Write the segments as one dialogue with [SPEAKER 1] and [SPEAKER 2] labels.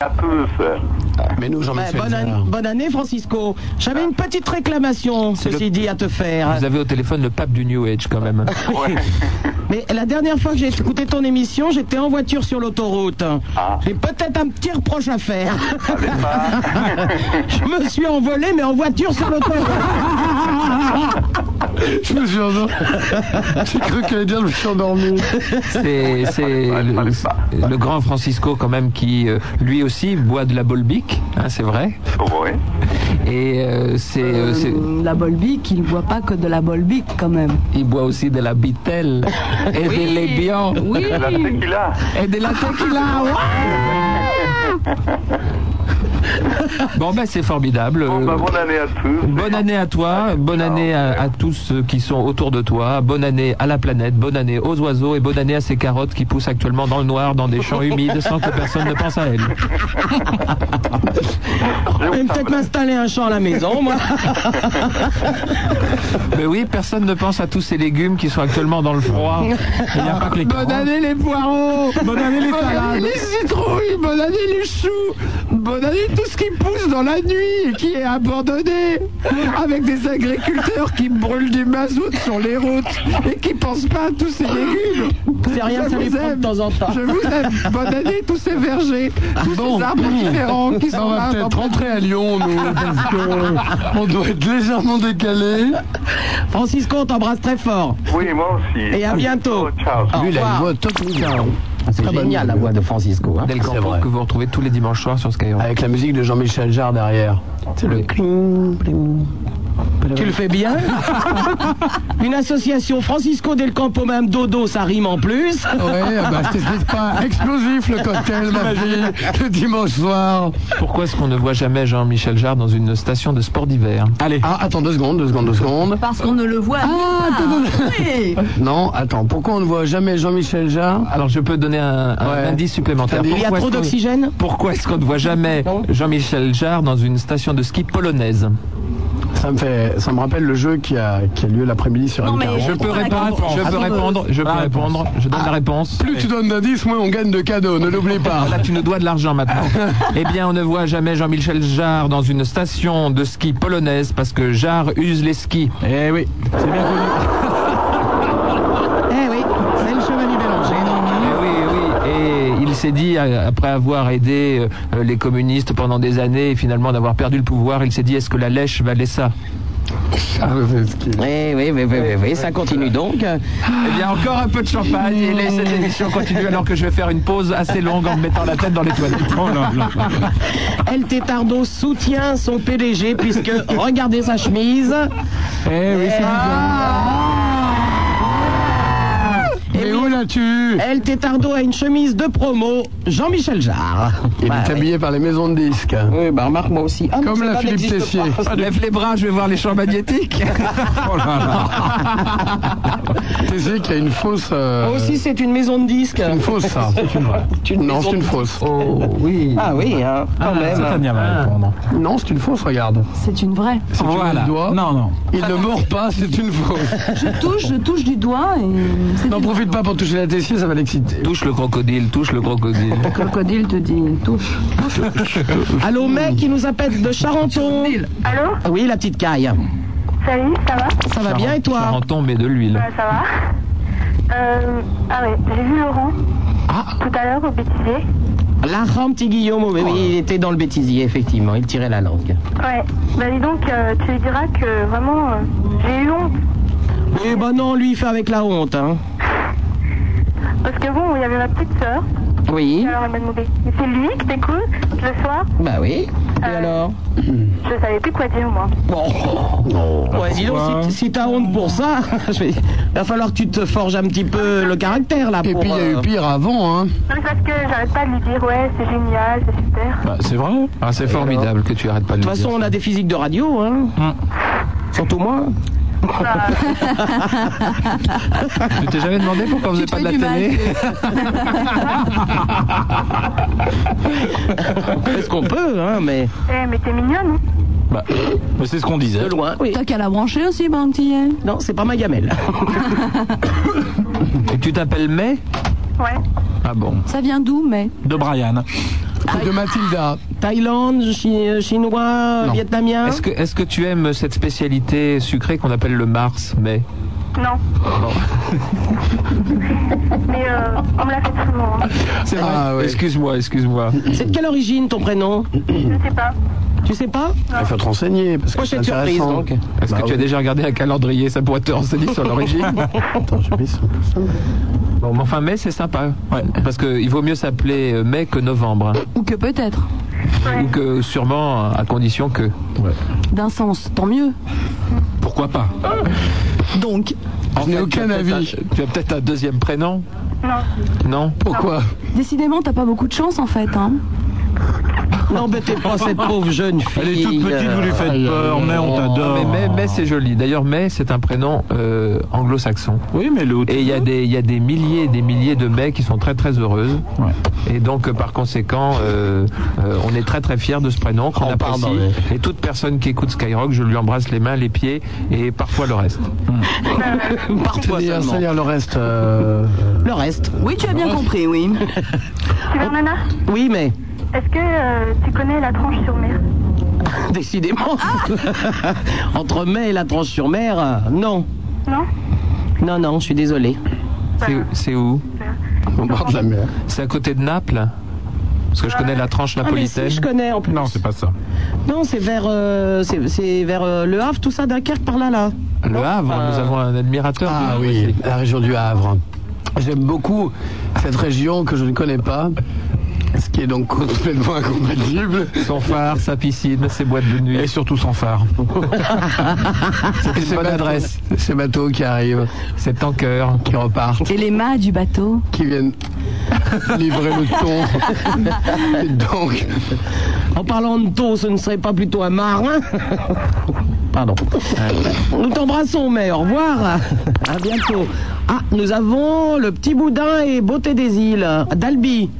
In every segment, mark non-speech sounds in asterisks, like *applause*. [SPEAKER 1] à peu.
[SPEAKER 2] Mais nous,
[SPEAKER 3] Ouais,
[SPEAKER 2] Jean-Michel.
[SPEAKER 3] bonne,
[SPEAKER 2] Jarre.
[SPEAKER 3] année, bonne année, Francisco. J'avais une petite réclamation, ceci dit, à te faire.
[SPEAKER 4] Vous
[SPEAKER 5] Ah.
[SPEAKER 4] avez au téléphone le pape du New Age quand même.
[SPEAKER 1] Ouais.
[SPEAKER 3] Mais la dernière fois que j'ai écouté ton émission, j'étais en voiture sur l'autoroute.
[SPEAKER 1] Ah.
[SPEAKER 3] J'ai peut-être un petit reproche à faire.
[SPEAKER 1] C'est pas-
[SPEAKER 3] *laughs* Je me suis envolé, mais en voiture sur l'autoroute.
[SPEAKER 2] Je me suis *laughs* endormi. J'ai cru qu'elle allait dire je me suis endormi.
[SPEAKER 4] C'est c'est *laughs* Ah, le, le grand Francisco quand même qui euh, lui aussi boit de la bolbic, hein, c'est vrai.
[SPEAKER 1] ouais.
[SPEAKER 4] Et euh, c'est euh, c'est-
[SPEAKER 5] Euh, la bolbic, il ne boit pas que de la bolbic quand même.
[SPEAKER 4] il boit aussi de la bitelle et des lébians
[SPEAKER 5] Oui,
[SPEAKER 1] La tequila.
[SPEAKER 4] et de la tequila.
[SPEAKER 5] *laughs*
[SPEAKER 4] Ouah bon ben c'est formidable.
[SPEAKER 1] Bon, bah, bonne année à tous.
[SPEAKER 4] Bonne
[SPEAKER 2] Ah.
[SPEAKER 4] année à toi, bonne année à, à tous ceux qui sont autour de toi, bonne année à la planète, bonne année aux oiseaux et bonne année à ces carottes qui poussent actuellement dans le noir dans des champs humides sans que personne ne pense à elles.
[SPEAKER 3] Je vais peut-être m'installer un champ à la maison, moi.
[SPEAKER 4] Mais oui, personne ne pense à tous ces légumes qui sont actuellement dans le
[SPEAKER 2] *laughs*
[SPEAKER 4] froid. Il n'y a pas que les carottes.
[SPEAKER 2] année les poireaux Bonne année les salades les citrouilles Bonne année les choux Bonne année tout ce qui pousse dans la nuit et qui est abandonné Avec des agriculteurs qui brûlent du mazout sur les routes et qui pensent pas à tous ces légumes
[SPEAKER 3] C'est rien,
[SPEAKER 2] Je
[SPEAKER 3] ça les
[SPEAKER 2] vous
[SPEAKER 3] prend de
[SPEAKER 2] aime.
[SPEAKER 3] temps en temps.
[SPEAKER 2] Je vous aime Bonne année tous ces vergers Tous ces arbres différents qui sont
[SPEAKER 6] On va
[SPEAKER 2] là
[SPEAKER 6] peut-être rentrer à Lyon, nous,
[SPEAKER 2] *laughs*
[SPEAKER 6] parce
[SPEAKER 7] euh,
[SPEAKER 6] qu'on doit être légèrement décalé.
[SPEAKER 3] Francisco, on t'embrasse très fort.
[SPEAKER 1] Ah Oui, moi aussi.
[SPEAKER 3] Et à bientôt. Ah.
[SPEAKER 1] Ciao.
[SPEAKER 3] Au
[SPEAKER 2] Lui, il a une
[SPEAKER 3] revoir.
[SPEAKER 2] voix top
[SPEAKER 3] C'est génial, la voix de Francisco. hein.
[SPEAKER 4] Del Campo,
[SPEAKER 2] vrai.
[SPEAKER 4] que vous retrouvez tous les dimanches soirs sur Skyrock.
[SPEAKER 2] Avec la musique de Jean-Michel Jarre derrière. C'est le
[SPEAKER 3] Tu le fais bien Une association Francisco Del Campo, même Dodo, ça rime en plus.
[SPEAKER 6] Ouais, ah bah, je t'explique pas. Explosif le cocktail, ma fille, le dimanche soir.
[SPEAKER 4] Pourquoi est-ce qu'on ne voit jamais Jean-Michel Jarre dans une station de sport d'hiver
[SPEAKER 2] Allez. Ah, attends deux secondes, deux secondes, deux secondes.
[SPEAKER 5] parce qu'on ne le voit
[SPEAKER 2] Ah, attends, attends, attends.
[SPEAKER 5] Oui.
[SPEAKER 2] Non, attends, pourquoi on ne voit jamais Jean-Michel Jarre
[SPEAKER 4] Alors je peux donner un, un
[SPEAKER 2] Ouais.
[SPEAKER 4] indice supplémentaire.
[SPEAKER 2] Il y a
[SPEAKER 3] Il y a
[SPEAKER 4] Pourquoi
[SPEAKER 3] trop
[SPEAKER 4] est-ce qu'on-
[SPEAKER 3] d'oxygène
[SPEAKER 4] Pourquoi est-ce qu'on ne voit jamais Jean-Michel Jarre dans une station de ski polonaise
[SPEAKER 2] Ça me fait, ça me rappelle le jeu qui a, qui a lieu l'après-midi sur
[SPEAKER 5] Non,
[SPEAKER 2] M40.
[SPEAKER 5] mais
[SPEAKER 4] Je peux répondre, je peux répondre,
[SPEAKER 2] euh,
[SPEAKER 4] je peux répondre, je
[SPEAKER 2] Ah.
[SPEAKER 4] donne la réponse.
[SPEAKER 6] Plus tu donnes d'indices, moins on gagne de cadeaux, ne l'oublie pas.
[SPEAKER 4] Là, tu nous dois de l'argent maintenant. eh bien, on ne voit jamais Jean-Michel Jarre dans une station de ski polonaise parce que Jarre use les skis.
[SPEAKER 2] *laughs* Eh oui, c'est bien connu.
[SPEAKER 7] *laughs*
[SPEAKER 3] Eh oui, c'est le chevalier Bélanger.
[SPEAKER 4] Eh oui, eh oui. Et il s'est dit, euh, après avoir aidé euh, les communistes pendant des années et finalement d'avoir perdu le pouvoir, il s'est dit est-ce que la lèche valait ça
[SPEAKER 3] Eh oui, oui, oui, oui, oui, ça continue donc.
[SPEAKER 4] Eh bien, encore un peu de champagne et laisse cette émission continuer alors que je vais faire une pause assez longue en me mettant la tête dans les toilettes.
[SPEAKER 3] El Tetardo soutient son PDG *laughs* puisque regardez sa chemise. Ah.
[SPEAKER 6] Eh oui, c'est Mais où l'as-tu
[SPEAKER 3] El Tetardo a une chemise de promo Jean-Michel Jarre.
[SPEAKER 2] Il est habillé par les maisons de disques.
[SPEAKER 3] bah, Oui, bah remarque moi aussi. Ah, non,
[SPEAKER 6] Comme
[SPEAKER 3] c'est
[SPEAKER 6] la
[SPEAKER 3] pas,
[SPEAKER 6] Philippe
[SPEAKER 3] n'existe
[SPEAKER 6] Tessier.
[SPEAKER 3] pas.
[SPEAKER 4] Lève les bras, je vais voir les
[SPEAKER 7] *laughs*
[SPEAKER 4] champs magnétiques.
[SPEAKER 3] Oh
[SPEAKER 2] Thésée qui a une fausse. euh,
[SPEAKER 3] Moi aussi c'est une maison de disques.
[SPEAKER 2] une fausse, ça. non, c'est une fausse.
[SPEAKER 3] Ah oui, hein, quand même. Ah.
[SPEAKER 2] Non, c'est une fausse, regarde.
[SPEAKER 5] C'est une vraie.
[SPEAKER 2] Si tu mets le doigt,
[SPEAKER 6] Non, non.
[SPEAKER 2] il ne mord pas, c'est une
[SPEAKER 7] *laughs*
[SPEAKER 2] fausse.
[SPEAKER 5] Je touche, je touche du doigt et c'est
[SPEAKER 2] N'en
[SPEAKER 5] une
[SPEAKER 2] profite pas pour toucher la Tessier, ça va l'exciter.
[SPEAKER 4] touche le crocodile, touche le crocodile.
[SPEAKER 5] crocodile te dit touche.
[SPEAKER 3] Allô mec qui nous appelle de Charenton.
[SPEAKER 8] Allô
[SPEAKER 3] Oui, la petite caille.
[SPEAKER 8] Salut, ça va
[SPEAKER 3] Ça va bien et toi
[SPEAKER 4] Charenton met de l'huile.
[SPEAKER 8] Ouais, Ça va. Euh, ah ouais, j'ai vu Laurent. Tout à l'heure au bêtisier.
[SPEAKER 3] La rampe petit Guillaume, oui, oui, il était dans le bêtisier effectivement, il tirait la langue.
[SPEAKER 8] Ouais. Bah dis donc, euh, tu lui diras que vraiment, euh, j'ai eu honte.
[SPEAKER 3] Eh ben non, lui il fait avec la honte hein.
[SPEAKER 8] Parce que bon, il y avait ma petite sœur.
[SPEAKER 3] Oui,
[SPEAKER 8] Alors elle m'a demandé, mais c'est lui qui t'écoute le soir
[SPEAKER 3] bah oui. Et
[SPEAKER 8] Euh,
[SPEAKER 3] alors
[SPEAKER 8] Je savais plus quoi dire moi.
[SPEAKER 3] Ouais, dis donc, si, si t'as honte pour ça, *laughs* je vais- il va falloir que tu te forges un petit peu le caractère là.
[SPEAKER 2] Et
[SPEAKER 3] pour,
[SPEAKER 2] puis il y a eu
[SPEAKER 3] euh,
[SPEAKER 2] pire avant, hein.
[SPEAKER 8] Non, mais c'est parce que j'arrête pas de lui dire, ouais, c'est génial, c'est super.
[SPEAKER 4] c'est vrai ah, C'est formidable que tu arrêtes pas de
[SPEAKER 3] De
[SPEAKER 4] le
[SPEAKER 3] toute façon,
[SPEAKER 4] dire.
[SPEAKER 3] on a des physiques de radio, hein. Surtout moi.
[SPEAKER 8] Bah,
[SPEAKER 4] Je t'ai jamais demandé pourquoi vous n'avez pas de la télé
[SPEAKER 3] Est-ce qu'on peut, hein, mais
[SPEAKER 8] eh, mais t'es mignonne. hein.
[SPEAKER 6] c'est ce qu'on disait.
[SPEAKER 3] de loin. Oui.
[SPEAKER 5] T'as qu'à la brancher aussi, ben petit. hein.
[SPEAKER 3] Non, c'est pas
[SPEAKER 9] *laughs*
[SPEAKER 3] ma gamelle.
[SPEAKER 4] Et tu t'appelles May
[SPEAKER 8] Ouais.
[SPEAKER 4] Ah bon
[SPEAKER 5] Ça vient d'où, mais
[SPEAKER 6] De Brian. C'est de Mathilda.
[SPEAKER 3] Thaïlande, chi- chinois,
[SPEAKER 6] Non.
[SPEAKER 3] vietnamien.
[SPEAKER 4] Est-ce que, est-ce que tu aimes cette spécialité sucrée qu'on appelle le mars, mais
[SPEAKER 8] Non. *laughs* Mais euh, on me l'a fait souvent. hein.
[SPEAKER 6] C'est vrai.
[SPEAKER 3] Ah,
[SPEAKER 4] Excuse-moi, excuse-moi.
[SPEAKER 3] C'est de quelle origine ton prénom
[SPEAKER 8] Je ne sais pas.
[SPEAKER 3] Tu sais pas
[SPEAKER 7] Il faut te renseigner parce que c'est
[SPEAKER 3] Prochaine surprise,
[SPEAKER 7] intéressant.
[SPEAKER 3] donc.
[SPEAKER 4] Est-ce
[SPEAKER 7] Bah
[SPEAKER 4] que tu as
[SPEAKER 7] oui.
[SPEAKER 4] déjà regardé un calendrier Ça pourrait te renseigner sur l'origine.
[SPEAKER 7] Attends, j'ai mis ça.
[SPEAKER 4] bon, mais enfin, mai, c'est sympa. Parce qu'il vaut mieux s'appeler euh, mai que novembre. hein.
[SPEAKER 5] Ou que peut-être.
[SPEAKER 8] Ouais.
[SPEAKER 4] Ou que sûrement, à condition que.
[SPEAKER 5] D'un sens, tant mieux.
[SPEAKER 4] Pourquoi pas
[SPEAKER 5] Donc,
[SPEAKER 4] En
[SPEAKER 6] n'ai
[SPEAKER 4] fait,
[SPEAKER 6] aucun
[SPEAKER 4] tu as peut-être
[SPEAKER 6] avis.
[SPEAKER 4] un- tu as peut-être un deuxième prénom
[SPEAKER 8] Non.
[SPEAKER 4] Non
[SPEAKER 6] Pourquoi
[SPEAKER 5] décidément, t'as pas beaucoup de chance en fait. Hein.
[SPEAKER 3] N'embêtez
[SPEAKER 2] *laughs*
[SPEAKER 3] pas cette pauvre jeune fille. euh,
[SPEAKER 9] Elle est toute petite, vous lui faites peur, mais on
[SPEAKER 4] Ah,
[SPEAKER 9] t'adore.
[SPEAKER 4] mais May, May, c'est joli. D'ailleurs, May, c'est un prénom euh, anglo-saxon.
[SPEAKER 9] Oui, mais l'autre.
[SPEAKER 4] Et il y, a des- il y a des milliers et des milliers de May qui sont très très heureuses.
[SPEAKER 9] Ouais.
[SPEAKER 4] Et donc, euh, par conséquent, euh, euh, on est très très fiers de ce prénom qu'on
[SPEAKER 9] Ah,
[SPEAKER 7] Oh,
[SPEAKER 4] apprécie.
[SPEAKER 7] pardon, mais-
[SPEAKER 4] Et toute personne qui écoute Skyrock, je lui embrasse les mains, les pieds et parfois le reste.
[SPEAKER 3] Parfois
[SPEAKER 7] C'est-à-dire
[SPEAKER 3] seulement.
[SPEAKER 7] hein, c'est-à-dire le reste. euh,
[SPEAKER 3] Le reste.
[SPEAKER 5] Oui, tu as bien compris, oui.
[SPEAKER 8] Tu veux, Nana
[SPEAKER 3] Oui, mais
[SPEAKER 8] Est-ce que euh, tu connais la tranche sur mer
[SPEAKER 3] décidément.
[SPEAKER 2] Ah
[SPEAKER 3] *laughs* Entre mai et la tranche sur mer, euh, non.
[SPEAKER 8] Non
[SPEAKER 3] Non, non, je suis désolé.
[SPEAKER 4] C'est- C'est où
[SPEAKER 7] Au bord de la mer.
[SPEAKER 4] C'est à côté de Naples Parce que je connais la tranche
[SPEAKER 3] Ah, mais si,
[SPEAKER 4] napolitaine.
[SPEAKER 3] je connais en plus.
[SPEAKER 9] Non, c'est pas ça.
[SPEAKER 3] Non, c'est vers, euh, c'est, c'est vers euh, Le Havre, tout ça, Dunkerque, par là, là.
[SPEAKER 4] Le Havre,
[SPEAKER 3] Enfin,
[SPEAKER 4] nous avons un admirateur.
[SPEAKER 7] Ah
[SPEAKER 4] du Havre
[SPEAKER 7] oui,
[SPEAKER 4] aussi.
[SPEAKER 7] la région du Havre. J'aime beaucoup cette région que je ne connais pas, ce qui est donc complètement *laughs* incompatible.
[SPEAKER 4] Son phare, sa piscine, ses boîtes de nuit.
[SPEAKER 9] Et surtout sans phare.
[SPEAKER 7] C'est
[SPEAKER 4] bonne adresse.
[SPEAKER 7] Ces bateaux qui arrivent,
[SPEAKER 4] C'est tanker.
[SPEAKER 7] qui repartent,
[SPEAKER 5] Et les mâts du bateau
[SPEAKER 7] qui viennent livrer le ton. Et donc,
[SPEAKER 3] En parlant de taux, ce ne serait pas plutôt un
[SPEAKER 4] *laughs*
[SPEAKER 3] marin Pardon. Nous t'embrassons, mais au revoir. À bientôt. Ah, nous avons le petit boudin et beauté des îles d'Albi.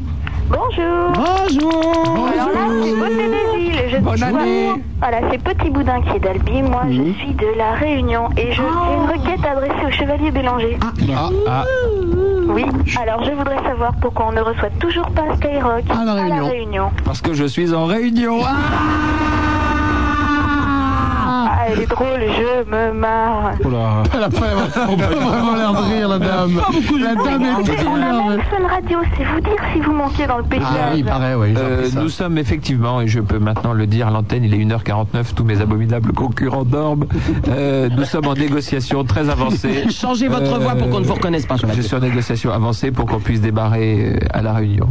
[SPEAKER 8] Bonjour
[SPEAKER 3] Bonjour.
[SPEAKER 8] Alors là, c'est Beauté des Îles. Je suis Voilà, c'est Petit Boudin qui est d'Albi. Moi, je suis de La Réunion et je
[SPEAKER 7] Ah.
[SPEAKER 8] j'ai une requête adressée au Chevalier Bélanger.
[SPEAKER 4] Ah,
[SPEAKER 8] Oui. Alors, je voudrais savoir pourquoi on ne reçoit toujours pas Skyrock
[SPEAKER 7] À La Réunion.
[SPEAKER 4] parce que je suis en réunion. Ah
[SPEAKER 8] Ah, elle est drôle, je me marre.
[SPEAKER 9] Oula.
[SPEAKER 6] Elle a pas vraiment- on a pas vraiment l'air de rire, la dame. La dame
[SPEAKER 8] En
[SPEAKER 6] est
[SPEAKER 8] fait, on a même Fun Radio, c'est vous dire si vous manquez dans le
[SPEAKER 7] ah
[SPEAKER 8] paysage.
[SPEAKER 7] oui, pareil, oui. j'ai
[SPEAKER 4] Euh,
[SPEAKER 7] appris ça.
[SPEAKER 4] nous sommes effectivement, et je peux maintenant le dire à l'antenne, il est 1h49, tous mes abominables concurrents dorment. Euh, nous sommes en négociation très
[SPEAKER 3] *laughs*
[SPEAKER 4] avancée.
[SPEAKER 3] Changez votre
[SPEAKER 4] Euh,
[SPEAKER 3] voix pour qu'on ne vous reconnaisse pas,
[SPEAKER 4] Je
[SPEAKER 3] Chevalier.
[SPEAKER 4] suis en négociation avancée pour qu'on puisse débarrer euh, à la réunion.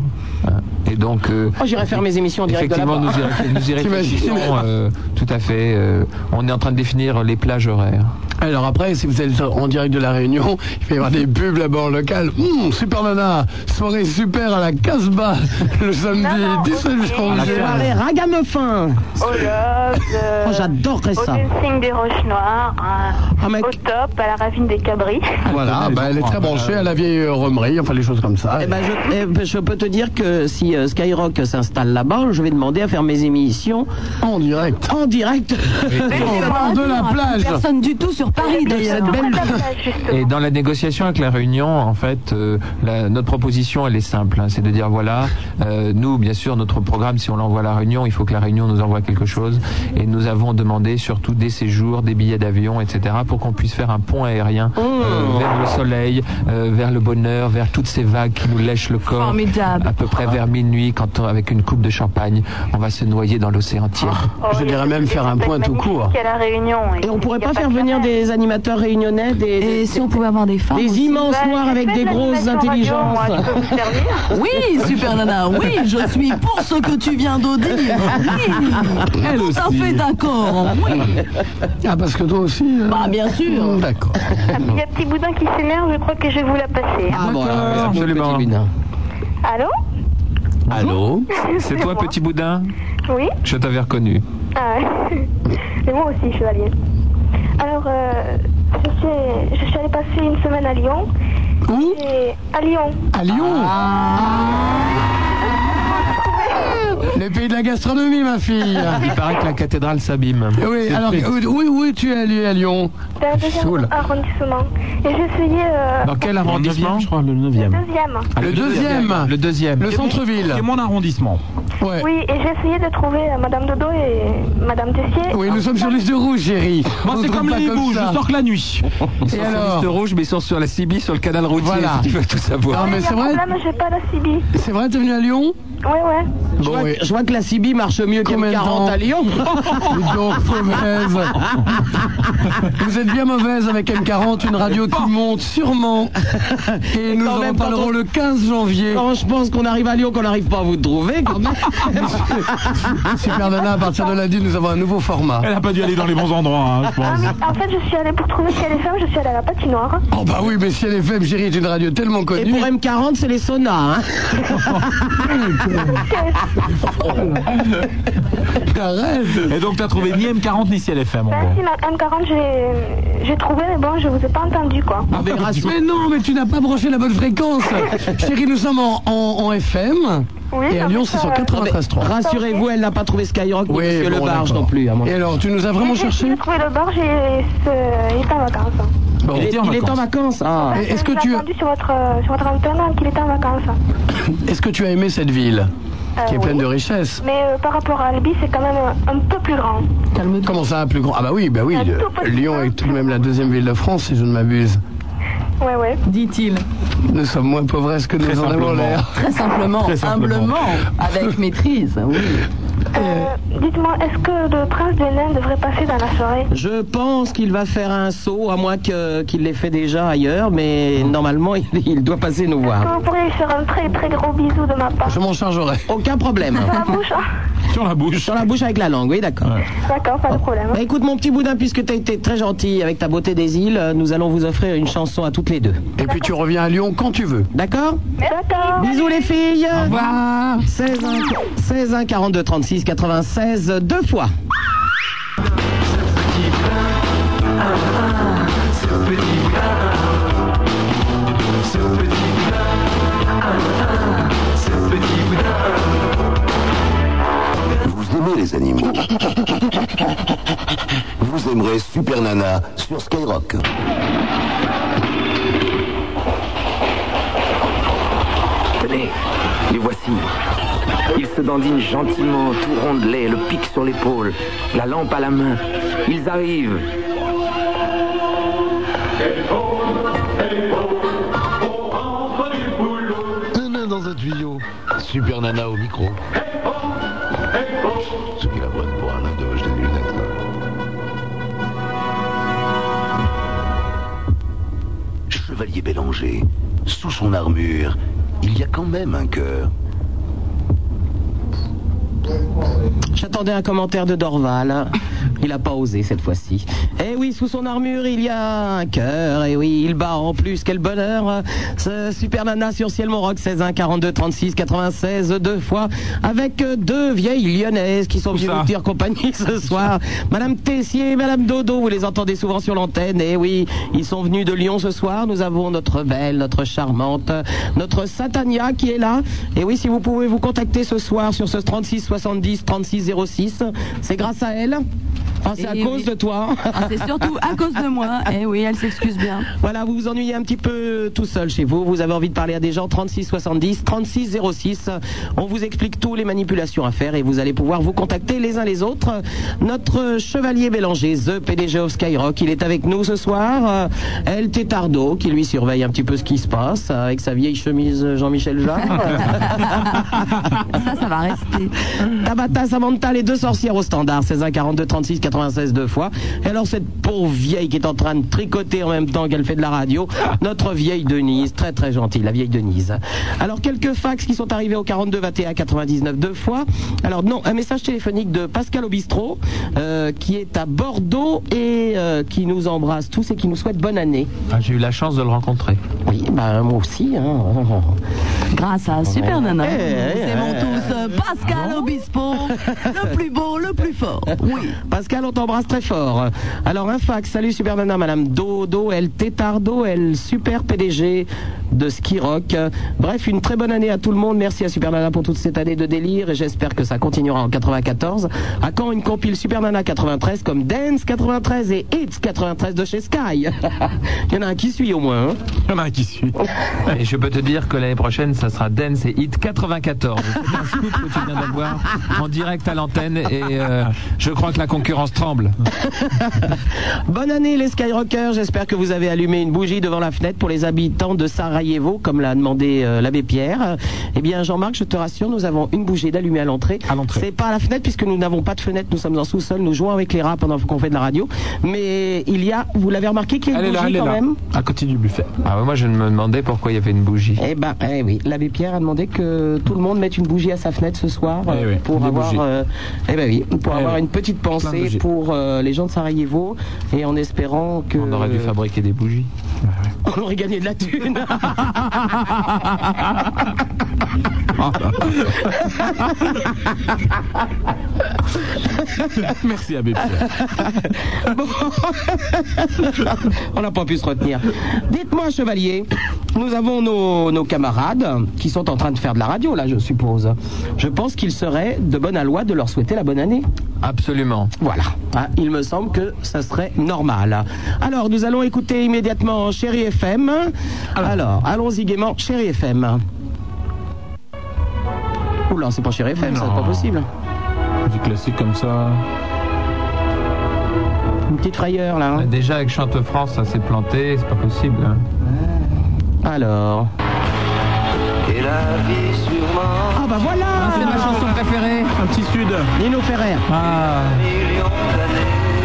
[SPEAKER 4] Hein. Et donc, euh,
[SPEAKER 3] Oh, j'irai faire mes émissions en direct de
[SPEAKER 4] effectivement,
[SPEAKER 3] là-bas.
[SPEAKER 4] nous y, réfl- nous y
[SPEAKER 3] *laughs*
[SPEAKER 4] réfléchissons. euh, tout à fait. euh, on est en train de définir les plages horaires.
[SPEAKER 7] Alors après, si vous êtes en direct de la Réunion, il va y avoir des pubs là-bas en local. Hum, super nana, soirée super à la Casbah le samedi
[SPEAKER 8] Non, non,
[SPEAKER 7] 17
[SPEAKER 8] ok.
[SPEAKER 7] janvier.
[SPEAKER 3] Soirée ragamuffin.
[SPEAKER 8] Au love, euh,
[SPEAKER 3] Oh, j'adorerais
[SPEAKER 8] au
[SPEAKER 3] ça.
[SPEAKER 8] dancing des roches noires, euh,
[SPEAKER 3] Ah, mec.
[SPEAKER 8] au top, à la ravine des Cabris.
[SPEAKER 7] Voilà, bah, elle est très branchée à la vieille euh, romerie, enfin les choses comme ça.
[SPEAKER 3] Eh ben, je, eh ben, je peux te dire que si euh, Skyrock s'installe là-bas, je vais demander à faire mes émissions
[SPEAKER 7] En direct.
[SPEAKER 3] en direct.
[SPEAKER 7] On part de la plage.
[SPEAKER 5] Personne du tout sur Paris d'ailleurs.
[SPEAKER 8] Tout près de la plage, justement.
[SPEAKER 4] Et dans la négociation avec la Réunion, en fait, euh, la- notre proposition, elle est simple. hein, c'est de dire, voilà, euh, nous, bien sûr, notre programme, si on l'envoie à la Réunion, il faut que la Réunion nous envoie quelque chose. Et nous avons demandé surtout des séjours, des billets d'avion, etc., pour qu'on puisse faire un pont aérien euh, vers le soleil, euh, vers le bonheur, vers toutes ces vagues qui nous lèchent le corps.
[SPEAKER 5] Formidable.
[SPEAKER 4] À peu près vers minuit, quand on- avec une coupe de champagne, on va se noyer dans l'océan tiède.
[SPEAKER 8] Oh,
[SPEAKER 7] je
[SPEAKER 8] il y a
[SPEAKER 7] dirais
[SPEAKER 8] des-
[SPEAKER 7] même
[SPEAKER 8] des
[SPEAKER 7] faire un
[SPEAKER 8] spectacles
[SPEAKER 7] point tout
[SPEAKER 8] magnifiques
[SPEAKER 7] court.
[SPEAKER 8] à la Réunion.
[SPEAKER 3] Et on pourrait
[SPEAKER 8] il y a
[SPEAKER 3] pas faire
[SPEAKER 8] de
[SPEAKER 3] venir
[SPEAKER 8] canal.
[SPEAKER 3] des animateurs réunionnais, des,
[SPEAKER 5] Et si on pouvait avoir des femmes
[SPEAKER 3] des
[SPEAKER 5] aussi
[SPEAKER 3] immenses
[SPEAKER 8] Bah,
[SPEAKER 3] noirs
[SPEAKER 8] j'ai
[SPEAKER 3] avec
[SPEAKER 8] fait
[SPEAKER 3] des
[SPEAKER 8] de
[SPEAKER 3] grosses
[SPEAKER 8] l'animation radio,
[SPEAKER 3] intelligences.
[SPEAKER 8] moi, je peux vous servir.
[SPEAKER 3] *laughs*
[SPEAKER 5] Oui, super nana, oui, je suis pour ce que tu viens de dire. Oui, tout à fait d'accord. Oui,
[SPEAKER 7] Ah, parce que toi aussi. euh,
[SPEAKER 5] bah, bien sûr.
[SPEAKER 7] hum, D'accord.
[SPEAKER 8] Ah, puis Il y a petit boudin qui s'énerve, je crois que je vais vous la passer.
[SPEAKER 3] Ah bon, alors,
[SPEAKER 4] Absolument.
[SPEAKER 3] petit Luna. Ah.
[SPEAKER 8] Allô
[SPEAKER 7] Allô
[SPEAKER 4] C'est toi,
[SPEAKER 8] moi.
[SPEAKER 4] petit boudin
[SPEAKER 8] Oui
[SPEAKER 4] Je t'avais reconnu.
[SPEAKER 8] Ah ouais.
[SPEAKER 10] *laughs*
[SPEAKER 8] Et moi aussi, chevalier. Alors, euh, je, suis, je suis allée passer une semaine à Lyon.
[SPEAKER 7] Où
[SPEAKER 8] Et à Lyon.
[SPEAKER 7] À Lyon Les pays de la gastronomie, ma fille.
[SPEAKER 4] Il paraît que la cathédrale s'abîme.
[SPEAKER 7] Oui, alors, où, où- où es-tu allé à Lyon
[SPEAKER 10] Dans le deuxième
[SPEAKER 7] Saoul.
[SPEAKER 10] arrondissement. Et je suis euh,
[SPEAKER 4] Dans quel arrondissement
[SPEAKER 11] je crois, le 9e.
[SPEAKER 10] deuxième.
[SPEAKER 4] Ah,
[SPEAKER 7] Le deuxième.
[SPEAKER 4] Le deuxième.
[SPEAKER 7] Le centre-ville.
[SPEAKER 11] C'est mon arrondissement.
[SPEAKER 7] Ouais.
[SPEAKER 10] Oui, et j'ai essayé de trouver euh, Madame Dodo et Madame Tessier.
[SPEAKER 7] Oui, nous sommes sur liste rouge, chérie.
[SPEAKER 11] Moi,
[SPEAKER 7] On
[SPEAKER 11] c'est
[SPEAKER 7] ne
[SPEAKER 11] comme
[SPEAKER 7] trouve pas
[SPEAKER 11] les hiboux,
[SPEAKER 7] ça.
[SPEAKER 11] je sors que la nuit.
[SPEAKER 4] Ils sont
[SPEAKER 7] Et
[SPEAKER 4] sur
[SPEAKER 7] alors
[SPEAKER 4] liste rouge, mais ils sont sur la CB, sur le canal routier,
[SPEAKER 7] Voilà.
[SPEAKER 4] si tu veux tout savoir.
[SPEAKER 7] Non, mais
[SPEAKER 10] Il y a
[SPEAKER 7] c'est
[SPEAKER 10] un
[SPEAKER 7] vrai,
[SPEAKER 10] problème, j'ai pas la CB.
[SPEAKER 7] c'est vrai, t'es venu à Lyon
[SPEAKER 10] Ouais, ouais.
[SPEAKER 3] je, vois,
[SPEAKER 7] Bon, et-
[SPEAKER 3] que- je vois que la CB marche
[SPEAKER 7] Combien
[SPEAKER 3] mieux qu'une
[SPEAKER 7] de
[SPEAKER 3] 40
[SPEAKER 7] temps
[SPEAKER 3] à Lyon.
[SPEAKER 7] Dites donc, mauvaise. Vous êtes bien mauvaise avec M40, une radio qui monte sûrement. Et nous
[SPEAKER 3] quand
[SPEAKER 7] en
[SPEAKER 3] même, quand
[SPEAKER 7] parlerons
[SPEAKER 3] on-
[SPEAKER 7] le 15 janvier.
[SPEAKER 3] Quand je pense qu'on arrive à Lyon, qu'on n'arrive pas à vous trouver, quand même.
[SPEAKER 7] Super Nana, à partir de lundi, nous avons un nouveau format.
[SPEAKER 11] Elle n'a pas dû aller dans les bons endroits, hein, je
[SPEAKER 10] Ah
[SPEAKER 11] pense.
[SPEAKER 10] oui, en fait, je suis allée pour trouver si elle est femme, je suis allée à la patinoire.
[SPEAKER 7] Oh bah oui, mais si elle est faible, chérie, est une radio tellement
[SPEAKER 3] Et
[SPEAKER 7] connue.
[SPEAKER 3] pour M40, c'est les saunas. Hein.
[SPEAKER 7] Arrête
[SPEAKER 11] Et donc, t'as trouvé ni M40 ni CLFM, en
[SPEAKER 10] Bah, si,
[SPEAKER 11] gros.
[SPEAKER 10] ma M40, j'ai- j'ai trouvé, mais bon, je vous ai pas entendu, quoi.
[SPEAKER 11] Ah,
[SPEAKER 3] On verra si-
[SPEAKER 7] Ah, Mais non, mais tu n'as pas branché la bonne
[SPEAKER 3] *laughs*
[SPEAKER 7] fréquence. Chérie, nous sommes en, en- en FM.
[SPEAKER 10] Oui,
[SPEAKER 7] Et à
[SPEAKER 10] non,
[SPEAKER 7] Lyon,
[SPEAKER 10] mais
[SPEAKER 7] c'est
[SPEAKER 10] ça,
[SPEAKER 7] sur
[SPEAKER 10] euh,
[SPEAKER 3] Ah,
[SPEAKER 7] 93.3.
[SPEAKER 3] Rassurez-vous, elle n'a pas trouvé Skyrock ni
[SPEAKER 7] Oui, bon,
[SPEAKER 3] Monsieur Le Barge
[SPEAKER 7] d'accord.
[SPEAKER 3] non plus. à mon
[SPEAKER 7] Et
[SPEAKER 3] avis.
[SPEAKER 7] alors, tu nous as vraiment
[SPEAKER 10] J'ai
[SPEAKER 7] cherché
[SPEAKER 10] essayé de trouver le bar, j'ai- c'est- il est en vacances.
[SPEAKER 7] Bon.
[SPEAKER 3] Il est, il est en vacances. Ah.
[SPEAKER 7] Et Est-ce que,
[SPEAKER 10] J'ai
[SPEAKER 7] tu,
[SPEAKER 10] entendu sur votre, euh, sur votre antenne qu'il était en vacances.
[SPEAKER 7] est-ce que tu as aimé cette ville qui est
[SPEAKER 10] Euh,
[SPEAKER 7] pleine
[SPEAKER 10] oui.
[SPEAKER 7] de richesses
[SPEAKER 10] Mais euh, par rapport à Albi, c'est quand même euh, un peu plus grand.
[SPEAKER 7] Comment ça, plus grand Ah bah oui, bah oui.
[SPEAKER 10] Un tout
[SPEAKER 7] euh,
[SPEAKER 10] petit
[SPEAKER 7] Lyon
[SPEAKER 10] peu.
[SPEAKER 7] est tout de même la deuxième ville de France, si je ne m'abuse.
[SPEAKER 10] Ouais, ouais.
[SPEAKER 5] dit-il.
[SPEAKER 7] Nous sommes moins pauvres que nous en avons
[SPEAKER 11] simplement.
[SPEAKER 7] l'air.
[SPEAKER 5] Très simplement,
[SPEAKER 11] simplement.
[SPEAKER 5] humblement, avec maîtrise, oui.
[SPEAKER 10] Euh, Dites-moi, est-ce que le prince de Nain devrait passer dans la soirée
[SPEAKER 3] Je pense qu'il va faire un saut, à moins que- qu'il l'ait fait déjà ailleurs, mais normalement, *laughs* il, il doit passer nous
[SPEAKER 10] Est-ce que
[SPEAKER 3] voir.
[SPEAKER 10] vous pourriez lui faire un très très gros bisou de ma *laughs* part
[SPEAKER 7] Je m'en chargerai.
[SPEAKER 3] Aucun problème.
[SPEAKER 10] Sur la bouche hein
[SPEAKER 11] Sur la bouche.
[SPEAKER 3] Sur la bouche avec la langue, oui, d'accord.
[SPEAKER 10] D'accord, pas de problème.
[SPEAKER 3] Bah, écoute, mon petit boudin, puisque tu as été très gentil avec ta beauté des îles, euh, nous allons vous offrir une chanson à toutes les deux.
[SPEAKER 7] Et puis tu reviens à Lyon quand tu veux.
[SPEAKER 3] D'accord
[SPEAKER 10] D'accord.
[SPEAKER 3] Bisous les filles Au revoir 16 1, 16 1 42 36 96 euh, deux fois.
[SPEAKER 1] Vous aimez les animaux Vous aimerez Super Nana sur Skyrock.
[SPEAKER 12] Tenez, les voici. Ils se dandinent gentiment, tout rondelés, le pic sur l'épaule, la lampe à la main. Ils arrivent.
[SPEAKER 13] Un nain dans un tuyau.
[SPEAKER 1] Super Nana au micro. Ce qui la bonne pour un homme de gauche des lunettes. Chevalier Bélanger, sous son armure, il y a quand même un cœur.
[SPEAKER 3] J'attendais un commentaire de Dorval. Il n'a pas osé cette fois-ci. Eh oui, sous son armure, il y a un cœur. Eh oui, il bat en plus. Quel bonheur. Ce super nana sur ciel mon rock 16 1 42 36 96 deux fois avec deux vieilles lyonnaises qui sont venues
[SPEAKER 11] ça
[SPEAKER 3] nous dire compagnie *laughs* ce soir. Madame Tessier et Madame Dodo, vous les entendez souvent sur l'antenne. Eh oui, ils sont venus de Lyon ce soir. Nous avons notre belle, notre charmante, notre Satania qui est là. Et oui, si vous pouvez vous contacter ce soir sur ce 36 70 36 06, c'est grâce à elle. Enfin, c'est à
[SPEAKER 5] Eh
[SPEAKER 3] cause
[SPEAKER 5] oui.
[SPEAKER 3] de toi.
[SPEAKER 5] Ah, c'est surtout à cause de moi. Eh oui, elle s'excuse bien.
[SPEAKER 3] voilà, vous vous ennuyez un petit peu euh, tout seul chez vous. Vous avez envie de parler à des gens 36 70 36 06. On vous explique tous les manipulations à faire et vous allez pouvoir vous contacter les uns les autres. Notre euh, chevalier Bélanger, the PDG of Skyrock, il est avec nous ce soir. Euh, El Tétardo, qui lui surveille un petit peu ce qui se passe euh, avec sa vieille chemise Jean-Michel Jarre.
[SPEAKER 5] Ça, ça va rester.
[SPEAKER 3] Tabata, Samantha, les deux sorcières au standard, 16 1 42 36 96 deux fois. Et alors cette pauvre vieille qui est en train de tricoter en même temps qu'elle fait de la radio, notre vieille Denise, très très gentille, la vieille Denise. Alors quelques fax qui sont arrivés au 42 21 99 deux fois. Alors non, un message téléphonique de Pascal Obistro euh, qui est à Bordeaux et euh, qui nous embrasse tous et qui nous souhaite bonne année.
[SPEAKER 4] Ah, J'ai eu la chance de le *laughs* rencontrer.
[SPEAKER 3] Oui, bah moi aussi. Hein. *laughs*
[SPEAKER 5] Grâce à Super Nana,
[SPEAKER 3] Eh, eh,
[SPEAKER 5] c'est mon
[SPEAKER 3] eh.
[SPEAKER 5] tous euh, Pascal Obispo, le plus beau, le plus fort. Oui.
[SPEAKER 3] Pascal, on t'embrasse très fort. Alors, un fax. Salut, Super Nana, Madame Dodo, elle Tétardo, elle Super PDG de ski rock. Bref, une très bonne année à tout le monde. Merci à Super Nana pour toute cette année de délire et j'espère que ça continuera en 94. À quand une compile Super Nana 93 comme Dance 93 et Hits 93 de chez Sky *laughs* Il y en a un qui suit au moins. hein.
[SPEAKER 9] Il y en a un qui suit. *laughs*
[SPEAKER 4] Et je peux te dire que l'année prochaine, ça sera Dance et Hit 94. C'est un scoop que tu viens d'avoir en direct à l'antenne et euh, je crois que la concurrence tremble.
[SPEAKER 3] Bonne année les Skyrockers, j'espère que vous avez allumé une bougie devant la fenêtre pour les habitants de Sarajevo, comme l'a demandé euh, l'abbé Pierre. Euh, Eh bien Jean-Marc, je te rassure, nous avons une bougie d'allumée à l'entrée. C'est pas à la fenêtre puisque nous n'avons pas de fenêtre, nous sommes en sous-sol, nous jouons avec les rats pendant qu'on fait de la radio. Mais il y a, vous l'avez remarqué qu'il y a une
[SPEAKER 4] Elle est là,
[SPEAKER 3] bougie
[SPEAKER 4] elle est
[SPEAKER 3] quand
[SPEAKER 4] là.
[SPEAKER 3] même
[SPEAKER 4] À côté du buffet. Ah ouais, moi je me demandais pourquoi il y avait une bougie.
[SPEAKER 3] Eh ben, eh oui, l'abbé Pierre a demandé que tout le monde mette une bougie à sa fenêtre ce soir euh,
[SPEAKER 4] Eh oui,
[SPEAKER 3] pour
[SPEAKER 4] des
[SPEAKER 3] avoir,
[SPEAKER 4] bougies.
[SPEAKER 3] euh, eh ben oui, pour
[SPEAKER 4] Eh
[SPEAKER 3] avoir
[SPEAKER 4] oui,
[SPEAKER 3] une petite
[SPEAKER 4] plein de
[SPEAKER 3] pensée
[SPEAKER 4] bougies.
[SPEAKER 3] pour euh, les gens de Sarajevo et en espérant que
[SPEAKER 4] On aurait dû fabriquer des bougies.
[SPEAKER 3] *laughs* on aurait gagné de la thune.
[SPEAKER 9] Merci Abbé
[SPEAKER 10] *laughs*
[SPEAKER 3] Pierre. On n'a pas pu se retenir. Dites-moi, chevalier, nous avons nos, nos camarades qui sont en train de faire de la radio, là, je suppose. Je pense qu'il serait de bonne loi de leur souhaiter la bonne année.
[SPEAKER 4] Absolument.
[SPEAKER 3] Voilà. Hein, il me semble que ça serait normal. Alors, nous allons écouter immédiatement Chéri FM. Alors, allons-y gaiement, Chéri FM. Oula, c'est pas Chéri FM, ça, c'est pas
[SPEAKER 9] Non.
[SPEAKER 3] possible.
[SPEAKER 9] Du classique comme ça.
[SPEAKER 3] Une petite frayeur là. hein.
[SPEAKER 4] Déjà avec Chante France, ça s'est planté, c'est pas possible. hein.
[SPEAKER 3] Alors.
[SPEAKER 12] Et la vie sûrement.
[SPEAKER 3] Ah bah voilà
[SPEAKER 6] C'est ma chanson préférée.
[SPEAKER 9] Un petit sud.
[SPEAKER 3] Nino Ferrer.
[SPEAKER 9] Ah.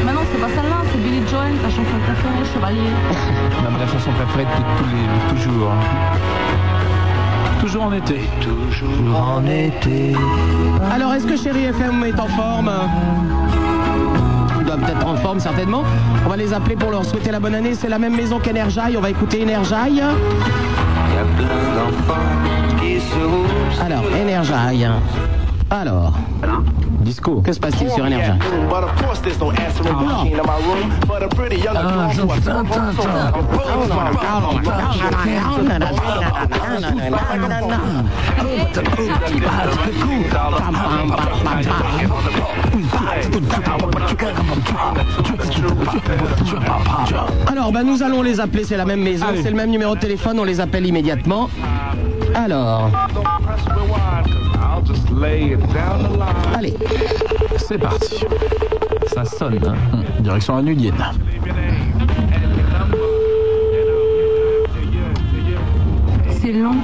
[SPEAKER 14] Mais non, c'est pas celle-là, c'est Billy Joel, ta chanson préférée, chevalier.
[SPEAKER 4] Non, mais la chanson préférée depuis tous les, toujours. hein.
[SPEAKER 9] Toujours en été.
[SPEAKER 12] Toujours en été.
[SPEAKER 3] Alors, est-ce que Chéri FM est en forme Ils doivent être en forme, certainement. On va les appeler pour leur souhaiter la bonne année. C'est la même maison qu'Energy. On va écouter Energy.
[SPEAKER 12] Il y a plein d'enfants qui se roulent.
[SPEAKER 3] Alors, Energy. Alors. Disco. Que se passe-t-il sur Energy
[SPEAKER 15] But of course there's no answering machine in my room. But a pretty young
[SPEAKER 6] Ah,
[SPEAKER 4] Ah,
[SPEAKER 15] girl who I don't want to.
[SPEAKER 1] Ah,
[SPEAKER 15] I'm pulling my phone.
[SPEAKER 3] Alors, ben, nous allons les appeler. C'est la même maison. C'est le même numéro de téléphone. On les appelle immédiatement. Alors. Allez.
[SPEAKER 9] C'est parti.
[SPEAKER 4] Ça sonne. hein.
[SPEAKER 9] Mmh. Direction la Nulienne.
[SPEAKER 14] C'est lent.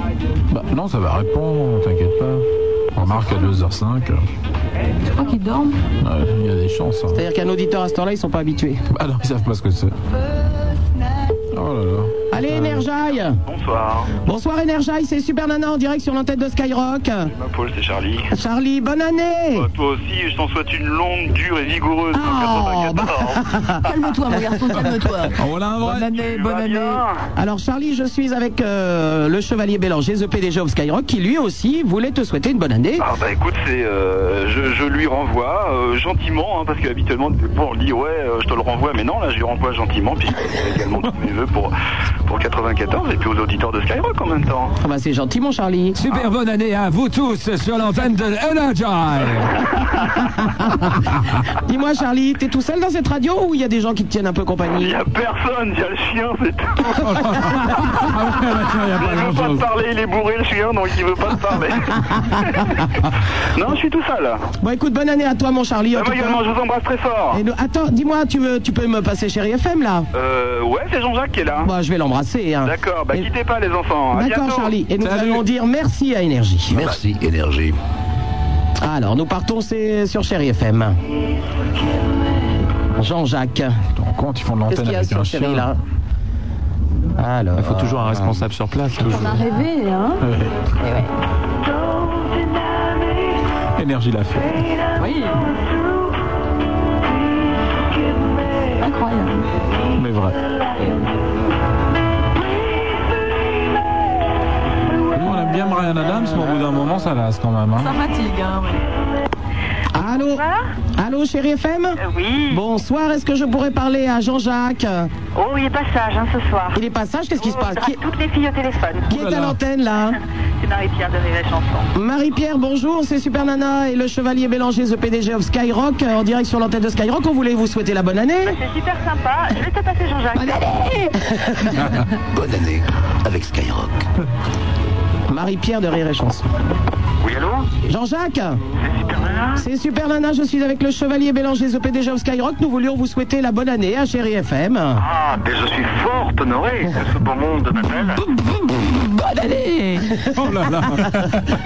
[SPEAKER 9] Bah, non, ça va répondre, t'inquiète pas. Remarque à 2h05.
[SPEAKER 14] Je crois qu'ils dorment.
[SPEAKER 9] euh, Il y a des chances. hein.
[SPEAKER 3] C'est-à-dire qu'un auditeur à ce temps-là, ils sont pas habitués.
[SPEAKER 9] Ah non, ils savent pas ce que c'est. Oh là là.
[SPEAKER 3] Allez, Energy
[SPEAKER 1] Bonsoir.
[SPEAKER 3] Bonsoir Energy, c'est Super Nana en direct sur l'antenne de Skyrock.
[SPEAKER 1] Ma Paul, c'est Charlie.
[SPEAKER 3] Charlie, bonne année
[SPEAKER 1] Toi aussi, je t'en souhaite une longue, dure et vigoureuse.
[SPEAKER 3] Oh, bah.
[SPEAKER 1] Calme-toi, mon garçon, calme-toi.
[SPEAKER 9] voilà un
[SPEAKER 3] Bonne année, bonne année. Alors Charlie, je suis avec euh, le chevalier Bélanger, the PDG of Skyrock, qui lui aussi voulait te souhaiter une bonne année.
[SPEAKER 1] Ah bah écoute, c'est, euh, je, je lui renvoie euh, gentiment, hein, parce qu'habituellement, bon, on dit ouais, euh, je te le renvoie, mais non, là, je lui renvoie gentiment, puis je fais également tous mes voeux pour, pour 94 et puis aux auditeurs de Skyrock en même temps.
[SPEAKER 3] Ah bah c'est gentil mon Charlie.
[SPEAKER 10] Super bonne année à vous tous sur l'antenne de Energy.
[SPEAKER 3] Dis-moi Charlie, t'es tout seul dans cette radio ou il y a des gens qui te tiennent un peu compagnie
[SPEAKER 1] Il y a personne, il y a le chien, c'est
[SPEAKER 3] *laughs*
[SPEAKER 1] tout.
[SPEAKER 3] Oh Ah
[SPEAKER 1] il veut pas te parler, il est bourré le chien, donc il veut pas te
[SPEAKER 3] *laughs*
[SPEAKER 1] parler. non, je suis tout seul.
[SPEAKER 3] Bon écoute, bonne année à toi mon Charlie. en
[SPEAKER 1] Bah, moi
[SPEAKER 3] tout cas.
[SPEAKER 1] également, je vous embrasse très fort.
[SPEAKER 3] Et nous- Attends, dis-moi, tu, veux- tu peux me passer chérie FM là
[SPEAKER 1] Euh, ouais, c'est Jean-Jacques qui est là.
[SPEAKER 3] Bah je vais l'embrasser. hein.
[SPEAKER 1] D'accord, bah
[SPEAKER 3] Et-
[SPEAKER 1] quittez pas les enfants. À
[SPEAKER 3] D'accord
[SPEAKER 1] bientôt.
[SPEAKER 3] Charlie, et nous allons dire merci à Énergie.
[SPEAKER 12] Merci, énergie.
[SPEAKER 3] Alors, nous partons c'est sur Chéri FM. Jean-Jacques.
[SPEAKER 9] compte, ils font de
[SPEAKER 3] Qu'est-ce qu'il y a sur Chéri là Alors.
[SPEAKER 4] Il faut toujours un responsable sur place. toujours.
[SPEAKER 14] On a rêvé, hein
[SPEAKER 9] Énergie l'a fait.
[SPEAKER 14] Oui. Incroyable.
[SPEAKER 9] Mais vrai. Nous, on aime bien Brian Adams, mais au bout d'un moment, ça lasse quand même. hein.
[SPEAKER 14] Ça fatigue, hein, ouais.
[SPEAKER 3] Ah, Allô Allô, chérie FM
[SPEAKER 8] Oui.
[SPEAKER 3] Bonsoir, est-ce que je pourrais parler à Jean-Jacques
[SPEAKER 8] Oh, il est passage hein, ce soir.
[SPEAKER 3] Il est passage, qu'est-ce qui se passe Qui,
[SPEAKER 8] Toutes les filles au téléphone.
[SPEAKER 3] qui est à l'antenne, là
[SPEAKER 8] C'est Marie-Pierre de Rire et Chanson.
[SPEAKER 3] Marie-Pierre, bonjour, c'est Super Nana et le Chevalier Bélanger, the PDG of Skyrock, en direct sur l'antenne de Skyrock. On voulait vous souhaiter la bonne année.
[SPEAKER 8] Bah, c'est super sympa. Je vais te passer Jean-Jacques. Bonne année
[SPEAKER 12] Bonne année avec Skyrock.
[SPEAKER 3] Marie-Pierre de Rire et Chanson.
[SPEAKER 12] Oui, allô
[SPEAKER 3] Jean-Jacques C'est Super Nana, je suis avec le Chevalier Bélanger, the PDG of Skyrock. Nous voulions vous souhaiter la bonne année à Chérie FM.
[SPEAKER 1] Ah, mais je suis fort honoré que ce beau monde m'appelle.
[SPEAKER 3] Bonne année
[SPEAKER 9] Oh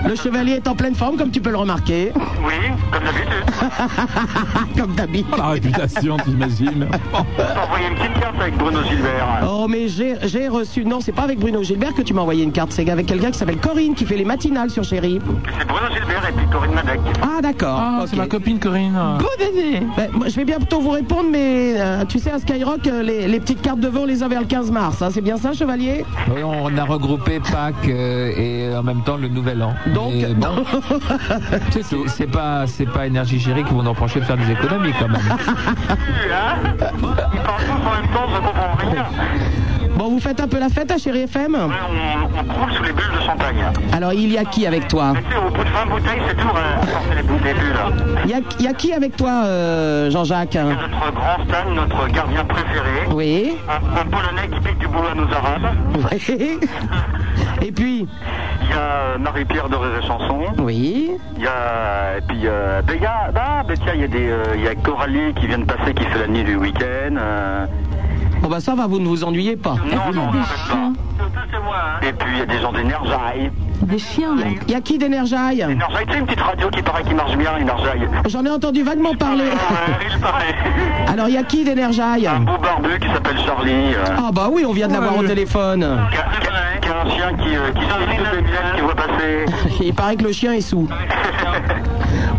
[SPEAKER 3] Le chevalier est en pleine forme, comme tu peux le remarquer. *laughs*
[SPEAKER 1] Oui, comme
[SPEAKER 3] d'habitude. comme d'habitude.
[SPEAKER 9] Oh, la réputation, t'imagines
[SPEAKER 1] Envoyez une petite carte avec Bruno Gilbert.
[SPEAKER 3] Oh, mais j'ai j'ai reçu. Non, c'est pas avec Bruno Gilbert que tu m'as envoyé une carte. C'est avec quelqu'un qui s'appelle Corinne qui fait les matinales sur Chérie.
[SPEAKER 1] C'est Bruno Gilbert et puis Corinne Madec.
[SPEAKER 3] Ah, d'accord.
[SPEAKER 9] Oh, C'est ma copine Corinne.
[SPEAKER 3] Bonne année moi, Je vais bientôt vous répondre, mais euh, tu sais, à Skyrock, euh, les, les petites cartes de vent, on les a vers le 15 mars. hein. C'est bien ça, chevalier
[SPEAKER 4] Oui, on a regroupé Pâques euh, et en même temps le Nouvel An.
[SPEAKER 3] Donc,
[SPEAKER 4] Mais bon, c'est tout. C'est pas, c'est pas énergie chérie qui vont nous reprocher de faire des économies quand même.
[SPEAKER 3] *laughs* Bon, vous faites un peu la fête à Chérie FM
[SPEAKER 1] On, on croule sous les bulles de champagne.
[SPEAKER 3] Alors, il y a qui avec toi
[SPEAKER 1] Tu sais, au bout de 20 bouteilles, c'est toujours euh, à forcer les boules des bulles.
[SPEAKER 3] Il y a, il y a qui avec toi, euh, Jean-Jacques
[SPEAKER 1] Notre grand Stan, notre gardien préféré.
[SPEAKER 3] Oui.
[SPEAKER 1] Un, un Polonais qui pique du boulot à nos Arabes.
[SPEAKER 3] Oui. Et puis
[SPEAKER 1] Il y a euh, Marie-Pierre de Rire et Chanson.
[SPEAKER 3] Oui.
[SPEAKER 1] Il y a. Et puis, euh, ben, il y a. Ah, ben tiens, il y a des. euh, Il y a Coralie qui vient de passer, qui fait la nuit du week-end. euh,
[SPEAKER 3] Bon, bah ça va, vous ne vous ennuyez pas.
[SPEAKER 1] Non, non, en fait, non. Et puis, il y a des gens d'Enerjaï.
[SPEAKER 3] Des chiens, Il y a qui d'Enerjaï
[SPEAKER 1] Enerjaï, tu sais, une petite radio qui paraît qui marche bien, Enerjaï.
[SPEAKER 3] J'en ai entendu vaguement parler.
[SPEAKER 1] Il paraît.
[SPEAKER 3] Alors, il y a qui d'Enerjaï
[SPEAKER 1] Beau barbu qui s'appelle Charlie. euh,
[SPEAKER 3] Ah, bah oui, on vient de l'avoir au téléphone.
[SPEAKER 1] qui, a, qui a- qui a un chien qui, euh, qui suit toutes les lunettes qu'il voit passer.
[SPEAKER 3] Il paraît que le chien est sous.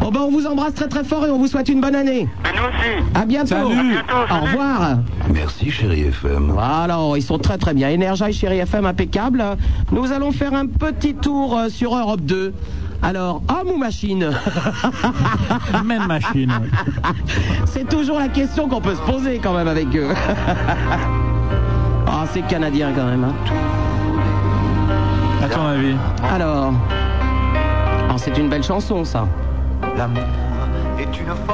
[SPEAKER 3] Bon, bah, on vous embrasse très très fort et on vous souhaite une bonne année.
[SPEAKER 1] Mais nous aussi.
[SPEAKER 3] À bientôt.
[SPEAKER 12] Salut.
[SPEAKER 3] Au revoir.
[SPEAKER 12] Merci chérie FM.
[SPEAKER 3] Alors, ils sont très très bien. Energia et Chéri FM impeccable. Nous allons faire un petit tour euh, sur Europe 2. Alors, homme ou machine *laughs*
[SPEAKER 9] Même machine.
[SPEAKER 3] C'est toujours la question qu'on peut se poser quand même avec eux. *laughs* Ah, c'est canadien quand même. hein.
[SPEAKER 9] À ton avis
[SPEAKER 3] Alors, Ah, c'est une belle chanson ça.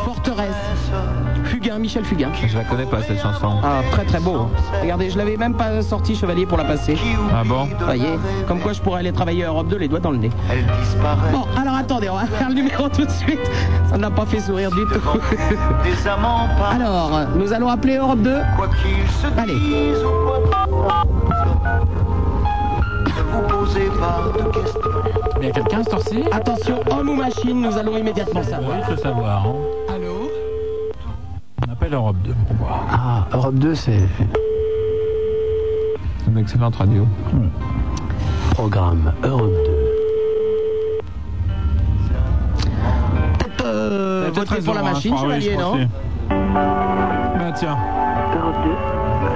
[SPEAKER 3] Forteresse. Fugain, Michel Fugain.
[SPEAKER 4] Je la connais pas cette chanson.
[SPEAKER 3] Ah, très très beau. Regardez, je l'avais même pas sorti Chevalier pour la passer.
[SPEAKER 4] Ah bon
[SPEAKER 3] Voyez, comme quoi je pourrais aller travailler à Europe 2 les doigts dans le nez. Bon, alors attendez, on va faire le numéro tout de suite. Ça ne l'a pas fait sourire du tout. Alors, nous allons appeler Europe 2. Allez.
[SPEAKER 9] Il y a quelqu'un, ce tour-ci
[SPEAKER 3] Attention, homme ou machine, nous allons immédiatement savoir.
[SPEAKER 9] Il faut savoir. hein.
[SPEAKER 6] Allô
[SPEAKER 9] On appelle Europe 2 pour voir.
[SPEAKER 6] Ah, Europe 2, c'est
[SPEAKER 4] Une excellente radio.
[SPEAKER 7] Programme Europe 2.
[SPEAKER 3] Peut-être euh,
[SPEAKER 9] Peut-être
[SPEAKER 3] voter pour la
[SPEAKER 9] raison, hein,
[SPEAKER 3] machine,
[SPEAKER 9] je crois, oui,
[SPEAKER 3] chevalier,
[SPEAKER 9] je pense
[SPEAKER 3] non
[SPEAKER 9] que- Bah tiens.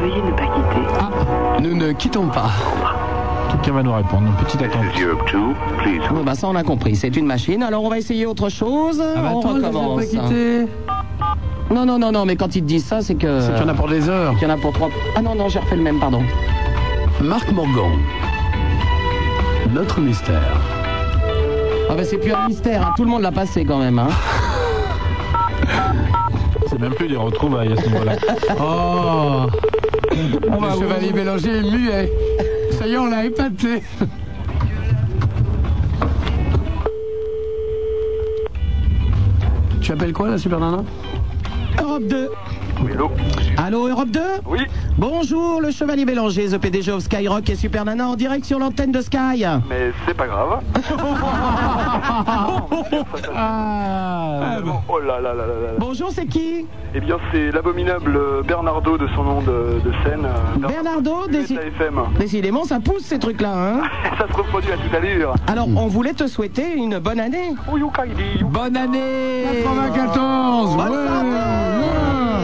[SPEAKER 14] Veuillez ne pas quitter.
[SPEAKER 6] Nous ne quittons pas.
[SPEAKER 9] Quelqu'un va nous répondre. Une petite attente.
[SPEAKER 3] Bon, bah ça, on a compris. C'est une machine. Alors, on va essayer autre chose.
[SPEAKER 9] Ah, bah,
[SPEAKER 3] on recommence.
[SPEAKER 6] hein.
[SPEAKER 3] Non, non, non, non, mais quand ils te disent ça, c'est que.
[SPEAKER 6] C'est qu'il y en a pour des heures.
[SPEAKER 3] Il y en a pour trois. Ah non, non, j'ai refait le même, pardon.
[SPEAKER 7] Marc Morgan. Notre mystère.
[SPEAKER 3] Ah bah c'est plus un mystère, hein. tout le monde l'a passé quand même. Hein.
[SPEAKER 9] C'est même plus des retrouvailles à
[SPEAKER 6] *laughs*
[SPEAKER 9] ce niveau-là.
[SPEAKER 6] Oh Le chevalier Bélanger est muet. Ça y est, on l'a épaté. Tu appelles quoi, la super nana
[SPEAKER 3] Europe 2.
[SPEAKER 1] Oui, allô
[SPEAKER 3] Allô, Europe 2
[SPEAKER 1] Oui.
[SPEAKER 3] Bonjour, le Chevalier Bélanger, The PDG of Skyrock et Super Nana en direct sur l'antenne de Sky.
[SPEAKER 1] Mais c'est pas grave.
[SPEAKER 9] Ah,
[SPEAKER 1] Oh là là là là là.
[SPEAKER 3] Bonjour, c'est qui
[SPEAKER 1] Eh bien, c'est l'abominable euh, Bernardo de son nom de, de scène. euh,
[SPEAKER 3] Bernardo,
[SPEAKER 1] Bernardo
[SPEAKER 3] déci-
[SPEAKER 1] de la FM.
[SPEAKER 3] décidément, ça pousse ces trucs-là. Hein
[SPEAKER 1] Ça se reproduit à toute allure.
[SPEAKER 3] Alors,
[SPEAKER 6] Hmm.
[SPEAKER 3] on voulait te souhaiter une bonne année.
[SPEAKER 4] Bonne année
[SPEAKER 6] 94 ouais, ouais.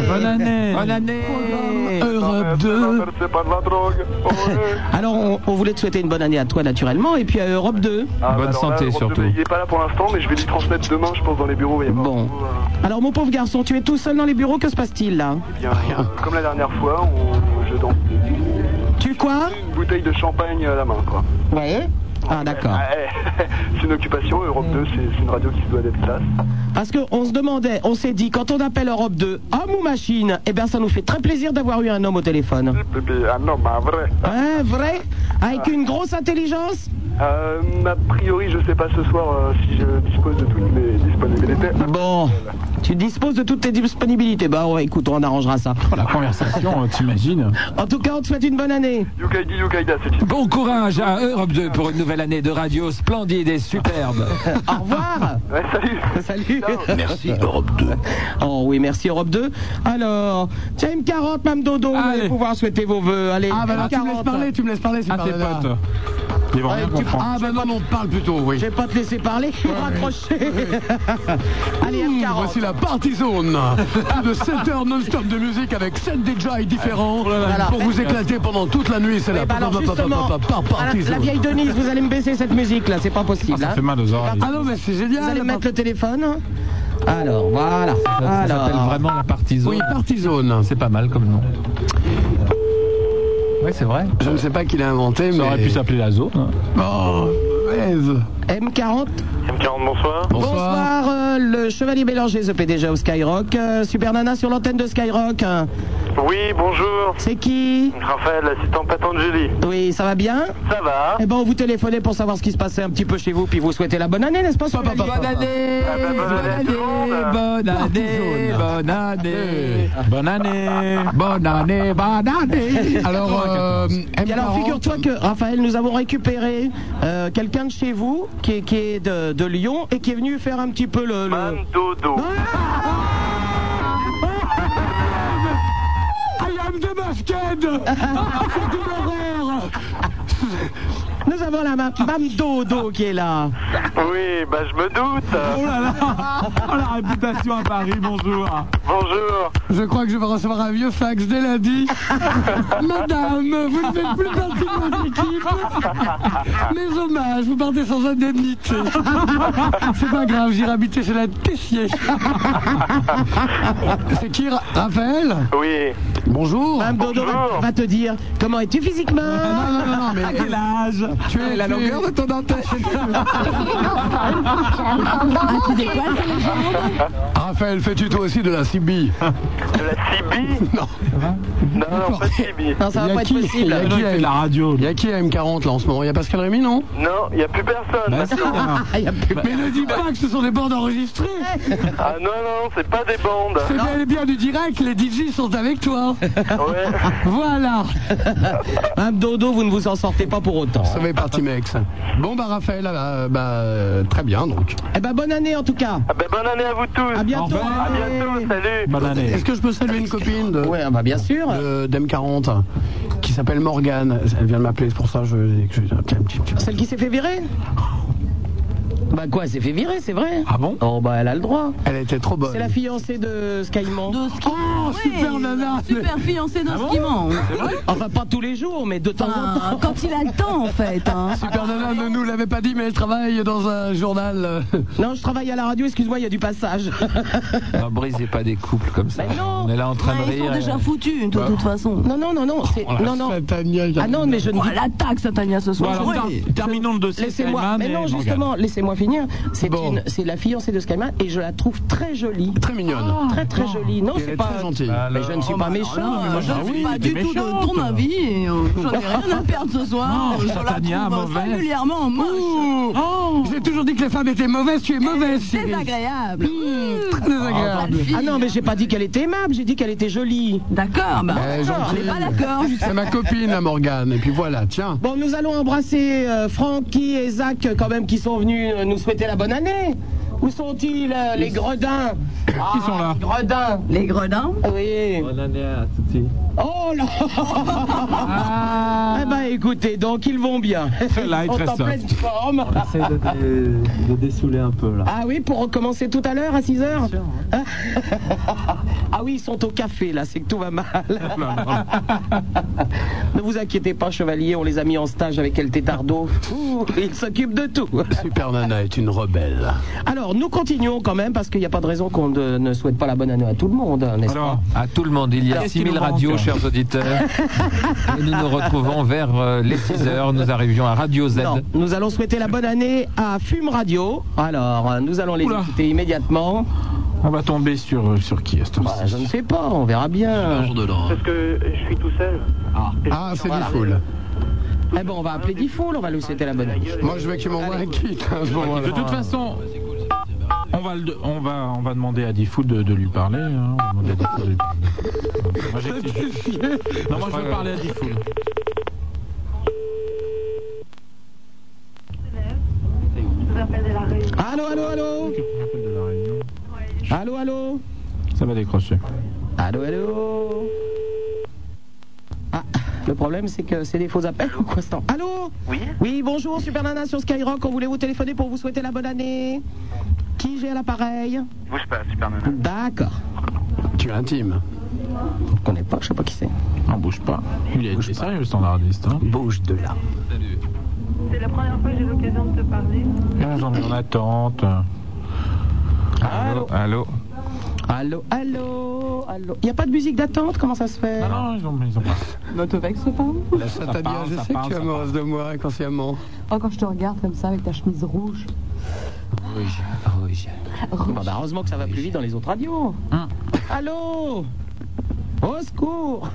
[SPEAKER 9] Bonne année
[SPEAKER 4] Bonne année
[SPEAKER 6] Europe 2
[SPEAKER 1] Euh, C'est pas de la drogue.
[SPEAKER 4] *laughs*
[SPEAKER 1] Oh, ouais.
[SPEAKER 3] Alors, on, on voulait te souhaiter une bonne année à toi, naturellement, et puis à Europe 2.
[SPEAKER 1] Ah,
[SPEAKER 4] Bonne
[SPEAKER 1] alors
[SPEAKER 4] santé,
[SPEAKER 1] là, Europe
[SPEAKER 4] surtout.
[SPEAKER 1] deux, Il est pas là pour l'instant, mais je vais lui transmettre demain, je pense, dans les bureaux. il va y avoir
[SPEAKER 3] Bon.
[SPEAKER 1] un nouveau, euh,
[SPEAKER 3] Alors, mon pauvre garçon, tu es tout seul dans les bureaux, que se passe-t-il là
[SPEAKER 1] Eh Bien, rien. Comme la dernière fois, on, je danse.
[SPEAKER 3] Tu quoi
[SPEAKER 1] Une bouteille de champagne à la main, quoi.
[SPEAKER 3] Ouais Ah, d'accord.
[SPEAKER 1] Ouais, *laughs* c'est une occupation, Europe 2, c'est c'est une radio qui se doit d'être classe.
[SPEAKER 3] Parce qu'on se demandait, on s'est dit, quand on appelle Europe 2, homme ou machine, eh bien, ça nous fait très plaisir d'avoir eu un homme au téléphone.
[SPEAKER 1] Bébé, un homme, un vrai.
[SPEAKER 3] Hein, vrai Avec une grosse intelligence
[SPEAKER 1] Euh, a priori, je sais pas ce soir euh, si je dispose de toutes mes disponibilités.
[SPEAKER 3] Bon, tu disposes de toutes tes disponibilités. Bah ouais, écoute, on arrangera ça.
[SPEAKER 16] La conversation, euh, t'imagines
[SPEAKER 3] En tout cas, on te souhaite une bonne année.
[SPEAKER 1] Yukaidi, Yukaida, c'est une.
[SPEAKER 4] Bon courage à Europe 2 pour une nouvelle année de radio splendide et superbe.
[SPEAKER 7] Ah. *laughs*
[SPEAKER 3] Au revoir.
[SPEAKER 1] salut.
[SPEAKER 3] Salut.
[SPEAKER 17] Merci Europe 2.
[SPEAKER 3] *laughs* Oh oui, merci Europe 2. Alors, tiens une carotte, Mme Dodo, vous allez pouvoir souhaiter vos voeux. Allez,
[SPEAKER 7] Ah, bah
[SPEAKER 3] une
[SPEAKER 7] alors, tu me laisses
[SPEAKER 3] carotte.
[SPEAKER 7] parler, tu me laisses parler, c'est
[SPEAKER 3] À Ah, tes potes.
[SPEAKER 16] Ils vont rien
[SPEAKER 3] tu-
[SPEAKER 16] comprendre.
[SPEAKER 7] Ah, bah non, non, parle plutôt, oui.
[SPEAKER 3] Je vais pas te laisser parler, raccrocher. Allez,
[SPEAKER 7] Mmh, voici la party zone. Plus de 7 heures non-stop de musique avec 7 DJs différents
[SPEAKER 3] Voilà.
[SPEAKER 7] pour vous éclater pendant toute la nuit. C'est
[SPEAKER 3] Oui,
[SPEAKER 7] la
[SPEAKER 3] bah alors,
[SPEAKER 7] pa- pa- pa-
[SPEAKER 3] justement,
[SPEAKER 7] pa- pa- pa-
[SPEAKER 3] voilà,
[SPEAKER 7] party
[SPEAKER 3] la
[SPEAKER 7] zone.
[SPEAKER 3] vieille Denise, vous allez me baisser cette musique là, c'est pas possible. hein.
[SPEAKER 16] aux oreilles.
[SPEAKER 7] Ah non, mais c'est génial.
[SPEAKER 3] Vous allez
[SPEAKER 7] la
[SPEAKER 3] mettre le téléphone hein. Alors, voilà.
[SPEAKER 18] Ça
[SPEAKER 3] Alors.
[SPEAKER 18] s'appelle vraiment la partisane.
[SPEAKER 7] Oui, party zone.
[SPEAKER 18] C'est pas mal comme nom. Oui, c'est vrai.
[SPEAKER 7] Je ne sais pas qui l'a inventé,
[SPEAKER 16] Ça
[SPEAKER 7] mais.
[SPEAKER 16] aurait pu s'appeler la zone.
[SPEAKER 7] Oh, Eve.
[SPEAKER 3] M40
[SPEAKER 1] M40, bonsoir.
[SPEAKER 3] Bonsoir, euh, le Chevalier Bélanger, se PDG au Skyrock. Euh, Super Nana sur l'antenne de Skyrock. Euh,
[SPEAKER 1] Oui, bonjour.
[SPEAKER 3] C'est qui
[SPEAKER 1] Raphaël, assistant Patanjali.
[SPEAKER 3] Oui, ça va bien
[SPEAKER 1] Ça va
[SPEAKER 3] Eh ben, on vous téléphonait pour savoir ce qui se passait un petit peu chez vous, puis vous souhaitez la bonne année, n'est-ce pas Chevalier
[SPEAKER 4] Bonne année,
[SPEAKER 1] Ah bah, bonne
[SPEAKER 4] bonne
[SPEAKER 1] année à
[SPEAKER 4] année,
[SPEAKER 1] tout le monde.
[SPEAKER 4] bonne année, bonne année, bonne année, bonne année, bonne année.
[SPEAKER 7] Alors, euh,
[SPEAKER 3] Et
[SPEAKER 7] M40,
[SPEAKER 3] alors, figure-toi que, Raphaël, nous avons récupéré euh, quelqu'un de chez vous, qui est, qui est de, de Lyon, et qui est venu faire un petit peu le... le-
[SPEAKER 1] Mam Dodo.
[SPEAKER 4] I am the masked.
[SPEAKER 7] *laughs*
[SPEAKER 4] Ah, Oh
[SPEAKER 3] Nous avons la ma- Mam Dodo qui est là.
[SPEAKER 1] Oui, bah je me doute.
[SPEAKER 4] Oh là là, oh la réputation à Paris, bonjour.
[SPEAKER 1] Bonjour.
[SPEAKER 7] je crois que je vais recevoir un vieux fax dès
[SPEAKER 4] *laughs*
[SPEAKER 7] lundi. Madame, vous ne faites plus partie de notre équipe. Mes hommages, vous partez sans
[SPEAKER 4] *laughs*
[SPEAKER 7] indemnité. C'est pas grave, j'irai habiter chez la
[SPEAKER 4] *laughs*
[SPEAKER 7] Tessier. C'est qui, Ra- Raphaël
[SPEAKER 1] Oui.
[SPEAKER 7] Bonjour.
[SPEAKER 3] Mam Dodo va-
[SPEAKER 1] Bonjour.
[SPEAKER 3] va te dire comment es-tu physiquement
[SPEAKER 7] Ah, Non, non, non, non, mais
[SPEAKER 4] Quel âge
[SPEAKER 7] tu es la longueur de ton *laughs* dentelle. Raphaël, fais-tu toi aussi de la
[SPEAKER 3] *laughs*
[SPEAKER 7] CB
[SPEAKER 1] De la *laughs* Sibi
[SPEAKER 7] Non.
[SPEAKER 1] Non, non, pas de Sibi.
[SPEAKER 3] Non, ça
[SPEAKER 7] Il y
[SPEAKER 3] va
[SPEAKER 7] a
[SPEAKER 3] pas être
[SPEAKER 7] qui Il y
[SPEAKER 3] possible.
[SPEAKER 7] a
[SPEAKER 16] Il
[SPEAKER 7] qui
[SPEAKER 16] fait de la
[SPEAKER 7] à
[SPEAKER 16] radio.
[SPEAKER 7] il y a qui à M40 là en ce moment Il y a Pascal Rémy, non
[SPEAKER 1] Non, il a plus personne maintenant.
[SPEAKER 3] Ah, y a plus-
[SPEAKER 7] Mais ne dis pas que ce sont des bandes enregistrées
[SPEAKER 1] Ah non, non, c'est pas des *laughs* bandes.
[SPEAKER 7] C'est bien, bien du direct, les DJ sont avec *laughs* toi
[SPEAKER 1] Ouais.
[SPEAKER 7] Voilà
[SPEAKER 3] Mam Dodo, vous ne vous en sortez pas pour autant.
[SPEAKER 7] Ça fait partie, mex. Bon, bah, Raphaël, euh, bah, euh, très bien donc.
[SPEAKER 3] Eh ben, bonne année en tout cas.
[SPEAKER 1] Ah bah, bonne année à vous tous.
[SPEAKER 3] À bientôt.
[SPEAKER 1] À bientôt, salut.
[SPEAKER 16] Bonne année.
[SPEAKER 7] Est-ce que je peux saluer une copine de,
[SPEAKER 3] Ouais, bah bien sûr.
[SPEAKER 7] de- d'M40 qui s'appelle Morgane Elle vient de m'appeler, c'est pour ça que je. que je- un petit- un petit-
[SPEAKER 3] Celle qui s'est fait virer Bah quoi, elle s'est fait virer, c'est vrai.
[SPEAKER 16] Ah bon
[SPEAKER 3] Oh bah elle a le droit.
[SPEAKER 7] Elle était trop bonne.
[SPEAKER 3] C'est la fiancée de Skyman.
[SPEAKER 5] De ski. Oh,
[SPEAKER 7] super nana.
[SPEAKER 5] Super fiancé de ski man.
[SPEAKER 3] Enfin, pas tous les jours, mais de temps en temps.
[SPEAKER 5] Enfin, quand il a le temps, en fait. hein.
[SPEAKER 7] Super Nana ne nous l'avait pas dit, mais elle travaille dans un journal. euh,
[SPEAKER 3] Non, je travaille à la radio, excuse-moi, il y a du passage. *laughs*
[SPEAKER 4] Ah,
[SPEAKER 18] Non, brisez pas des couples comme ça.
[SPEAKER 3] Mais Bah non.
[SPEAKER 18] On est là en train
[SPEAKER 5] Ouais,
[SPEAKER 18] de
[SPEAKER 5] ils sont
[SPEAKER 18] rire.
[SPEAKER 5] déjà foutus, de toute façon.
[SPEAKER 3] Non, non, non, non, c'est...
[SPEAKER 7] Oh,
[SPEAKER 3] non, non.
[SPEAKER 7] Satania,
[SPEAKER 3] Ah non, mais je ne dis
[SPEAKER 5] Oh, l'attaque, Satania, ce
[SPEAKER 4] Bon,
[SPEAKER 5] soir.
[SPEAKER 4] alors,
[SPEAKER 5] Ouais.
[SPEAKER 4] ter- terminons le dossier.
[SPEAKER 3] Laissez-moi,
[SPEAKER 4] Skyman
[SPEAKER 3] mais
[SPEAKER 4] et
[SPEAKER 3] non,
[SPEAKER 4] Morgane.
[SPEAKER 3] justement, laissez-moi finir. C'est
[SPEAKER 7] Bon.
[SPEAKER 3] une- c'est la fiancée de Skyman et je la trouve très jolie.
[SPEAKER 7] Très mignonne.
[SPEAKER 3] Très très jolie. Non,
[SPEAKER 7] Et elle
[SPEAKER 3] Oh. c'est
[SPEAKER 7] est
[SPEAKER 3] pas.
[SPEAKER 7] très gentille. oh, bah,
[SPEAKER 3] Mais je ne suis pas méchant.
[SPEAKER 5] Euh, je ne suis
[SPEAKER 16] oui,
[SPEAKER 5] pas
[SPEAKER 16] t'es
[SPEAKER 5] du tout de
[SPEAKER 16] méchante.
[SPEAKER 5] ton avis et euh, j'en ai rien à perdre ce soir.
[SPEAKER 4] Non,
[SPEAKER 5] je
[SPEAKER 4] Satania,
[SPEAKER 5] la trouve
[SPEAKER 4] mauvaise.
[SPEAKER 5] singulièrement moche,
[SPEAKER 7] Ouh
[SPEAKER 3] Oh.
[SPEAKER 7] J'ai toujours dit que les femmes étaient mauvaises, tu es mauvaise, Cyril. Mmh.
[SPEAKER 5] désagréable.
[SPEAKER 7] Très désagréable.
[SPEAKER 5] Sale fille.
[SPEAKER 3] Ah non, mais j'ai pas dit qu'elle était aimable, j'ai dit qu'elle était jolie.
[SPEAKER 5] D'accord, bah,
[SPEAKER 3] Oh,
[SPEAKER 7] Eh,
[SPEAKER 5] on n'est
[SPEAKER 7] gentille.
[SPEAKER 5] pas d'accord. je-
[SPEAKER 7] C'est ma copine, la Morgane. Et puis voilà, tiens.
[SPEAKER 3] Bon, nous allons embrasser euh, Francky et Zach, quand même, qui sont venus euh, nous souhaiter la bonne année. Où sont-ils, euh, les gredins Qui
[SPEAKER 4] sont là
[SPEAKER 3] Les gredins,
[SPEAKER 5] Les gredins.
[SPEAKER 3] oui.
[SPEAKER 18] Bonne année à Titi.
[SPEAKER 3] Oh là Eh ben, écoutez, donc, ils vont bien.
[SPEAKER 4] Celle-là est
[SPEAKER 3] Ils sont
[SPEAKER 4] très
[SPEAKER 3] en
[SPEAKER 4] soft.
[SPEAKER 3] pleine forme.
[SPEAKER 18] Essaye de, de dessouler un peu là. hein.
[SPEAKER 3] Ah oui, pour recommencer tout à l'heure, à 6 heures Ah oui, ils sont au café, là, c'est que tout va mal. ne vous inquiétez pas, chevalier, on les a mis en stage avec El Tétardo. Ouh, Ils s'occupent de tout.
[SPEAKER 7] Super Nana est une rebelle.
[SPEAKER 3] Alors, Alors, nous continuons quand même, parce qu'il n'y a pas de raison qu'on ne ne souhaite pas la bonne année à tout le monde, hein, n'est-ce pas
[SPEAKER 4] à tout le monde, il y a
[SPEAKER 3] Qu'est-ce qui
[SPEAKER 4] 6000
[SPEAKER 3] nous hein manque
[SPEAKER 4] radios,
[SPEAKER 3] *laughs*
[SPEAKER 4] chers auditeurs. Et nous nous retrouvons vers euh, les 6 heures. Nous arrivions à Radio Z.
[SPEAKER 3] Non, nous allons souhaiter la bonne année à Fume Radio. Alors, euh, nous allons les écouter immédiatement.
[SPEAKER 9] On va tomber sur, euh, sur qui à cette heure-ci
[SPEAKER 3] Bah, je ne sais pas, on verra bien.
[SPEAKER 9] Parce
[SPEAKER 1] que je suis tout seul.
[SPEAKER 3] Ah,
[SPEAKER 7] c'est
[SPEAKER 3] Voilà.
[SPEAKER 7] du full.
[SPEAKER 3] Eh ben, on va appeler Diffoul, on va lui souhaiter la bonne année.
[SPEAKER 7] Moi, je veux qu'il m'envoie un kit hein, à ce moment-là.
[SPEAKER 9] De toute façon, on va, le- on va, on va demander à Diffoul de, de lui parler. hein. On va demander à Diffoul de lui parler. Moi, j'ai- Non, moi, je veux parler à Diffoul.
[SPEAKER 3] Allô, allô, allô Allô, allô
[SPEAKER 9] Ça va décrocher.
[SPEAKER 3] Allô, allô Ah, le problème, c'est que c'est des faux appels ou quoi, ça Allô Oui Oui, bonjour, Super Nana sur Skyrock. On voulait vous téléphoner pour vous souhaiter la bonne année. Qui j'ai à l'appareil
[SPEAKER 1] Bouge pas, super nana.
[SPEAKER 3] D'accord.
[SPEAKER 7] Tu es intime.
[SPEAKER 3] Je ne connais pas, je sais pas qui c'est.
[SPEAKER 9] On bouge pas. Il est il est sérieux, le standardiste. hein.
[SPEAKER 7] Bouge de là.
[SPEAKER 14] C'est la première fois que j'ai l'occasion de te parler.
[SPEAKER 9] Ah, j'en ai en attente. Allô Allô
[SPEAKER 3] Allô, allô, allô. Il n'y a pas de musique d'attente Comment ça se fait
[SPEAKER 9] Non, ils ont, ils ont pas.
[SPEAKER 14] L'autovex se parle
[SPEAKER 7] Là, ça t'a bien, je sais que tu es amoureuse de moi inconsciemment.
[SPEAKER 14] Oh, quand je te regarde comme ça avec ta chemise rouge.
[SPEAKER 3] Rouge, rouge. Bon, bah, heureusement que ça va plus vite dans les autres radios.
[SPEAKER 9] Hein.
[SPEAKER 3] Allô Au secours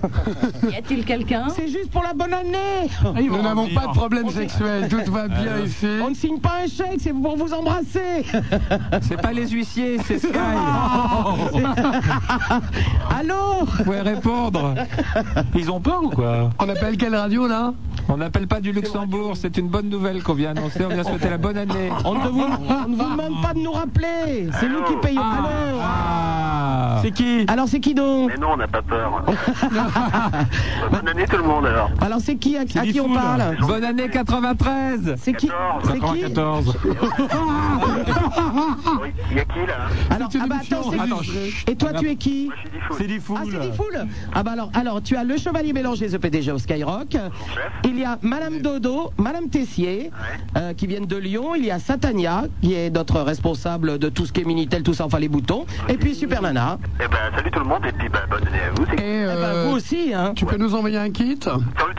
[SPEAKER 14] Y a-t-il quelqu'un
[SPEAKER 3] C'est juste pour la bonne année
[SPEAKER 7] Nous vont n'avons dire. pas de problème sexuel, tout va bien Alors. ici.
[SPEAKER 3] On ne signe pas un chèque, c'est pour vous embrasser
[SPEAKER 4] C'est pas les huissiers, c'est Sky
[SPEAKER 3] Allô
[SPEAKER 4] Vous pouvez répondre Ils ont peur ou quoi
[SPEAKER 7] On appelle quelle radio là
[SPEAKER 4] On n'appelle pas du Luxembourg, c'est une bonne nouvelle qu'on vient annoncer, on vient souhaiter la bonne année.
[SPEAKER 3] On ne vous, on ne vous demande pas de nous rappeler C'est nous qui payons
[SPEAKER 9] Ah.
[SPEAKER 3] Allô
[SPEAKER 4] C'est qui
[SPEAKER 3] Alors c'est qui donc
[SPEAKER 1] Mais non, on n'a pas *laughs* peur. Bonne année tout le monde alors.
[SPEAKER 3] Alors c'est qui à, à qui on parle
[SPEAKER 4] Bonne année 93
[SPEAKER 3] C'est qui C'est qui
[SPEAKER 9] 94
[SPEAKER 1] Il y a qui là hein
[SPEAKER 3] Alors, ah bah attends, c'est
[SPEAKER 9] Attends,
[SPEAKER 3] Et toi, tu es qui
[SPEAKER 9] C'est Diffoul.
[SPEAKER 3] Ah, c'est Diffoul Ah bah alors, alors, tu as le Chevalier Mélanger, The PDG au Skyrock. Il y a Madame Dodo, Madame Tessier, euh, qui viennent de Lyon. Il y a Satania, qui est notre responsable de tout ce qui est Minitel, tout ça, enfin les boutons. Et puis Super Nana.
[SPEAKER 1] Eh ben salut tout le monde et puis ben, bonne année à vous.
[SPEAKER 7] Et euh,
[SPEAKER 3] Vous aussi, hein
[SPEAKER 7] tu peux nous envoyer un kit
[SPEAKER 1] Tu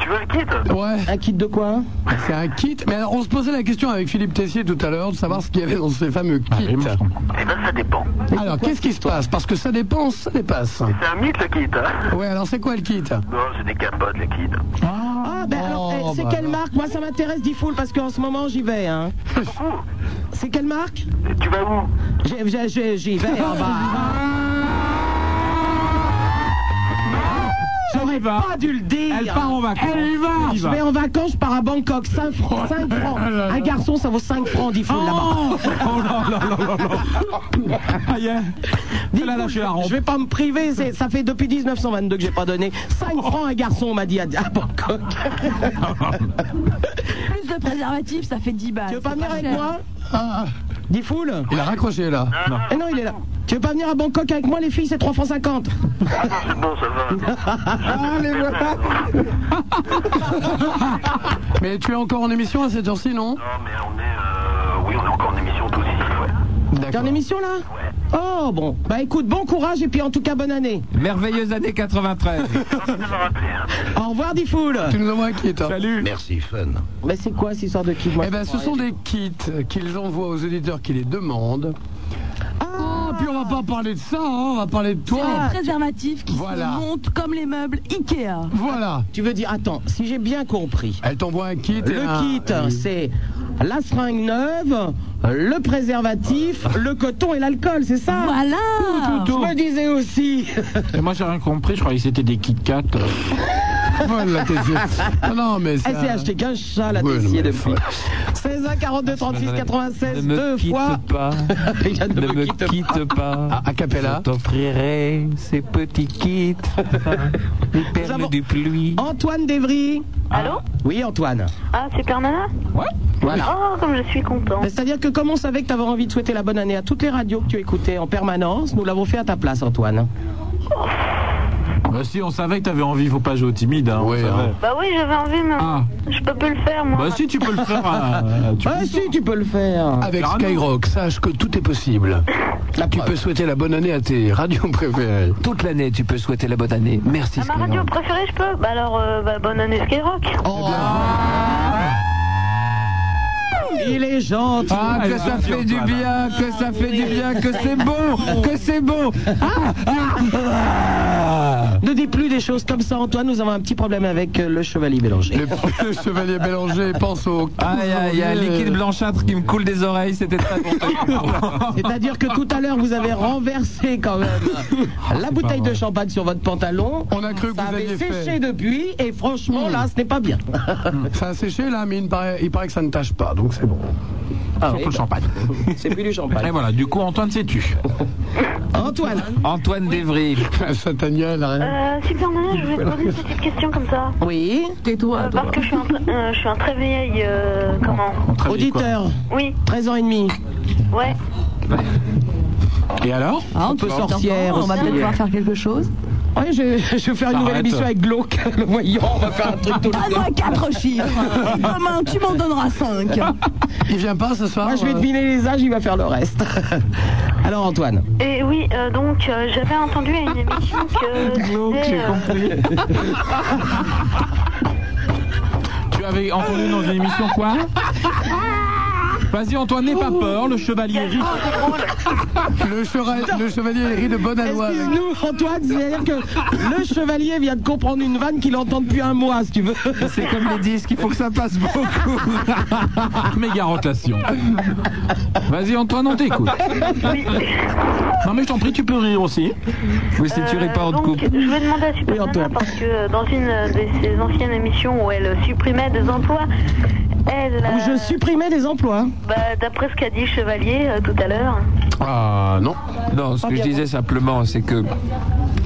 [SPEAKER 1] veux un kit Eh
[SPEAKER 7] Ouais.
[SPEAKER 3] Un kit de quoi
[SPEAKER 7] C'est un kit. Mais alors, on se posait la question avec Philippe Tessier tout à l'heure de savoir ce qu'il y avait dans ces fameux kits.
[SPEAKER 1] Eh ben ça dépend.
[SPEAKER 7] alors, qu'est-ce qui se passe Parce que ça dépense, ça dépasse.
[SPEAKER 1] C'est un mythe le kit. *laughs* hein
[SPEAKER 7] Ouais, alors c'est quoi le kit
[SPEAKER 1] Non, c'est des capotes le kit.
[SPEAKER 3] Ah, ben alors, eh, c'est
[SPEAKER 7] bah
[SPEAKER 3] quelle
[SPEAKER 7] alors.
[SPEAKER 3] marque Moi, ça m'intéresse, Diffoul, parce qu'en ce moment, j'y vais, hein. C'est quelle marque
[SPEAKER 1] Tu vas où
[SPEAKER 3] J'ai- j'ai- j'ai- J'y vais, ah
[SPEAKER 10] ben,
[SPEAKER 3] bah. J'aurais pas dû le dire.
[SPEAKER 10] ben. Elle part en vacances.
[SPEAKER 3] Elle y va.
[SPEAKER 10] Elle y
[SPEAKER 3] Je
[SPEAKER 10] va. Oh,
[SPEAKER 3] vais en vacances, je pars à Bangkok. 5 francs. 5 francs. Un garçon, ça vaut 5 francs, dit Foul là-bas.
[SPEAKER 10] Oh là là là là là Aïe
[SPEAKER 3] Dis-le,
[SPEAKER 10] là, là, je suis à rond.
[SPEAKER 3] je vais pas me priver, c'est- ça fait depuis 1922 que j'ai pas donné.
[SPEAKER 10] Oh.
[SPEAKER 3] 5 francs, un garçon on m'a dit à, à Bangkok.
[SPEAKER 14] Plus de préservatifs, ça fait 10 balles.
[SPEAKER 3] Tu veux pas
[SPEAKER 14] C'est
[SPEAKER 3] venir avec
[SPEAKER 14] cher.
[SPEAKER 3] moi
[SPEAKER 7] Ah,
[SPEAKER 3] Dis Foul
[SPEAKER 7] il a raccroché là.
[SPEAKER 3] Eh non, il est là. Tu veux pas venir à Bangkok avec moi, les filles, c'est 3 francs 50.
[SPEAKER 1] C'est bon, ça va.
[SPEAKER 7] Mais tu es encore en émission à cette heure-ci, non
[SPEAKER 1] Non mais on est euh... oui on est encore en émission tous ici. Ouais.
[SPEAKER 3] T'es
[SPEAKER 7] D'accord.
[SPEAKER 3] en émission là Oh bon, bah écoute, bon courage et puis en tout cas bonne année.
[SPEAKER 4] Merveilleuse année 93
[SPEAKER 1] Ça m'a rappelé. Hein.
[SPEAKER 3] Au revoir Diffoul
[SPEAKER 7] Tu nous envoies un kit. hein.
[SPEAKER 9] Salut
[SPEAKER 12] Merci, fun.
[SPEAKER 3] Mais c'est quoi cette histoire de kit moi
[SPEAKER 7] Eh ben, ce sont des kits qu'ils envoient aux auditeurs qui les demandent. Ah, puis on va pas parler de ça, hein, on va parler de
[SPEAKER 14] C'est des
[SPEAKER 7] toi.
[SPEAKER 5] Ah.
[SPEAKER 14] préservatifs qui
[SPEAKER 7] Voilà.
[SPEAKER 14] se montent comme les meubles Ikea.
[SPEAKER 5] Ah.
[SPEAKER 7] Voilà.
[SPEAKER 3] Tu veux dire, attends, si j'ai bien compris,
[SPEAKER 7] Elle t'envoie un kit. Ah, et
[SPEAKER 3] le
[SPEAKER 7] un-
[SPEAKER 3] kit c'est la seringue neuve, le préservatif, le coton et l'alcool, c'est ça
[SPEAKER 14] Voilà
[SPEAKER 3] Je me disais aussi
[SPEAKER 9] Et moi j'ai rien compris, je croyais que c'était des Kit Kat.
[SPEAKER 7] *laughs* Voilà, tes yeux. Non, Ah non, mais
[SPEAKER 3] Elle s'est
[SPEAKER 7] ça...
[SPEAKER 3] Eh, acheté qu'un chat la
[SPEAKER 7] Ouais, non,
[SPEAKER 3] Tessier
[SPEAKER 7] mais
[SPEAKER 3] depuis. 16 1 42 36 96
[SPEAKER 4] Ne me
[SPEAKER 3] deux
[SPEAKER 4] quitte
[SPEAKER 3] fois.
[SPEAKER 4] pas,
[SPEAKER 3] *laughs* Il y a
[SPEAKER 4] ne
[SPEAKER 3] deux
[SPEAKER 4] me
[SPEAKER 3] kits.
[SPEAKER 4] quitte pas.
[SPEAKER 7] Ah, a cappella.
[SPEAKER 4] Je t'offrirai ces petits kits, les perles
[SPEAKER 3] avons-
[SPEAKER 4] du pluie.
[SPEAKER 3] Antoine Devry.
[SPEAKER 8] Allô
[SPEAKER 3] Oui Antoine.
[SPEAKER 8] Ah, super nana
[SPEAKER 3] Voilà.
[SPEAKER 8] Oh, comme je suis content.
[SPEAKER 3] Mais C'est-à-dire que comme on savait que tu avais envie de souhaiter la bonne année à toutes les radios que tu écoutais en permanence, nous l'avons fait à ta place, Antoine.
[SPEAKER 19] Bah si, on savait que t'avais envie, faut pas jouer au timide. Hein, on savait.
[SPEAKER 8] Bah oui, j'avais envie, mais
[SPEAKER 3] Ah.
[SPEAKER 8] je peux plus le faire, moi.
[SPEAKER 19] Bah si, tu peux le faire.
[SPEAKER 7] *laughs*
[SPEAKER 19] euh, tu peux-
[SPEAKER 7] si, tu peux le faire. Avec
[SPEAKER 19] Clairement.
[SPEAKER 7] Skyrock, sache que tout est possible. tu peux souhaiter la bonne année à tes radios préférées.
[SPEAKER 4] Toute l'année, tu peux souhaiter la bonne année. Merci.
[SPEAKER 8] Ma radio préférée, je peux Bah alors, euh, bah, bonne année Skyrock.
[SPEAKER 3] Oh. Il est gentil.
[SPEAKER 20] Ah, que ça fait du bien, que ça fait du bien, que c'est bon, que c'est bon. Ah,
[SPEAKER 3] Ne dis plus des choses comme ça, Antoine. Nous avons un petit problème avec euh, le chevalier Bélanger.
[SPEAKER 7] Le chevalier Bélanger pense au. Euh,
[SPEAKER 3] Aïe, aïe, aïe, liquide
[SPEAKER 4] blanchâtre qui me coule des oreilles, c'était très bon.
[SPEAKER 3] Ah, C'est-à-dire que tout à l'heure, vous avez renversé quand même la bouteille de champagne sur votre pantalon. On a cru que ça
[SPEAKER 7] vous
[SPEAKER 3] avait
[SPEAKER 7] aviez
[SPEAKER 3] séché
[SPEAKER 7] fait.
[SPEAKER 3] depuis, et franchement, là, ce n'est pas bien.
[SPEAKER 7] ça a séché là, mais il paraît, il paraît que ça ne tâche pas, donc *laughs* c'est bon.
[SPEAKER 19] Surtout le champagne.
[SPEAKER 3] *laughs* C'est plus du champagne.
[SPEAKER 19] Et voilà, du coup, Antoine, sais-tu
[SPEAKER 3] Antoine.
[SPEAKER 4] Antoine Dévry.
[SPEAKER 7] Sataniel,
[SPEAKER 8] Euh, Super Nana, je voulais te poser une petite question comme ça.
[SPEAKER 3] Oui,
[SPEAKER 8] tais-toi. parce que je suis un, tr- euh, je suis un très vieil. euh, comment
[SPEAKER 3] Auditeur.
[SPEAKER 8] Oui.
[SPEAKER 3] 13 ans et demi.
[SPEAKER 8] Ouais.
[SPEAKER 19] Et alors
[SPEAKER 14] Ah,
[SPEAKER 3] Un peu sorcière.
[SPEAKER 5] On va
[SPEAKER 3] aussi.
[SPEAKER 5] peut-être pouvoir faire quelque chose.
[SPEAKER 3] Ouais, je, je vais faire une nouvelle
[SPEAKER 5] Arrête.
[SPEAKER 3] émission avec Glauque, *laughs* le voyant. On va faire un truc tout le
[SPEAKER 5] Donne-moi quatre chiffres. Demain, tu m'en donneras cinq.
[SPEAKER 7] Il vient pas ce soir euh,
[SPEAKER 3] Moi, je vais deviner les âges, il va faire le reste. *laughs* Alors, Antoine.
[SPEAKER 8] Et oui, euh, donc euh, j'avais entendu à une émission que.
[SPEAKER 3] *laughs*
[SPEAKER 8] disait, euh,
[SPEAKER 19] Tu avais entendu dans une émission quoi
[SPEAKER 8] Ah.
[SPEAKER 19] Vas-y, Antoine, n'aie pas peur, le chevalier rit.
[SPEAKER 7] Le, chevalier- le chevalier rit de bonne aloi.
[SPEAKER 3] Excuse-nous, Antoine, c'est-à-dire que le chevalier vient de comprendre une vanne qu'il entend depuis un mois, si tu veux.
[SPEAKER 4] C'est comme les disques, il faut que ça passe beaucoup.
[SPEAKER 19] *laughs* Méga rotation. Vas-y, Antoine, on t'écoute. Non, mais je t'en prie, tu peux rire aussi. Oui, si tu ris pas, on te
[SPEAKER 8] euh, Donc, je vais demander à Super Nana parce que euh, dans une euh, de ses anciennes émissions où elle supprimait des emplois, elle.
[SPEAKER 3] Où je
[SPEAKER 8] euh,
[SPEAKER 3] supprimais des emplois.
[SPEAKER 8] bah, D'après ce qu'a dit Chevalier euh, tout à l'heure.
[SPEAKER 4] Ah non. Non, ce que je disais simplement, c'est que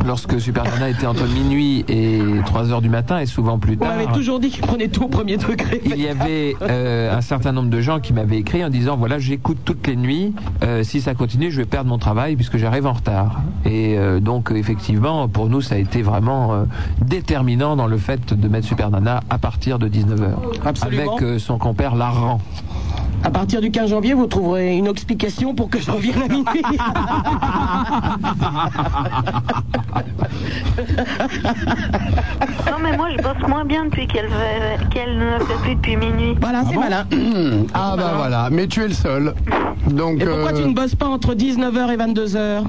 [SPEAKER 4] lorsque Super Nana était entre minuit et 3 heures du matin, et souvent plus
[SPEAKER 3] On
[SPEAKER 4] tard,
[SPEAKER 3] m'avait toujours dit qu'il prenait tout au premier degré.
[SPEAKER 4] il y avait euh, un certain nombre de gens qui m'avaient écrit en disant voilà, j'écoute toutes les nuits, euh, si ça continue, je vais perdre mon travail puisque j'arrive en retard. Et euh, donc, effectivement, pour nous, ça a été vraiment euh, déterminant dans le fait de mettre Super Nana à partir de 19h.
[SPEAKER 3] Absolument.
[SPEAKER 4] Avec euh, son compère Laran.
[SPEAKER 3] À partir du 15 janvier, vous trouverez une explication pour que je revienne à *laughs* minuit.
[SPEAKER 8] Non, mais moi je bosse moins bien depuis qu'elle fait- qu'elle ne le fait plus depuis minuit.
[SPEAKER 3] Voilà, c'est malin.
[SPEAKER 7] Ah bah voilà, mais tu es le seul. Donc,
[SPEAKER 3] Et pourquoi
[SPEAKER 7] euh,
[SPEAKER 3] tu ne bosses pas entre 19h et 22h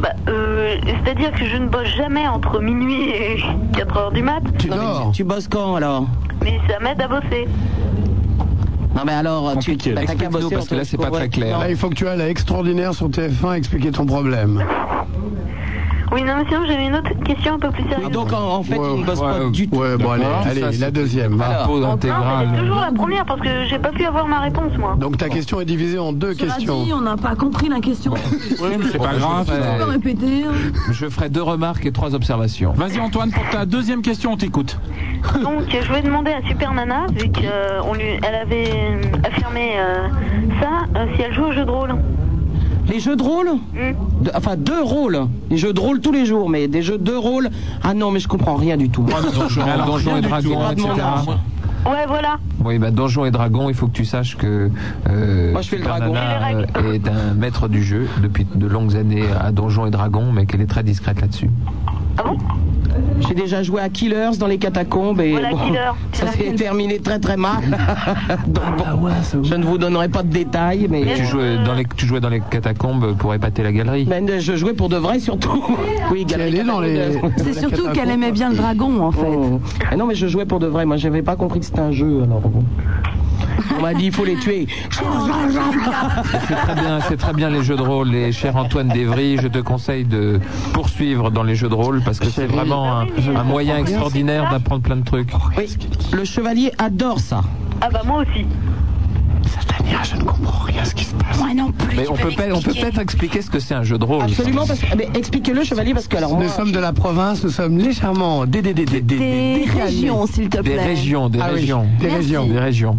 [SPEAKER 8] Bah, euh, C'est-à-dire que je ne bosse jamais entre minuit et 4h du mat.
[SPEAKER 3] Tu dors. Tu bosses quand alors
[SPEAKER 8] Mais ça m'aide à bosser.
[SPEAKER 3] Non mais alors, tu bah, t'as qu'à bosser entre- ouais. Non.
[SPEAKER 7] Là, il faut que tu ailles à l'extraordinaire sur TF1 expliquer ton problème.
[SPEAKER 8] Oui, non, mais sinon j'avais une autre question un peu plus sérieuse.
[SPEAKER 3] Ah, donc en, fait, il ne bosse pas du tout.
[SPEAKER 7] Ouais, bon, allez,
[SPEAKER 4] D'accord.
[SPEAKER 7] allez,
[SPEAKER 4] Ça, c'est
[SPEAKER 7] la deuxième. va.
[SPEAKER 4] Alors, Pause intégrale.
[SPEAKER 8] C'est toujours la première parce que j'ai pas pu avoir ma réponse
[SPEAKER 3] *laughs*
[SPEAKER 8] moi.
[SPEAKER 7] Donc ta question est divisée en deux
[SPEAKER 5] Cela dit,
[SPEAKER 7] questions.
[SPEAKER 5] on n'a pas compris la question.
[SPEAKER 19] Oui, mais c'est
[SPEAKER 4] Bon,
[SPEAKER 19] pas
[SPEAKER 4] je
[SPEAKER 19] grave.
[SPEAKER 4] ferai-
[SPEAKER 5] On peut répéter. hein.
[SPEAKER 4] Je ferai deux remarques et trois observations.
[SPEAKER 19] Vas-y, Antoine, pour ta deuxième question, on t'écoute.
[SPEAKER 8] Donc je voulais demander à Super Nana, vu euh, qu'elle avait affirmé euh, ça, euh, si elle joue aux jeux de rôle.
[SPEAKER 3] Les jeux de rôle De- Enfin, deux rôles. Les jeux de rôle tous les jours, mais des jeux de rôle. Ah non, mais je comprends rien du tout.
[SPEAKER 4] Alors, Donjons et Dragons,
[SPEAKER 3] C'est pas de mon
[SPEAKER 4] etc.
[SPEAKER 3] âge.
[SPEAKER 8] Ouais, voilà.
[SPEAKER 4] Oui, bah, Donjons et Dragons, il faut que tu saches que euh,
[SPEAKER 3] Moi, je fais le
[SPEAKER 4] Super
[SPEAKER 3] dragon.
[SPEAKER 4] Nana, euh, est un maître du jeu depuis de longues années à Donjons et Dragons, mais qu'elle est très discrète là-dessus.
[SPEAKER 3] *laughs* J'ai déjà joué à Killers dans les catacombes
[SPEAKER 8] Oh,
[SPEAKER 3] et
[SPEAKER 4] Voilà,
[SPEAKER 3] bon,
[SPEAKER 4] Killers.
[SPEAKER 3] *laughs* ça s'est
[SPEAKER 8] *laughs*
[SPEAKER 3] terminé très très mal. *laughs* Donc, bon, je ne vous donnerai pas de détails, mais
[SPEAKER 4] Tu jouais, dans les, tu jouais dans les catacombes pour épater la galerie.
[SPEAKER 3] Mais Ben, je jouais pour de vrai surtout. Oui, galerie Catalogneuse.
[SPEAKER 5] C'est surtout qu'elle aimait bien le dragon, en fait.
[SPEAKER 3] Oh. *laughs* Ah non, mais je jouais pour de vrai. Moi, j'avais pas compris que c'était un jeu. Alors bon. on m'a dit il faut les tuer.
[SPEAKER 4] C'est très bien, c'est très bien les jeux de rôle. Et cher Antoine Dévry, je te conseille de poursuivre dans les jeux de rôle parce que c'est vraiment un, un moyen extraordinaire d'apprendre plein de trucs.
[SPEAKER 3] Oui, le chevalier adore ça.
[SPEAKER 8] Ah bah moi aussi.
[SPEAKER 7] je ne comprends rien à ce qui se passe.
[SPEAKER 5] Moi non plus.
[SPEAKER 4] Mais on peut pas- on peut peut-être expliquer ce que c'est un jeu de rôle.
[SPEAKER 3] Absolument, parce que mais expliquez-le, chevalier, parce que alors.
[SPEAKER 7] Nous sommes de la province, nous sommes légèrement des, des, des, des, des-
[SPEAKER 5] Des
[SPEAKER 7] décalés.
[SPEAKER 5] régions, s'il te
[SPEAKER 4] Des
[SPEAKER 5] plaît.
[SPEAKER 4] régions, des
[SPEAKER 7] Ah oui,
[SPEAKER 4] régions.
[SPEAKER 7] des Merci. régions.
[SPEAKER 4] Des régions.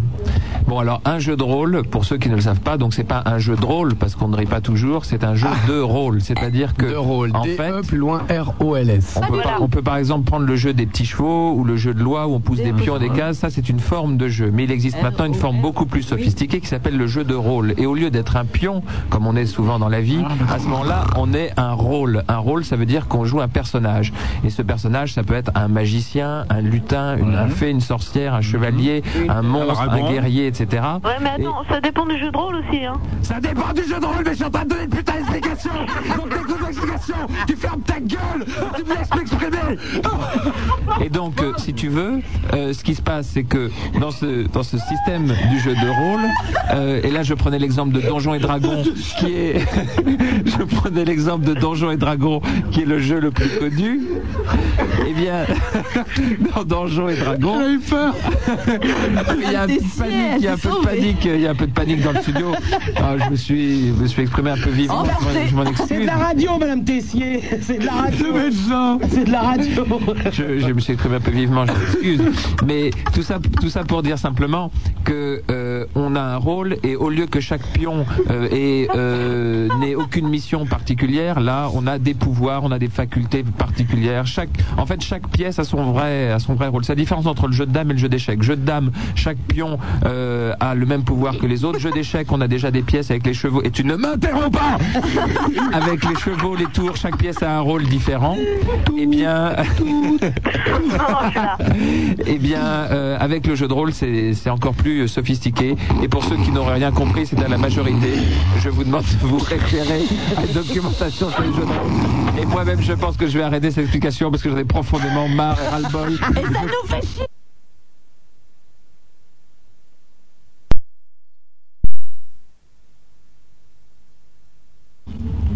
[SPEAKER 4] Bon, alors, un jeu de rôle, pour ceux qui ne le savent pas, donc c'est pas un jeu de rôle, parce qu'on ne rit pas toujours, c'est un jeu de rôle. C'est-à-dire que.
[SPEAKER 7] Ah. De rôle,
[SPEAKER 4] en
[SPEAKER 7] D-E,
[SPEAKER 4] fait.
[SPEAKER 7] plus loin R-O-L-S.
[SPEAKER 4] On peut, par, on peut par exemple prendre le jeu des petits chevaux ou le jeu de loi où on pousse des pions et des cases. Ça, c'est une forme de jeu. Mais il existe maintenant une forme beaucoup plus sophistiquée qui s'appelle le jeu de rôle. Et au lieu d'être un pion, comme on est souvent dans la vie,
[SPEAKER 8] Ah,
[SPEAKER 4] à ce moment-là, on est un rôle. Un rôle, ça veut dire qu'on joue un personnage. Et ce personnage, ça peut être un magicien, un lutin, une, un fée, une sorcière, un chevalier, un monstre,
[SPEAKER 8] Un
[SPEAKER 4] un
[SPEAKER 8] dragon.
[SPEAKER 4] guerrier, etc.
[SPEAKER 8] Ouais, mais attends, ça dépend du jeu de rôle aussi, hein.
[SPEAKER 10] Ça dépend du jeu de rôle, mais je suis en train de donner une putain d'explication Donc t'écoutes l'explication, tu fermes ta gueule, tu me laisses m'exprimer
[SPEAKER 4] Et donc, euh, si tu veux, euh, ce qui se passe, c'est que dans ce, dans ce système du jeu de rôle, euh, et là je prenais l'exemple de Donjons et Dragons, qui est. *laughs* je prenais l'exemple de Donjons et Dragons, qui est le jeu le plus connu. Eh bien, *laughs* dans Donjons et Dragons.
[SPEAKER 10] J'ai eu peur
[SPEAKER 4] *laughs* Il y a un petit panique, il y a un peu de panique, il y a un peu de panique dans le studio. Ah, je me suis, je me suis exprimé un peu vivement, je m'en- je m'en excuse.
[SPEAKER 3] C'est de la radio, Madame Tessier. *laughs* C'est de la radio. C'est de la radio.
[SPEAKER 4] je, je me suis exprimé un peu vivement, je m'excuse. Mais tout ça, tout ça pour dire simplement que euh, on a un rôle et au lieu que chaque pion euh, ait, euh, n'ait aucune mission particulière, là on a des pouvoirs, on a des facultés particulières. Chaque, en fait, chaque pièce a son vrai, a son vrai rôle. C'est la différence entre le jeu de dames et le jeu d'échecs. Jeu de dames, chaque pion euh, a le même pouvoir que les autres. Jeu d'échecs, on a déjà des pièces avec les chevaux. Et tu ne m'interromps pas Avec les chevaux, les tours, chaque pièce a un rôle différent. Eh bien,
[SPEAKER 8] Oh,
[SPEAKER 3] *laughs*
[SPEAKER 4] eh bien, euh, avec le jeu de rôle, c'est c'est encore plus euh, sophistiqué. Et pour ceux qui n'auraient rien compris, c'est à la majorité. Je vous demande de vous référer à la documentation sur les jeux de rôle. Et moi-même, je pense que je vais arrêter cette explication parce que j'en ai profondément marre et ras-le-bol.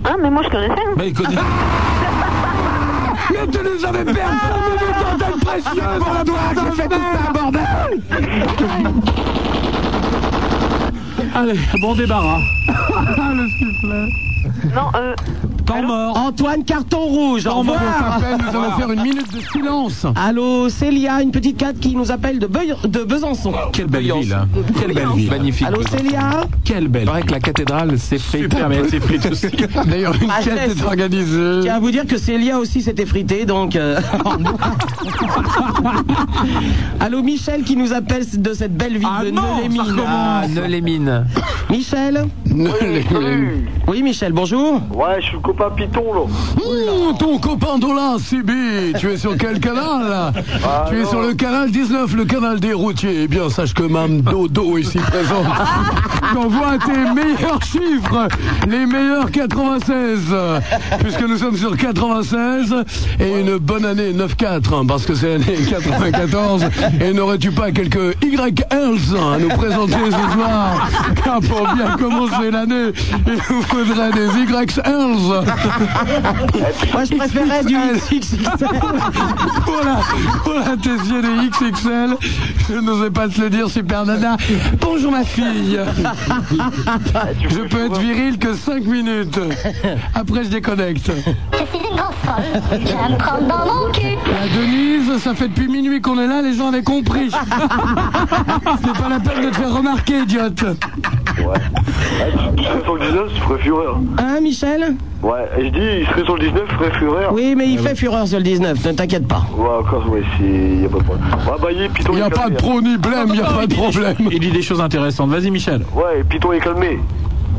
[SPEAKER 8] Ah, mais moi je connaissais. hein.
[SPEAKER 10] Mais il connaît... Mais tu nous avais perdu une tentative
[SPEAKER 7] Ah,
[SPEAKER 10] précieuse Pour la doigt de fait tout ça, bordel
[SPEAKER 21] Allez, bon débarras.
[SPEAKER 22] Le sifflet.
[SPEAKER 8] Non, euh.
[SPEAKER 21] Temps mort.
[SPEAKER 3] Antoine Carton Rouge, au
[SPEAKER 7] Temps mort,
[SPEAKER 3] revoir.
[SPEAKER 7] on s'appelle, nous allons faire une minute de silence.
[SPEAKER 3] Allô, Célia, une petite carte qui nous appelle de, Beuil- de Besançon.
[SPEAKER 4] Quelle belle ville. hein. Quelle belle ville. Magnifique.
[SPEAKER 3] Allô, Célia
[SPEAKER 4] Quelle belle. Il paraît que la cathédrale s'effrite.
[SPEAKER 3] Super, mais elle s'effrite aussi.
[SPEAKER 7] D'ailleurs, une
[SPEAKER 3] Ah,
[SPEAKER 7] quête
[SPEAKER 3] c'est-
[SPEAKER 7] est organisée. *laughs*
[SPEAKER 3] Je tiens à vous dire que Célia aussi s'est effritée, donc. euh, *laughs* Allô, Michel qui nous appelle de cette belle ville de Neu-les-Mines.
[SPEAKER 4] Ah, ne les mines.
[SPEAKER 3] Michel Oui, Michel, bonjour.
[SPEAKER 1] Ouais, je suis le copain Piton, là.
[SPEAKER 7] Mmh, ton copain Dolin, CB, tu es sur quel canal là
[SPEAKER 1] Ah,
[SPEAKER 7] Tu es
[SPEAKER 1] non.
[SPEAKER 7] sur le canal 19, le canal des routiers. Eh bien, sache que Mme Dodo
[SPEAKER 1] *laughs*
[SPEAKER 7] ici présente t'envoie tes meilleurs chiffres, les meilleurs 96, euh, puisque nous sommes sur 96 et une bonne année 94, hein, parce que c'est l'année *laughs* 94. Et n'aurais-tu pas quelques YLs hein, à nous présenter ce soir Car pour bien commencer l'année, il nous faudrait des YLs.
[SPEAKER 3] Moi, je préférais du XXL.
[SPEAKER 7] pour la, pour la tessier des XXL, je n'osais pas te le dire, super nana. Bonjour ma fille. Je peux être viril que 5 minutes. Après, je déconnecte.
[SPEAKER 10] Je suis une grosse folle, je vais me prendre dans mon cul
[SPEAKER 7] La Denise, ça fait depuis minuit qu'on est là, les gens avaient compris. *laughs* C'est pas la peine de te faire remarquer, idiote.
[SPEAKER 1] Il serait sur le 19, je ferais fureur.
[SPEAKER 3] Hein, Michel
[SPEAKER 1] Ouais, et je dis, il serait sur le 19, je ferais fureur.
[SPEAKER 3] Oui, mais il fait fureur sur le 19, ne t'inquiète pas.
[SPEAKER 1] Ouais, encore, ouais, c'est. Y'a pas de problème. Ouais, bah, y est, Piton. est calmé, hein.
[SPEAKER 7] ni blême, y a pas de problème.
[SPEAKER 21] Il dit des choses intéressantes. Vas-y, Michel.
[SPEAKER 1] Ouais, et Piton est calmé.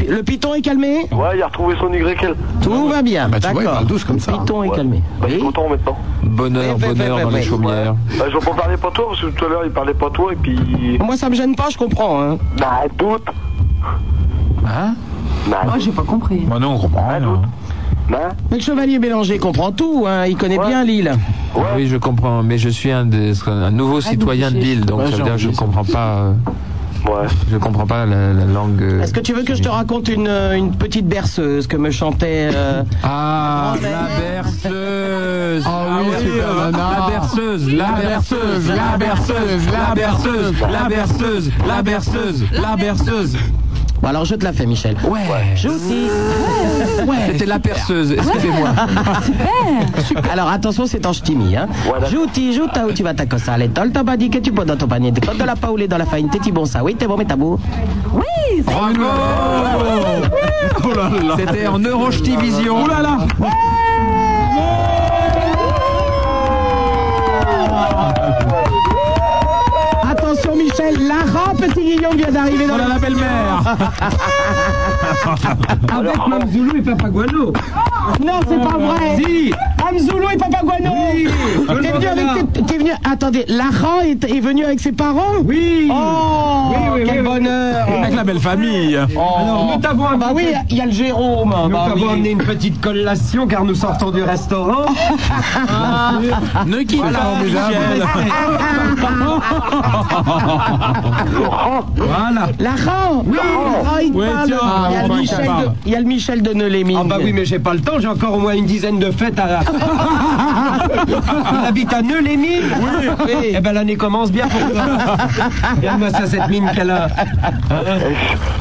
[SPEAKER 3] Le piton est calmé
[SPEAKER 1] Ouais, il a retrouvé son YL.
[SPEAKER 3] Tout va bien.
[SPEAKER 7] Bah, tu vois, il
[SPEAKER 3] D'accord.
[SPEAKER 7] parle douce comme ça.
[SPEAKER 3] Le piton est calmé.
[SPEAKER 1] Bah, il est content maintenant.
[SPEAKER 4] Bonheur,
[SPEAKER 3] Ouais, ouais,
[SPEAKER 4] bonheur
[SPEAKER 3] ouais,
[SPEAKER 4] dans les
[SPEAKER 3] ouais.
[SPEAKER 4] chaumières.
[SPEAKER 1] Bah, j'entends parler pas toi, parce que tout à l'heure, il parlait pas toi, et puis.
[SPEAKER 3] Moi, ça me gêne pas, je comprends. Hein.
[SPEAKER 1] Bah, doute.
[SPEAKER 21] Hein
[SPEAKER 1] Bah,
[SPEAKER 5] Moi, Oh, j'ai pas compris.
[SPEAKER 21] Bah non, on comprend rien.
[SPEAKER 1] bah.
[SPEAKER 3] Mais le chevalier Bélanger comprend tout, hein, il connaît bien l'île.
[SPEAKER 4] Oui, je comprends, mais je suis un, des- un nouveau citoyen de l'île, donc
[SPEAKER 21] Ouais,
[SPEAKER 4] ça veut
[SPEAKER 21] j'ai
[SPEAKER 4] dire que je ne
[SPEAKER 21] envie, ça.
[SPEAKER 4] comprends pas. euh,
[SPEAKER 1] Ouais.
[SPEAKER 4] Je comprends pas la, la langue. euh,
[SPEAKER 3] Est-ce que tu veux que je te raconte une, euh, une petite berceuse que me
[SPEAKER 7] *laughs*
[SPEAKER 3] chantait euh,
[SPEAKER 4] Ah, la berceuse
[SPEAKER 7] Ah oui, super nana.
[SPEAKER 4] La berceuse, la berceuse, la berceuse, la berceuse, la berceuse, la berceuse, la berceuse,
[SPEAKER 3] Bon, alors je te la fais, Michel.
[SPEAKER 23] Ouais.
[SPEAKER 3] Jouti.
[SPEAKER 23] C'était la perceuse, excusez-moi.
[SPEAKER 3] Alors attention, c'est en ch'timi. Hein. Jouti, jouta où tu vas ta cosa. Les tol tabadi que tu peux dans ton panier. Quand de la paoulée dans la farine, t'es bon ça. Oui, t'es bon, mais t'as beau.
[SPEAKER 5] Oui, c'est
[SPEAKER 23] Oh là là. C'était en Eurochtivision.
[SPEAKER 10] Oh là là.
[SPEAKER 3] Attention, Michel, la petit Guillaume vient d'arriver dans
[SPEAKER 10] Voilà la belle-mère.
[SPEAKER 6] Avec Mamzoulou et Papaguano.
[SPEAKER 3] Non, c'est pas vrai.
[SPEAKER 6] Si.
[SPEAKER 3] Amzoulou et Papaguano. T'es venu avec tes- t'es venu. Attendez, Lara est, est venu avec ses parents
[SPEAKER 6] Oui.
[SPEAKER 3] Oh,
[SPEAKER 6] Oui, oui,
[SPEAKER 3] quel
[SPEAKER 6] oui, oui.
[SPEAKER 3] bonheur.
[SPEAKER 9] Avec la belle famille.
[SPEAKER 6] Alors, nous t'avons
[SPEAKER 3] Bah oui,
[SPEAKER 6] inventé-
[SPEAKER 3] il y a le Jérôme.
[SPEAKER 6] Nous
[SPEAKER 3] bah
[SPEAKER 6] t'avons
[SPEAKER 3] oui.
[SPEAKER 6] amené une petite collation car nous sortons du restaurant.
[SPEAKER 7] Ah,
[SPEAKER 9] Ne quitte pas
[SPEAKER 3] Ah,
[SPEAKER 9] Michel.
[SPEAKER 6] voilà.
[SPEAKER 3] ah, Laurent Oui, Laurent, il te
[SPEAKER 6] Ouais,
[SPEAKER 3] parle.
[SPEAKER 6] tiens,
[SPEAKER 3] il, y a
[SPEAKER 6] on
[SPEAKER 3] le
[SPEAKER 6] va
[SPEAKER 3] Michel
[SPEAKER 6] en parler.
[SPEAKER 3] de- il y a le Michel de Neuléming.
[SPEAKER 6] Ah bah oui, mais j'ai pas le temps, j'ai encore au moins une dizaine de fêtes
[SPEAKER 3] *laughs*
[SPEAKER 6] à... On habite à Neulémine Oui, Eh ben l'année commence bien pour toi. Regarde-moi ça, cette mine qu'elle a.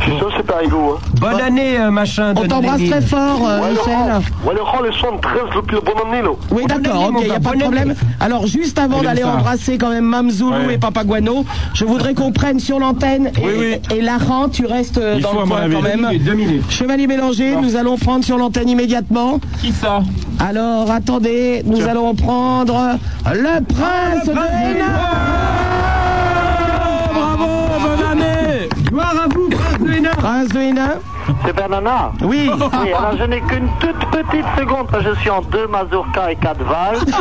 [SPEAKER 1] Je suis sûr que c'est pas rigolo. Hein.
[SPEAKER 6] Bonne année, euh, machin, de
[SPEAKER 3] On t'embrasse
[SPEAKER 6] Neulémine.
[SPEAKER 3] très fort, euh,
[SPEAKER 1] Ouais,
[SPEAKER 3] Michel.
[SPEAKER 1] Laurent, ouais, Laurent, le son 13 le plus bon année, là.
[SPEAKER 3] Oui, d'accord,
[SPEAKER 6] année,
[SPEAKER 3] ok,
[SPEAKER 6] mon
[SPEAKER 3] il n'y a
[SPEAKER 6] gars,
[SPEAKER 3] pas de
[SPEAKER 6] bonne
[SPEAKER 3] problème.
[SPEAKER 6] année.
[SPEAKER 3] Alors, juste avant
[SPEAKER 9] Il aime
[SPEAKER 3] d'aller
[SPEAKER 9] ça.
[SPEAKER 3] embrasser quand même Mamzoulou
[SPEAKER 9] Ouais.
[SPEAKER 3] et Papaguano, je voudrais qu'on prenne sur l'antenne. Et,
[SPEAKER 9] Oui, oui.
[SPEAKER 3] et Laurent, tu restes euh,
[SPEAKER 9] Il
[SPEAKER 3] dans
[SPEAKER 9] faut, à
[SPEAKER 3] le
[SPEAKER 9] mon
[SPEAKER 3] coin
[SPEAKER 9] avis.
[SPEAKER 3] quand même.
[SPEAKER 6] Deux minutes.
[SPEAKER 3] Chevalier Mélanger, nous allons prendre sur l'antenne immédiatement.
[SPEAKER 9] Qui ça
[SPEAKER 3] Alors, attendez, nous allons prendre
[SPEAKER 9] Ah,
[SPEAKER 3] le prince de Hénin.
[SPEAKER 9] Ah, Bravo, bonne année
[SPEAKER 6] Gloire à vous, prince de Hénin.
[SPEAKER 3] Prince de Hénin
[SPEAKER 1] C'est Bernana
[SPEAKER 9] *laughs*
[SPEAKER 3] Oui.
[SPEAKER 1] Oui, alors je n'ai qu'une toute petite seconde, parce que je suis en deux mazurka et quatre *laughs* valses. Je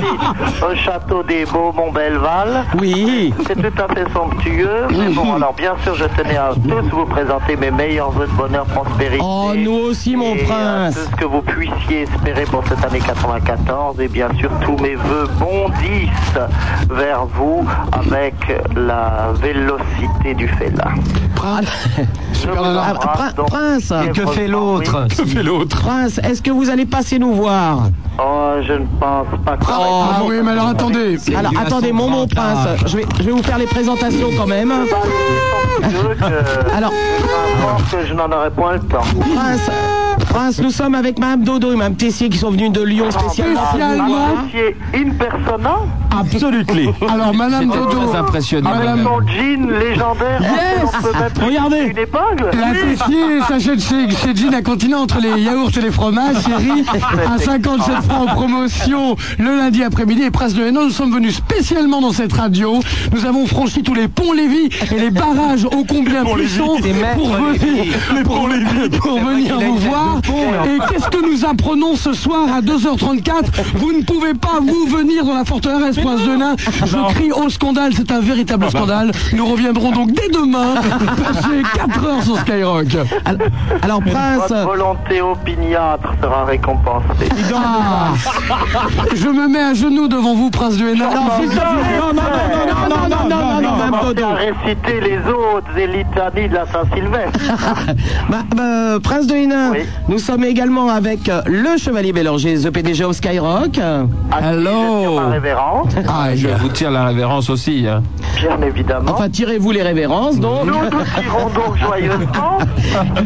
[SPEAKER 1] suis ici au château des Beaux Montbelval.
[SPEAKER 3] Oui.
[SPEAKER 1] C'est tout à fait somptueux. Mais
[SPEAKER 3] *laughs*
[SPEAKER 1] bon, alors bien sûr, je tenais à tous vous présenter mes meilleurs vœux de bonheur, prospérité.
[SPEAKER 3] Oh, nous aussi, mon
[SPEAKER 1] et à
[SPEAKER 3] prince.
[SPEAKER 1] Tout ce que vous puissiez espérer pour cette année 94 et bien sûr tous mes voeux bondissent vers vous avec la vélocité du félin. Je vous
[SPEAKER 3] Ah,
[SPEAKER 1] embrasse
[SPEAKER 3] prin-
[SPEAKER 1] donc
[SPEAKER 3] prince,
[SPEAKER 1] fièvreusement,
[SPEAKER 6] Que fait l'autre
[SPEAKER 1] oui.
[SPEAKER 9] Que fait l'autre
[SPEAKER 3] prince, est-ce que vous allez passer nous voir
[SPEAKER 1] Oh, je ne pense pas que...
[SPEAKER 7] Ah
[SPEAKER 3] Oh,
[SPEAKER 7] oui, mais alors attendez.
[SPEAKER 3] Alors,
[SPEAKER 6] dû à
[SPEAKER 3] attendez,
[SPEAKER 6] son
[SPEAKER 3] mon mon
[SPEAKER 6] grand
[SPEAKER 3] prince,
[SPEAKER 6] âge.
[SPEAKER 3] je vais, je vais vous faire les présentations quand même.
[SPEAKER 1] Alors,
[SPEAKER 3] *laughs* Alors-
[SPEAKER 1] je pense que je n'en aurais point le temps.
[SPEAKER 3] Prince, Prince, nous sommes avec Mme Dodo et Mme Tessier qui sont venues de Lyon spécialement.
[SPEAKER 7] Spécialement.
[SPEAKER 1] Associé in persona,
[SPEAKER 9] Absolutely.
[SPEAKER 7] Alors, Madame Dodo,
[SPEAKER 23] Très impressionnant.
[SPEAKER 1] avec son jean légendaire, on peut mettre
[SPEAKER 9] Regardez.
[SPEAKER 1] une épingle.
[SPEAKER 7] la Tessier s'achète chez, chez Jean à Continent entre les yaourts et les fromages, *laughs* chérie, à 57 francs en promotion le lundi après-midi. Et Prince de Hénin, nous sommes venus spécialement dans cette radio. Nous avons franchi tous les ponts Lévis et les barrages ô combien puissants pour venir, pour, pour venir vous voir. Et qu'est-ce que nous apprenons ce soir à 2h34 Vous ne pouvez pas vous venir dans la forteresse, Prince de Hénin. Je crie au scandale, c'est un véritable scandale. Nous reviendrons donc dès demain, passer 4 heures sur Skyrock.
[SPEAKER 3] Al- Alors, Prince,
[SPEAKER 1] Votre volonté opiniâtre sera récompensée.
[SPEAKER 7] Ah. Je me mets à genoux devant vous, prince du Hénin.
[SPEAKER 3] non, non, non, non, non, non, non, non, non, Mme
[SPEAKER 1] Commencez
[SPEAKER 3] Dodo.
[SPEAKER 1] à réciter les autres et litanies de la Saint-Sylvestre.
[SPEAKER 3] Bah, bah, Prince de Hénin,
[SPEAKER 1] Oui.
[SPEAKER 3] nous sommes également avec euh, le Chevalier Bélanger, The PDG of Skyrock.
[SPEAKER 1] Hello Ma révérence,
[SPEAKER 7] Ah,
[SPEAKER 23] Je vous tire la révérence aussi. hein.
[SPEAKER 1] bien évidemment.
[SPEAKER 3] Enfin, tirez-vous les révérences, donc.
[SPEAKER 1] Nous nous tirons donc joyeusement,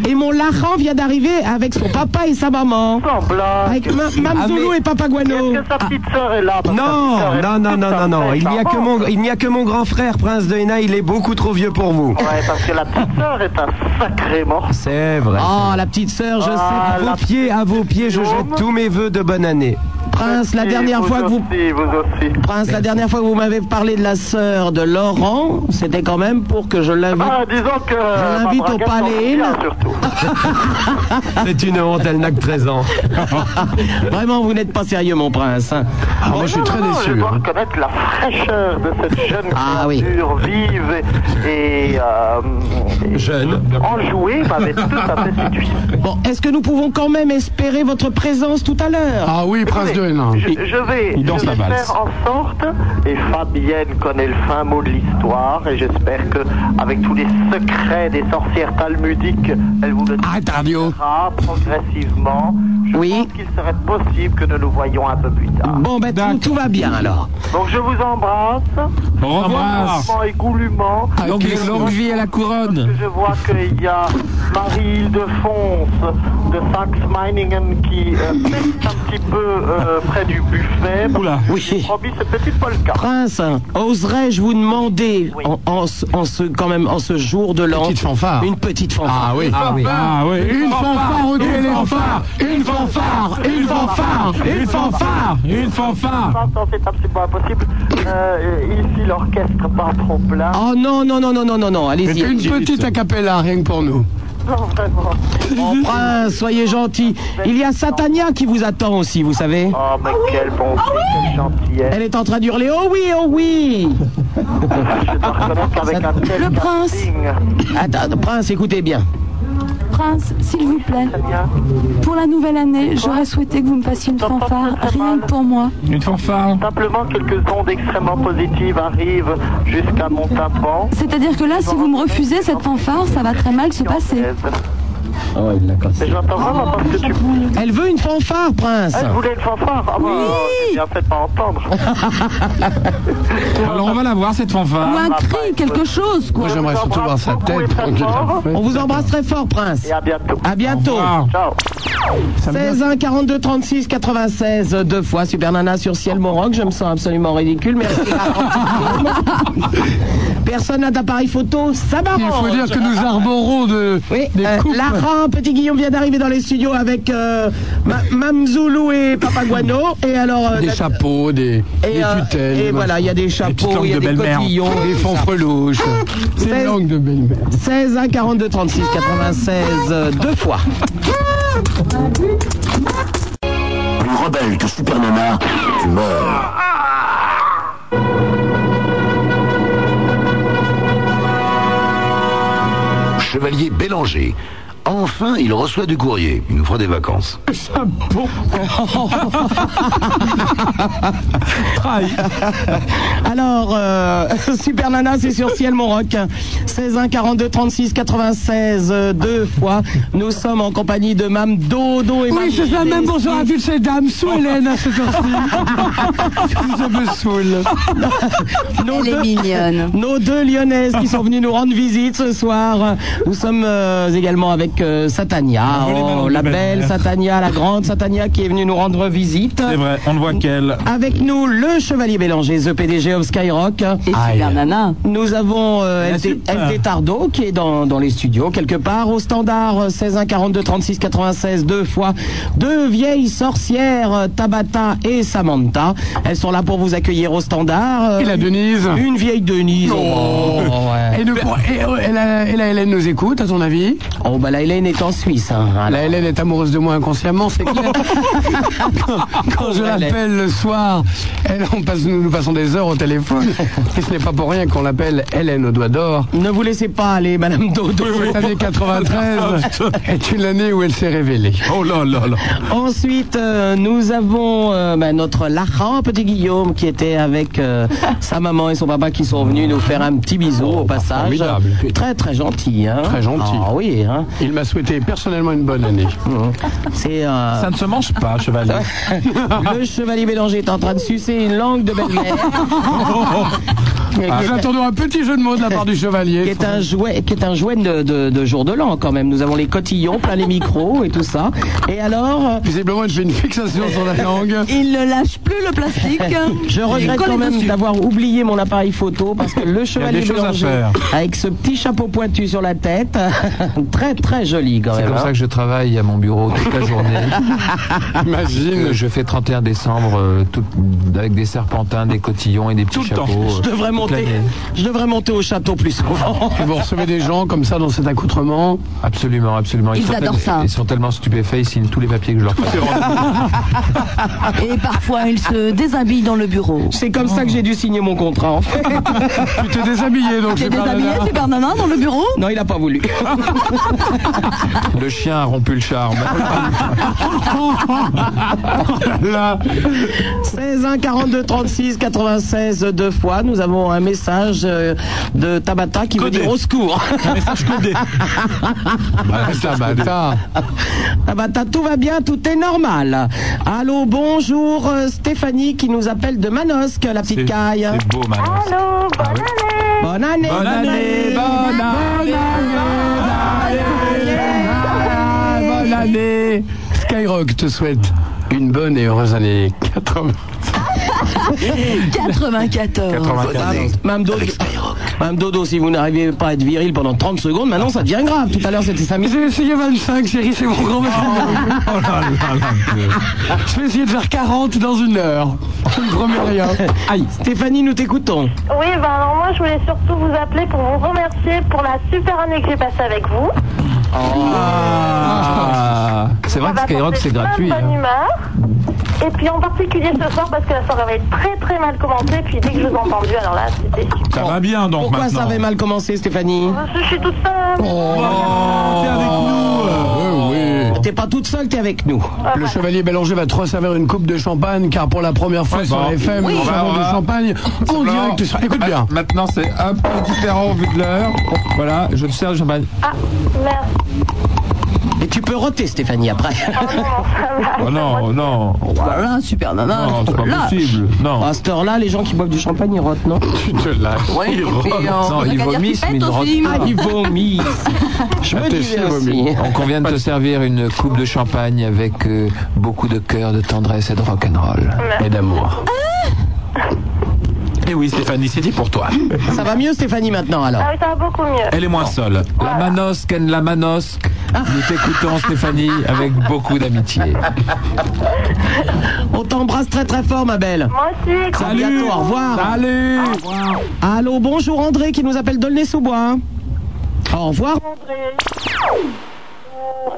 [SPEAKER 3] Et mon Laran vient d'arriver avec son papa et sa maman.
[SPEAKER 1] sans blague.
[SPEAKER 3] Avec ma-
[SPEAKER 6] Ah,
[SPEAKER 3] Mme Zoulou et Papa Guano.
[SPEAKER 1] hein. Est-ce que sa petite sœur est là Parce que sa
[SPEAKER 6] Non,
[SPEAKER 1] petite sœur
[SPEAKER 6] non, non,
[SPEAKER 1] est toute
[SPEAKER 6] non, non,
[SPEAKER 1] seule,
[SPEAKER 6] non.
[SPEAKER 1] elle
[SPEAKER 6] Il n'y a que
[SPEAKER 1] s'en
[SPEAKER 6] mon,
[SPEAKER 1] va.
[SPEAKER 6] il n'y a que mon grand frère, prince de Hénin. Il est beaucoup trop vieux pour vous.
[SPEAKER 1] Ouais, parce que la petite sœur est un sacré mort.
[SPEAKER 6] C'est vrai.
[SPEAKER 3] Oh, la petite sœur,
[SPEAKER 1] Ah,
[SPEAKER 3] je
[SPEAKER 6] À
[SPEAKER 3] sais.
[SPEAKER 6] Ah, vos
[SPEAKER 1] la-
[SPEAKER 6] pieds, à vos pieds, je jette tous mes vœux de bonne année.
[SPEAKER 3] Prince, la
[SPEAKER 1] Et
[SPEAKER 3] dernière
[SPEAKER 1] vous
[SPEAKER 3] fois que vous
[SPEAKER 1] aussi, vous aussi.
[SPEAKER 3] Prince, la dernière fois que vous m'avez parlé de la sœur de Laurent, c'était quand même pour que je l'invite.
[SPEAKER 1] Ah, disons que.
[SPEAKER 3] Je l'invite
[SPEAKER 1] Barbara
[SPEAKER 3] au
[SPEAKER 1] Gates
[SPEAKER 3] palais,
[SPEAKER 1] en vient,
[SPEAKER 3] là.
[SPEAKER 1] surtout.
[SPEAKER 6] C'est une honte, elle n'a que 13 ans.
[SPEAKER 3] *laughs* Vraiment, vous n'êtes pas sérieux, mon prince. hein.
[SPEAKER 7] Ah, moi, je suis
[SPEAKER 1] Non,
[SPEAKER 7] très
[SPEAKER 1] non, Je
[SPEAKER 7] déçu.
[SPEAKER 1] dois reconnaître la fraîcheur de cette jeune
[SPEAKER 3] Ah, oui.
[SPEAKER 1] créature vive et, et, euh, et
[SPEAKER 6] Jeune.
[SPEAKER 1] enjouée m'avait tout à fait séduit.
[SPEAKER 3] Bon, est-ce que nous pouvons quand même espérer votre présence tout à l'heure
[SPEAKER 7] Ah oui, prince de Hénin.
[SPEAKER 1] Je, je vais,
[SPEAKER 9] il danse
[SPEAKER 1] je vais
[SPEAKER 9] la valse.
[SPEAKER 1] faire en sorte, et Fabienne connaît le fin mot de l'histoire, et j'espère que avec tous les secrets des sorcières talmudiques, elle vous le
[SPEAKER 3] Ah,
[SPEAKER 7] Arrête, radio.
[SPEAKER 1] dira progressivement. Je pense qu'il serait possible que nous nous voyions un peu plus tard.
[SPEAKER 3] Bon, ben tout, tout va bien alors.
[SPEAKER 1] Donc je vous embrasse.
[SPEAKER 3] Au revoir.
[SPEAKER 1] Gentiment Et goulûment.
[SPEAKER 3] Donc,
[SPEAKER 1] Et
[SPEAKER 3] longue
[SPEAKER 1] je-
[SPEAKER 3] vie à la
[SPEAKER 1] parce
[SPEAKER 3] couronne.
[SPEAKER 1] que Je vois qu'il y a Marie de Fonce de Saxe Meiningen qui euh, pète un petit peu euh, près du buffet. Oula,
[SPEAKER 3] oui.
[SPEAKER 1] Promis cette petite polka.
[SPEAKER 3] Prince, oserais-je vous demander, en, en ce- en ce, quand même, en ce jour de l'an, une petite fanfare. Une petite fanfare. Ah oui.
[SPEAKER 7] Ah oui. Une fanfare au téléphone.
[SPEAKER 1] Une fanfare, une fanfare, une fanfare, une fanfare. C'est absolument impossible. Euh, ici l'orchestre pas trop plein.
[SPEAKER 3] Oh non, non, non, non, non, non, non, allez-y.
[SPEAKER 1] Une petite
[SPEAKER 3] acapella, rien que pour nous.
[SPEAKER 1] Non, *laughs* vraiment.
[SPEAKER 3] Mon prince, soyez gentil. Il y a Satania qui vous attend aussi, vous savez.
[SPEAKER 1] Oh, mais quel bon fils, quelle gentillesse.
[SPEAKER 3] Elle est en train d'hurler Oh oui, oh oui
[SPEAKER 1] Ah, Le
[SPEAKER 3] prince Attends, prince, écoutez bien.
[SPEAKER 5] Prince, s'il vous plaît, pour la nouvelle année, j'aurais souhaité que vous me fassiez une fanfare, rien que pour moi.
[SPEAKER 1] Une fanfare. Simplement quelques ondes extrêmement positives arrivent jusqu'à mon tympan.
[SPEAKER 5] C'est-à-dire que là, si vous me refusez cette fanfare, ça va très mal se passer.
[SPEAKER 1] Ah Mais j'entends vraiment pas ce que tu
[SPEAKER 3] Elle veut une fanfare, prince
[SPEAKER 1] Elle voulait une fanfare Ah bah, j'ai bien fait de pas entendre.
[SPEAKER 24] Alors on va la voir cette fanfare.
[SPEAKER 1] Ou un cri,
[SPEAKER 24] quelque
[SPEAKER 5] chose
[SPEAKER 24] quoi.
[SPEAKER 7] j'aimerais surtout voir sa tête.
[SPEAKER 3] On vous embrasse très fort, prince.
[SPEAKER 1] Et à bientôt.
[SPEAKER 3] À bientôt.
[SPEAKER 1] Ciao.
[SPEAKER 3] 16 1 42 36 96 deux fois Super Nana sur ciel Moroc. Je me sens absolument ridicule. Merci. Personne n'a d'appareil photo. Ça m'arrange.
[SPEAKER 7] Il faut dire que nous arborons de, des
[SPEAKER 3] Euh,
[SPEAKER 7] coupes.
[SPEAKER 3] Lara, petit Guillaume vient d'arriver dans les studios avec euh, Ma- Mamzoulou et Papaguano. Et alors. euh,
[SPEAKER 7] Des
[SPEAKER 3] la-
[SPEAKER 7] chapeaux, des,
[SPEAKER 3] Et,
[SPEAKER 7] des
[SPEAKER 3] euh,
[SPEAKER 7] tutelles.
[SPEAKER 3] et voilà, il y a des chapeaux, il y a des cotillons,
[SPEAKER 7] Des
[SPEAKER 3] tout
[SPEAKER 7] fonds
[SPEAKER 3] ça.
[SPEAKER 7] frelouches. C'est une
[SPEAKER 3] Seize-
[SPEAKER 7] langue de belle-mère.
[SPEAKER 3] 16 1 42 36 96 euh, deux fois.
[SPEAKER 12] Plus rebelle que Super Nana, tu meurs. Chevalier Bélanger. Enfin, il reçoit du courrier. Il nous fera des vacances.
[SPEAKER 25] Chapeau.
[SPEAKER 3] Alors, euh, *laughs* Super Nana, c'est sur Ciel Mon Rock. 16 1 42 36 96 euh, deux fois. Nous sommes en compagnie de Mme Dodo et
[SPEAKER 26] Oui, c'est ça, même bonjour à toutes ces dames, sous Hélène à cette
[SPEAKER 7] *laughs*
[SPEAKER 26] heure-ci.
[SPEAKER 3] Je me saoule. Nos deux, Nos deux lyonnaises qui sont venues nous rendre visite ce soir. Nous sommes euh, également avec euh, Satania.
[SPEAKER 24] les
[SPEAKER 3] Oh,
[SPEAKER 24] ballons,
[SPEAKER 3] la
[SPEAKER 24] les
[SPEAKER 3] belle
[SPEAKER 24] ballons.
[SPEAKER 3] Satania, la grande Satania qui est venue nous rendre visite.
[SPEAKER 24] C'est vrai, on ne voit qu'elle.
[SPEAKER 3] Avec nous, le Chevalier Bélanger, The PDG of Skyrock. Et Super Nana. Nous avons euh,
[SPEAKER 24] La
[SPEAKER 3] LD,
[SPEAKER 24] super.
[SPEAKER 3] LD Tardo qui est dans, dans les studios, quelque part, au standard euh, 16 1 42 36 96, deux fois. Deux vieilles sorcières, euh, Tabata et Samantha. Elles sont là pour vous accueillir au standard. et la
[SPEAKER 7] Denise
[SPEAKER 3] Une vieille Denise.
[SPEAKER 7] Oh. Et, nous- et, euh, et la, et la Hélène nous écoute, à ton avis
[SPEAKER 3] Oh, bah la Hélène est en Suisse. hein.
[SPEAKER 7] La Hélène est amoureuse de moi inconsciemment, c'est
[SPEAKER 3] *laughs*
[SPEAKER 7] clair. quand, quand je l'appelle le soir, elle, on passe, nous, nous passons des heures au téléphone.
[SPEAKER 3] *laughs*
[SPEAKER 7] Et ce n'est pas pour rien qu'on l'appelle Hélène au doigt d'or.
[SPEAKER 3] Ne vous laissez pas aller, Madame Dodo.
[SPEAKER 7] Cette année 93 est une année où elle s'est révélée.
[SPEAKER 24] Oh là là là.
[SPEAKER 3] Ensuite, euh, nous avons euh, bah, notre Laran, petit Guillaume, qui était
[SPEAKER 7] *laughs*
[SPEAKER 3] avec euh, sa maman et son papa qui sont venus nous faire un petit bisou au passage.
[SPEAKER 7] Oh, formidable.
[SPEAKER 3] Très très gentil. Hein.
[SPEAKER 7] Très gentil. Mm.
[SPEAKER 3] Ah oui. Hein.
[SPEAKER 7] Il m'a souhaité personnellement une bonne année. Ah.
[SPEAKER 3] C'est euh,
[SPEAKER 24] Ça ne se mange pas, chevalier.
[SPEAKER 3] le chevalier Bélanger est en train de sucer une langue
[SPEAKER 7] *laughs*
[SPEAKER 3] de *laughs* belle-mère.
[SPEAKER 7] Ah, nous attendons un petit jeu de mots de la part du chevalier.
[SPEAKER 3] Qui est un jouet, qui est un jouet de, de- de jour de l'an quand même. Nous avons les cotillons, plein les micros et tout ça. Et alors
[SPEAKER 7] Visiblement, il fait une fixation sur la langue.
[SPEAKER 3] *laughs* Il ne lâche plus le plastique. Je
[SPEAKER 7] Il
[SPEAKER 3] regrette
[SPEAKER 7] colle
[SPEAKER 3] quand même
[SPEAKER 7] dessus.
[SPEAKER 3] d'avoir oublié mon appareil photo parce que le chevalier
[SPEAKER 24] des choses à
[SPEAKER 3] Bélanger,
[SPEAKER 24] faire.
[SPEAKER 3] avec ce petit chapeau pointu sur la tête, *laughs* très très joli quand
[SPEAKER 4] C'est
[SPEAKER 3] même.
[SPEAKER 4] comme
[SPEAKER 3] hein.
[SPEAKER 4] ça que je travaille à mon bureau toute la journée.
[SPEAKER 6] *laughs*
[SPEAKER 7] Imagine.
[SPEAKER 4] je fais 31 décembre euh, tout- avec des serpentins, des cotillons et des petits chapeaux. euh,
[SPEAKER 3] Je devrais
[SPEAKER 4] toute
[SPEAKER 3] monter,
[SPEAKER 4] l'année.
[SPEAKER 3] je devrais monter au château plus souvent.
[SPEAKER 7] Et vous recevez des gens comme ça dans cet accoutrement
[SPEAKER 4] Absolument, absolument.
[SPEAKER 7] Ils
[SPEAKER 4] sont
[SPEAKER 7] adorent
[SPEAKER 4] tel-
[SPEAKER 7] ça.
[SPEAKER 4] Ils sont tellement stupéfaits, ils signent tous les papiers que je leur passe.
[SPEAKER 27] Et parfois, il se déshabille dans le bureau.
[SPEAKER 3] *laughs* C'est comme ça que j'ai dû signer mon contrat, en fait.
[SPEAKER 7] tu t'es déshabillé, donc
[SPEAKER 27] T'es
[SPEAKER 7] c'est pas
[SPEAKER 27] déshabillé,
[SPEAKER 7] nana.
[SPEAKER 27] c'est par nana dans le
[SPEAKER 7] *laughs*
[SPEAKER 27] bureau
[SPEAKER 3] Non, il n'a pas voulu. *laughs*
[SPEAKER 4] Le chien a rompu le charme.
[SPEAKER 3] 16 1 42 36 96 deux fois. Nous avons un message euh, de Tabata qui veut
[SPEAKER 28] Codé.
[SPEAKER 3] dire au *laughs* secours.
[SPEAKER 28] Un
[SPEAKER 7] Ah,
[SPEAKER 28] message codé.
[SPEAKER 7] Bah,
[SPEAKER 3] Tabata. Tabata, tout va bien, tout est normal. Allô, bonjour euh, Stéphanie qui nous appelle de Manosque, la petite caille.
[SPEAKER 28] c'est beau, Manosque.
[SPEAKER 8] Allô, bonne année.
[SPEAKER 28] Bonne
[SPEAKER 3] Bonne année.
[SPEAKER 28] année, bonne année,
[SPEAKER 7] Bonne année Skyrock te souhaite une bonne et heureuse année 80.
[SPEAKER 5] 94.
[SPEAKER 3] Mme Dodo, Mme Dodo, si vous n'arrivez pas à être viril pendant 30 secondes, maintenant ça devient grave. Tout à l'heure
[SPEAKER 7] *laughs*
[SPEAKER 3] c'était Samy.
[SPEAKER 29] J'ai essayé 25, chérie, c'est mon grand
[SPEAKER 7] Oh, Je vais essayer de faire 40 dans une heure. Je ne promets rien.
[SPEAKER 3] Aïe, Stéphanie, nous t'écoutons.
[SPEAKER 8] Oui, ben alors moi je voulais surtout vous appeler pour vous remercier pour la super année que j'ai passée avec vous.
[SPEAKER 4] Ah, c'est vrai que Skyrock c'est
[SPEAKER 8] Plein de
[SPEAKER 4] gratuit.
[SPEAKER 8] bonne
[SPEAKER 4] hein.
[SPEAKER 8] humeur. Et puis en particulier ce soir parce que la soirée va être très très mal commentée. Puis dès que je vous ai entendu, alors là c'était super.
[SPEAKER 30] Ça va bien donc
[SPEAKER 3] Pourquoi
[SPEAKER 30] maintenant.
[SPEAKER 3] ça avait mal commencé, Stéphanie
[SPEAKER 8] Je suis toute seule.
[SPEAKER 4] Oh.
[SPEAKER 7] T'es avec nous euh,
[SPEAKER 3] Oh. T'es pas toute seule, t'es avec nous.
[SPEAKER 7] Le chevalier Bélanger va te resservir une coupe de champagne car pour la première fois
[SPEAKER 3] Oh,
[SPEAKER 4] Ouais,
[SPEAKER 7] sur
[SPEAKER 4] bon.
[SPEAKER 7] FM,
[SPEAKER 4] Oui.
[SPEAKER 7] nous
[SPEAKER 4] On va-
[SPEAKER 7] servons
[SPEAKER 4] on
[SPEAKER 7] du
[SPEAKER 4] va-
[SPEAKER 7] champagne en
[SPEAKER 4] Blanc.
[SPEAKER 7] direct sur... Écoute
[SPEAKER 4] Ma-
[SPEAKER 7] bien.
[SPEAKER 4] Maintenant, c'est un peu différent vu de l'heure. euh, Voilà, je me sers le champagne.
[SPEAKER 8] Ah, merde.
[SPEAKER 3] Et tu peux roter,
[SPEAKER 7] *laughs*
[SPEAKER 3] Stéphanie, après.
[SPEAKER 4] Oh non, non.
[SPEAKER 5] Voilà, super nana.
[SPEAKER 7] Oh,
[SPEAKER 4] Non, c'est pas
[SPEAKER 3] Lâche.
[SPEAKER 4] *laughs* possible. Non.
[SPEAKER 3] À cette heure-là, les gens qui boivent du champagne, ils rotent, non
[SPEAKER 4] Tu te lâches.
[SPEAKER 3] Ouais,
[SPEAKER 4] Ils
[SPEAKER 3] et puis,
[SPEAKER 4] rotent.
[SPEAKER 3] euh, on
[SPEAKER 4] Non,
[SPEAKER 3] a
[SPEAKER 4] ils
[SPEAKER 3] qu'à dire
[SPEAKER 4] vomissent,
[SPEAKER 3] qu'ils
[SPEAKER 4] mais ils ne
[SPEAKER 3] pètent aussi,
[SPEAKER 4] rotent pas.
[SPEAKER 3] Ah, ils
[SPEAKER 7] *laughs*
[SPEAKER 3] vomissent. Je me divertis.
[SPEAKER 4] Donc on vient de te servir une coupe de champagne avec euh, beaucoup de cœur, de tendresse et de rock'n'roll. Et d'amour.
[SPEAKER 7] Ah.
[SPEAKER 30] Et oui, Stéphanie, c'est dit pour toi.
[SPEAKER 3] Ça va mieux, Stéphanie, maintenant, alors
[SPEAKER 8] Ah oui, ça va beaucoup mieux.
[SPEAKER 30] Elle est moins seule.
[SPEAKER 4] La manosque and la manosque. Nous t'écoutons, Stéphanie, avec beaucoup d'amitié.
[SPEAKER 3] On t'embrasse très très fort, ma belle.
[SPEAKER 8] Moi aussi.
[SPEAKER 3] À bientôt, au revoir.
[SPEAKER 30] Salut.
[SPEAKER 3] Allô, bonjour André qui nous appelle Dolnay-sous-Bois. Au revoir.
[SPEAKER 8] Oh,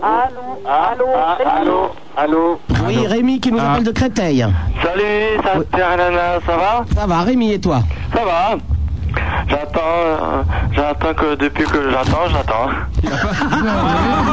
[SPEAKER 1] Allô Allô Ah, Allô Allô
[SPEAKER 3] Oui, Rémi qui nous appelle de Créteil.
[SPEAKER 1] Salut, ça va, nana, ça va
[SPEAKER 3] Ça va, Rémi et toi
[SPEAKER 1] Ça va J'attends, euh, j'attends que depuis que j'attends, j'attends.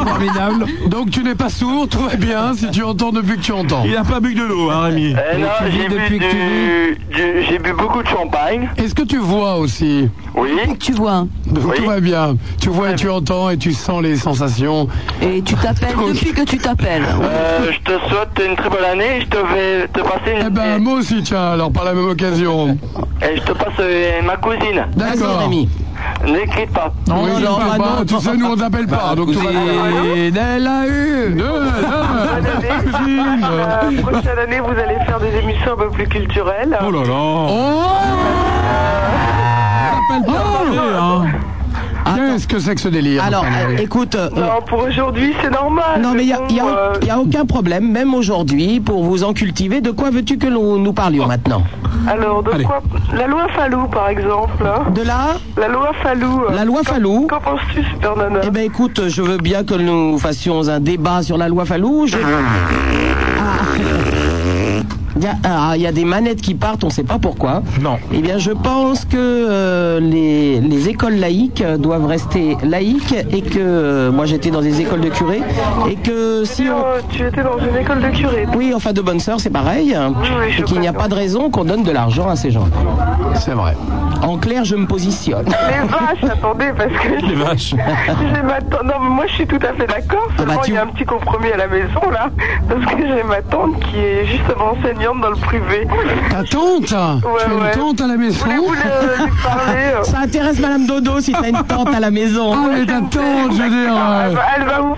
[SPEAKER 7] Formidable. Donc tu n'es pas sourd, tout va bien si tu entends depuis que tu entends.
[SPEAKER 30] Il n'a pas bu que de l'eau, hein, Rémi.
[SPEAKER 1] Eh non, j'ai bu, du, du- j'ai bu beaucoup de champagne.
[SPEAKER 7] Est-ce que tu vois aussi
[SPEAKER 1] Oui.
[SPEAKER 5] Tu vois.
[SPEAKER 7] Donc tout va bien. Tu vois et tu entends et tu sens les sensations.
[SPEAKER 5] Et tu t'appelles depuis que tu t'appelles.
[SPEAKER 1] Euh, je te souhaite une très bonne année. Je te vais te passer une.
[SPEAKER 7] Eh ben moi aussi tiens, alors par la même occasion.
[SPEAKER 1] Et je te passe euh, ma cousine.
[SPEAKER 7] D'accord.
[SPEAKER 3] Rémi.
[SPEAKER 1] N'écris pas.
[SPEAKER 7] Non, oui, je
[SPEAKER 3] non,
[SPEAKER 7] sais
[SPEAKER 3] bah
[SPEAKER 7] pas,
[SPEAKER 3] non.
[SPEAKER 7] tu sais, nous on t'appelle pas, donc tout va bien.
[SPEAKER 4] Et elle a eu.
[SPEAKER 1] Bonne
[SPEAKER 30] *laughs*
[SPEAKER 1] année. La prochaine année, vous allez faire des émissions un peu plus culturelles.
[SPEAKER 30] Oh là là.
[SPEAKER 7] Qu'est-ce que c'est que ce délire
[SPEAKER 3] Alors, euh, écoute, euh,
[SPEAKER 1] Non, pour aujourd'hui, c'est normal.
[SPEAKER 3] non mais il n'y a,
[SPEAKER 1] bon,
[SPEAKER 3] y a-
[SPEAKER 1] euh,
[SPEAKER 3] y a aucun problème, même aujourd'hui, pour vous en cultiver. De quoi veux-tu que nous, nous parlions maintenant
[SPEAKER 1] Alors, de
[SPEAKER 30] Allez.
[SPEAKER 1] quoi La loi Fallou, par exemple. hein.
[SPEAKER 3] De là,
[SPEAKER 1] La loi Fallou. euh,
[SPEAKER 3] la loi Fallou.
[SPEAKER 1] Qu'en penses-tu, Super Nana
[SPEAKER 3] Eh ben écoute, je veux bien que nous fassions un débat sur la loi Fallou. Je- Ah. Il y a- ah, il y a des manettes qui partent, on ne sait pas pourquoi.
[SPEAKER 30] Non.
[SPEAKER 3] Eh bien, je pense que euh, les, les écoles laïques euh, doivent rester laïques et que euh, moi j'étais dans des écoles de curés et que si
[SPEAKER 1] Tiens,
[SPEAKER 3] on...
[SPEAKER 1] euh, Tu étais dans une école de curé.
[SPEAKER 3] Oui, enfin de bonnes sœurs, c'est pareil.
[SPEAKER 1] oui, je
[SPEAKER 3] et qu'il n'y a
[SPEAKER 1] comprends.
[SPEAKER 3] pas de raison qu'on donne de l'argent à ces gens.
[SPEAKER 7] C'est vrai.
[SPEAKER 3] En clair, je me
[SPEAKER 1] *laughs*
[SPEAKER 3] positionne.
[SPEAKER 1] Les vaches, attendez, parce que. Les vaches. *laughs* J'ai ma tante. Non, mais moi, je suis tout à fait d'accord. Seulement,
[SPEAKER 3] Bah, tu-
[SPEAKER 1] il y a un petit compromis à la maison, là. Parce que j'ai ma tante qui est justement enseignante dans le privé.
[SPEAKER 7] Ta tante Tu as
[SPEAKER 1] ouais.
[SPEAKER 7] une tante à la
[SPEAKER 1] Vous
[SPEAKER 7] maison
[SPEAKER 1] voulez vous
[SPEAKER 7] *laughs*
[SPEAKER 1] le- lui parler euh,
[SPEAKER 3] Ça intéresse Madame Dodo si t'as une tante à la maison.
[SPEAKER 1] *laughs*
[SPEAKER 7] Ah mais ta tante, je veux dire Oh,
[SPEAKER 1] Elle
[SPEAKER 7] euh,
[SPEAKER 1] va- Elle va vous.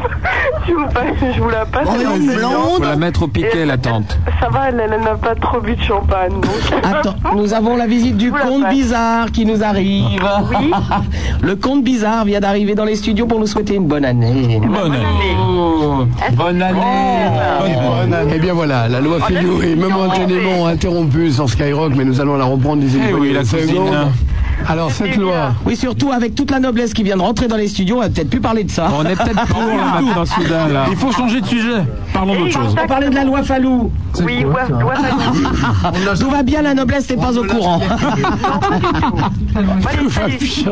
[SPEAKER 1] Je vous, passe- je vous la passe. elle est enseignante.
[SPEAKER 4] Faut la mettre au piquet, la tante.
[SPEAKER 1] Ça va, elle, elle n'a pas trop bu de champagne. Donc...
[SPEAKER 3] Attends, nous avons la visite du
[SPEAKER 1] Oula,
[SPEAKER 3] comte
[SPEAKER 1] vache.
[SPEAKER 3] bizarre qui nous arrive.
[SPEAKER 1] Oui.
[SPEAKER 3] *laughs* Le comte bizarre vient d'arriver dans les studios pour nous souhaiter une bonne année.
[SPEAKER 30] Bonne année.
[SPEAKER 4] Bonne année.
[SPEAKER 7] Eh bien voilà, la
[SPEAKER 1] Oh,
[SPEAKER 7] loi Fillou est momentanément interrompue sur Skyrock, mais nous allons la hein. reprendre d'ici
[SPEAKER 30] Eh
[SPEAKER 7] une
[SPEAKER 30] oui, la
[SPEAKER 7] seconde.
[SPEAKER 30] cousine.
[SPEAKER 7] Alors cette loi,
[SPEAKER 3] Oui, surtout avec toute la noblesse qui vient de rentrer dans les studios, on va peut-être plus parler de ça.
[SPEAKER 4] On est peut-être pour là, maintenant,
[SPEAKER 7] Ah.
[SPEAKER 4] soudain, là.
[SPEAKER 30] Il faut changer de sujet. Parlons
[SPEAKER 1] Eh
[SPEAKER 30] d'autre chose.
[SPEAKER 3] On va parler de la loi Fallou.
[SPEAKER 1] Oui, ouais, ouais,
[SPEAKER 30] Ah,
[SPEAKER 1] Fallou.
[SPEAKER 3] Tout va bien, la noblesse n'est pas au courant.
[SPEAKER 1] Allez, salut.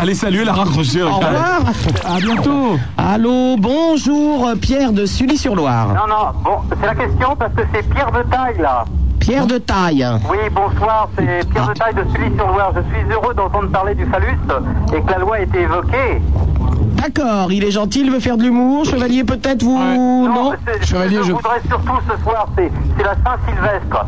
[SPEAKER 30] Allez, salut, elle a raccroché.
[SPEAKER 3] Au revoir.
[SPEAKER 30] À bientôt.
[SPEAKER 3] Allô, bonjour, Pierre de Sully-sur-Loire.
[SPEAKER 1] Non, non, bon, c'est la question parce que c'est Pierre de taille là.
[SPEAKER 3] Pierre de taille.
[SPEAKER 1] Oui, bonsoir, c'est Pierre de Taille de Sully-sur-Loire. Je suis heureux d'entendre parler du phallus et que la loi ait été évoquée.
[SPEAKER 3] D'accord, il est gentil, il veut faire de l'humour. Chevalier, peut-être vous. Non,
[SPEAKER 1] C'est- ce que je voudrais surtout ce soir, c'est c'est la Saint-Sylvestre.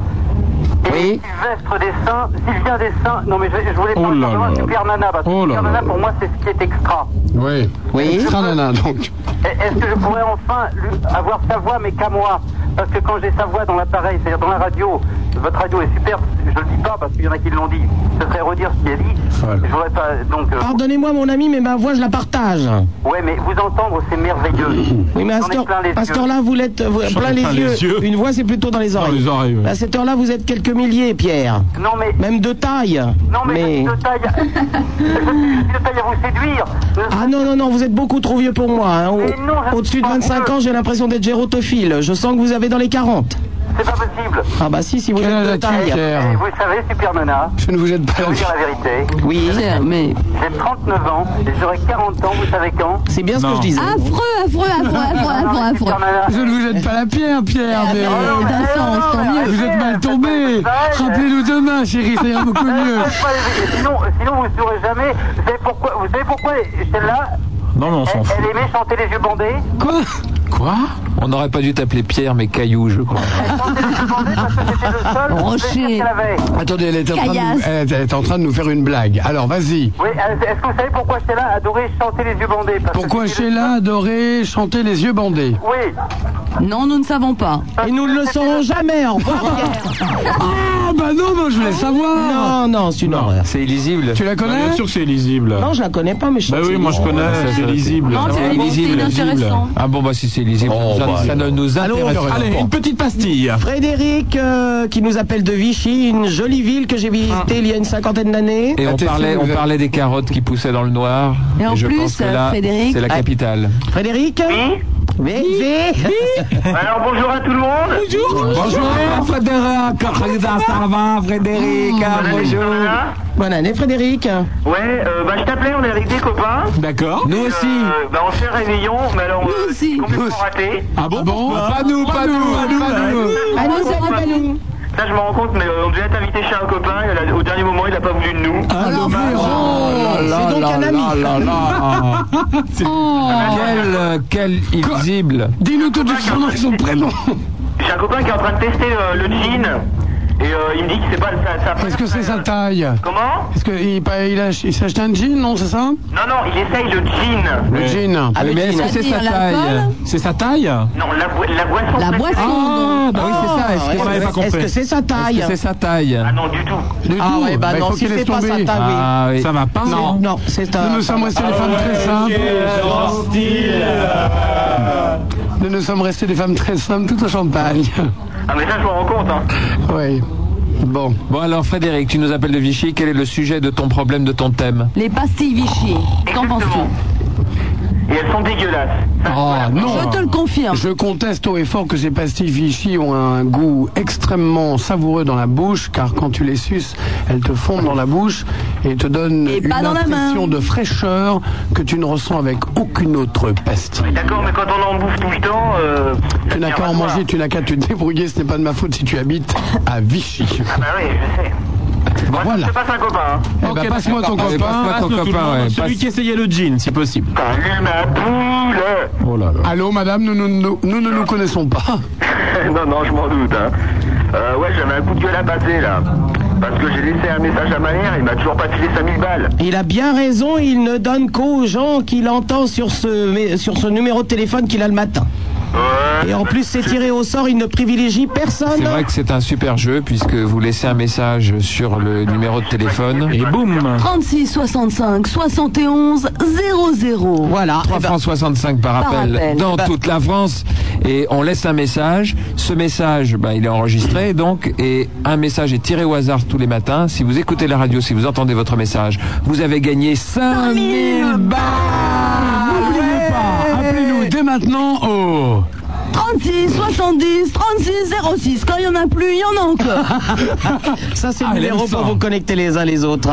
[SPEAKER 1] Et Sylvestre des Saints, Sylvien des Saints. Non, mais je, je
[SPEAKER 3] Oh
[SPEAKER 1] voulais parler
[SPEAKER 7] là
[SPEAKER 1] simplement de
[SPEAKER 7] là.
[SPEAKER 1] Super Nana. Parce que
[SPEAKER 7] Oh là
[SPEAKER 1] Super Nana,
[SPEAKER 7] là.
[SPEAKER 1] pour moi, c'est ce qui est extra.
[SPEAKER 7] Oui.
[SPEAKER 1] Oui.
[SPEAKER 7] Extra nana, donc.
[SPEAKER 1] Et- Est-ce que je pourrais enfin lui- avoir sa voix, mais qu'à moi Parce que quand j'ai sa voix dans l'appareil, c'est-à-dire dans la radio, votre radio est super, je le dis pas parce qu'il y en a qui l'ont dit. Ce serait redire ce qui est dit.
[SPEAKER 3] Ah
[SPEAKER 1] Je voudrais pas. Donc, euh,
[SPEAKER 3] Pardonnez-moi, mon ami, mais ma voix, je la partage.
[SPEAKER 1] ouais, mais vous entendre, c'est merveilleux.
[SPEAKER 3] Oui, mais à
[SPEAKER 1] J'en ai
[SPEAKER 3] cette heure-
[SPEAKER 1] plein les
[SPEAKER 3] à
[SPEAKER 1] yeux.
[SPEAKER 3] cette heure-là, vous l'êtes vous-
[SPEAKER 1] J'en ai
[SPEAKER 3] plein les
[SPEAKER 1] plein les
[SPEAKER 3] yeux.
[SPEAKER 1] yeux.
[SPEAKER 3] Une voix, c'est plutôt dans les oreilles.
[SPEAKER 1] les oreilles, ouais.
[SPEAKER 3] À cette heure-là, vous êtes quelques milliers, Pierre.
[SPEAKER 1] Non, mais...
[SPEAKER 3] Même de taille.
[SPEAKER 1] Non, mais, je suis de taille. *laughs* je suis de taille à vous séduire.
[SPEAKER 3] Ah non, non, non, vous êtes beaucoup trop vieux pour moi. hein. Au-
[SPEAKER 1] Mais non, je
[SPEAKER 3] Au-dessus
[SPEAKER 1] suis
[SPEAKER 3] de
[SPEAKER 1] pas
[SPEAKER 3] 25 ans, j'ai l'impression d'être gérotophile. Je sens que vous avez dans les 40.
[SPEAKER 1] C'est pas possible.
[SPEAKER 3] Ah bah si, si vous
[SPEAKER 1] Quel
[SPEAKER 3] êtes de
[SPEAKER 1] âge as-tu,
[SPEAKER 3] taille.
[SPEAKER 1] Pierre Eh, vous savez, Super Nana.
[SPEAKER 7] Je ne vous jette pas.
[SPEAKER 1] Je vais vous dire la vérité.
[SPEAKER 3] Oui,
[SPEAKER 1] mais. J'ai 39 ans, et j'aurai 40 ans, vous savez quand
[SPEAKER 3] C'est bien
[SPEAKER 1] ce que je disais.
[SPEAKER 7] Ah,
[SPEAKER 31] Affreux, affreux, affreux, affreux, affreux, affreux.
[SPEAKER 7] Je ne vous jette pas la pierre, Pierre, mais. euh, Vous êtes mal tombé. Rappelez-nous demain, chérie, ça ira beaucoup mieux.
[SPEAKER 1] Euh, Sinon, sinon vous ne saurez jamais. Vous savez pourquoi, vous savez pourquoi celle-là,
[SPEAKER 32] Non, mais on s'en fout.
[SPEAKER 1] elle aimait chanter les yeux bandés
[SPEAKER 7] Quoi
[SPEAKER 4] Quoi On n'aurait pas dû t'appeler Pierre, mais Caillou, je crois.
[SPEAKER 1] Rocher.
[SPEAKER 7] Attendez, elle est, en train de nous,
[SPEAKER 1] Caillasse.
[SPEAKER 7] elle est- elle est en train de nous faire une blague. Alors, vas-y.
[SPEAKER 1] Oui, est-ce que vous savez pourquoi Sheila adorait chanter les yeux bandés Parce que
[SPEAKER 7] Pourquoi
[SPEAKER 1] c'était le-
[SPEAKER 7] Sheila adorait chanter les yeux bandés
[SPEAKER 1] Oui.
[SPEAKER 5] Non, nous ne savons pas.
[SPEAKER 7] ben,
[SPEAKER 3] Et nous ne le saurons jamais, au revoir.
[SPEAKER 7] Ah bah non, moi je voulais savoir.
[SPEAKER 3] Non, non, c'est une horreur.
[SPEAKER 4] C'est illisible.
[SPEAKER 7] Tu la connais
[SPEAKER 32] Bah,
[SPEAKER 7] Oh,
[SPEAKER 32] Bien sûr que c'est illisible.
[SPEAKER 3] Non, je la connais pas, mais je
[SPEAKER 7] Ben
[SPEAKER 32] Bah oui, moi je connais, c'est illisible.
[SPEAKER 4] Non, c'est
[SPEAKER 32] illisible.
[SPEAKER 4] inintéressant. Ah bon, bah si c'est illisible, ça, ça ne nous intéresse pas.
[SPEAKER 32] Allez, une petite pastille.
[SPEAKER 3] Frédéric, euh, qui nous appelle de Vichy, une jolie ville que j'ai visitée il y a une cinquantaine d'années.
[SPEAKER 4] Et on parlait, on parlait des carottes qui poussaient dans le noir.
[SPEAKER 3] Et en
[SPEAKER 4] je
[SPEAKER 3] plus,
[SPEAKER 4] pense que
[SPEAKER 3] euh,
[SPEAKER 4] là,
[SPEAKER 3] Frédéric-
[SPEAKER 4] c'est la
[SPEAKER 3] Ah.
[SPEAKER 4] capitale.
[SPEAKER 3] Frédéric Oui Oui,
[SPEAKER 1] Alors bonjour à tout le monde
[SPEAKER 3] Bonjour
[SPEAKER 33] Bonjour,
[SPEAKER 3] Frédéric Frédéric,
[SPEAKER 32] Ah,
[SPEAKER 7] euh,
[SPEAKER 3] bonjour Bonne année Frédéric
[SPEAKER 1] Ouais, euh, bah je t'appelais, on est avec des copains.
[SPEAKER 4] D'accord.
[SPEAKER 1] Nous aussi. bah on fait réveillon, mais alors nous aussi. complètement raté.
[SPEAKER 7] Ah bon, Pas nous, pas nous, pas nous, pas nous.
[SPEAKER 1] Ah non, c'est pas nous. Ça je me rends compte, mais euh, on devait être invité chez un copain, et là, au dernier moment il a pas voulu de nous. Ah,
[SPEAKER 7] Ah,
[SPEAKER 4] C'est donc un ami. Quel, quel illisible.
[SPEAKER 7] Dis-nous tout de suite son prénom.
[SPEAKER 1] J'ai un copain qui est en train de tester euh, le jean, et euh, il me dit que c'est pas ça. ça-
[SPEAKER 7] Est-ce que c'est sa taille
[SPEAKER 1] Comment
[SPEAKER 7] Est-ce qu'il il a- il s'est acheté un jean, non, c'est ça
[SPEAKER 1] Non, non, il essaye le jean.
[SPEAKER 7] Le jean.
[SPEAKER 1] Ah, le
[SPEAKER 7] mais est-ce
[SPEAKER 1] jean.
[SPEAKER 7] que c'est sa
[SPEAKER 1] C'est-à-dire la
[SPEAKER 7] taille
[SPEAKER 1] colle
[SPEAKER 7] C'est sa taille
[SPEAKER 3] Ah,
[SPEAKER 1] Non, la, boi- la boisson.
[SPEAKER 5] La boisson,
[SPEAKER 7] Ah, bah oui, c'est ça. Est-ce que
[SPEAKER 3] Est-ce
[SPEAKER 7] ça-
[SPEAKER 3] que- est-ce que c'est sa taille
[SPEAKER 4] Est-ce que c'est sa taille
[SPEAKER 1] Ah non, du tout.
[SPEAKER 7] Du
[SPEAKER 3] Ah
[SPEAKER 7] tout.
[SPEAKER 3] ouais, bah
[SPEAKER 7] Bah, il
[SPEAKER 3] non,
[SPEAKER 7] faut
[SPEAKER 3] si
[SPEAKER 7] qu'il
[SPEAKER 3] c'est
[SPEAKER 7] laisse
[SPEAKER 3] pas sa
[SPEAKER 7] tomber.
[SPEAKER 3] taille, oui.
[SPEAKER 4] Ah oui.
[SPEAKER 7] Ça va pas
[SPEAKER 3] Non, non, c'est un...
[SPEAKER 7] Nous nous sommes restés des femmes très simples. Nous nous sommes restés des femmes très simples, tout au champagne.
[SPEAKER 1] Ah, mais ça je m'en rends compte, hein.
[SPEAKER 7] Oui. Bon.
[SPEAKER 4] Bon alors Frédéric, tu nous appelles de Vichy, quel est le sujet de ton problème, de ton thème
[SPEAKER 5] Les pastilles Vichy. Qu'en penses-tu
[SPEAKER 1] Et elles sont dégueulasses.
[SPEAKER 7] Ah non
[SPEAKER 5] Je te le confirme.
[SPEAKER 7] Je conteste haut et fort que ces pastilles Vichy ont un goût extrêmement savoureux dans la bouche, car quand tu les suces, elles te fondent dans la bouche et te donnent une
[SPEAKER 5] pas dans la main.
[SPEAKER 7] impression de fraîcheur que tu ne ressens avec aucune autre pastille.
[SPEAKER 1] D'accord, mais quand on en bouffe tout le temps, euh,
[SPEAKER 7] Tu n'as qu'à en manger, tu n'as qu'à te débrouiller, ce n'est pas de ma faute si tu habites à Vichy.
[SPEAKER 1] Ah bah oui, je sais. Moi,
[SPEAKER 7] voilà.
[SPEAKER 1] je te passe un copain. hein.
[SPEAKER 7] Eh ben, passe-moi ton copain.
[SPEAKER 32] Passe-nous tout le monde, Celui qui essayait le jean, si possible.
[SPEAKER 1] Salut ma poule *laughs*
[SPEAKER 7] Allô, madame, nous, nous- nous- nous ne nous connaissons pas.
[SPEAKER 1] Non, non, je m'en doute. Hein. Euh, ouais, j'avais un coup de gueule à passer là. Parce que j'ai laissé un message à ma mère, il m'a toujours pas filé 5000 balles.
[SPEAKER 3] Il a bien raison, il ne donne qu'aux gens qu'il entend sur ce, mais- sur ce numéro de téléphone qu'il a le matin. Et en plus, c'est tiré au sort, il ne privilégie personne.
[SPEAKER 4] C'est vrai que c'est un super jeu puisque vous laissez un message sur le numéro de téléphone et boum
[SPEAKER 5] 36 65 71 00.
[SPEAKER 3] Voilà. Eh ben,
[SPEAKER 4] 3 francs 65 par
[SPEAKER 5] Par
[SPEAKER 4] appel,
[SPEAKER 5] appel.
[SPEAKER 4] dans
[SPEAKER 5] Bah.
[SPEAKER 4] toute la France et on laisse un message. Ce message, bah, il est enregistré donc et un message est tiré au hasard tous les matins. Si vous écoutez la radio, si vous entendez votre message, vous avez gagné 5000 balles. Eh,
[SPEAKER 7] N'oubliez pas, appelez-nous dès maintenant au
[SPEAKER 5] 36 36 70 36 06. Quand il n'y en a plus, il y en a encore.
[SPEAKER 3] Ça, c'est
[SPEAKER 5] Ah,
[SPEAKER 3] le
[SPEAKER 5] elle
[SPEAKER 3] numéro
[SPEAKER 5] aime ça.
[SPEAKER 3] pour vous connecter les uns les autres.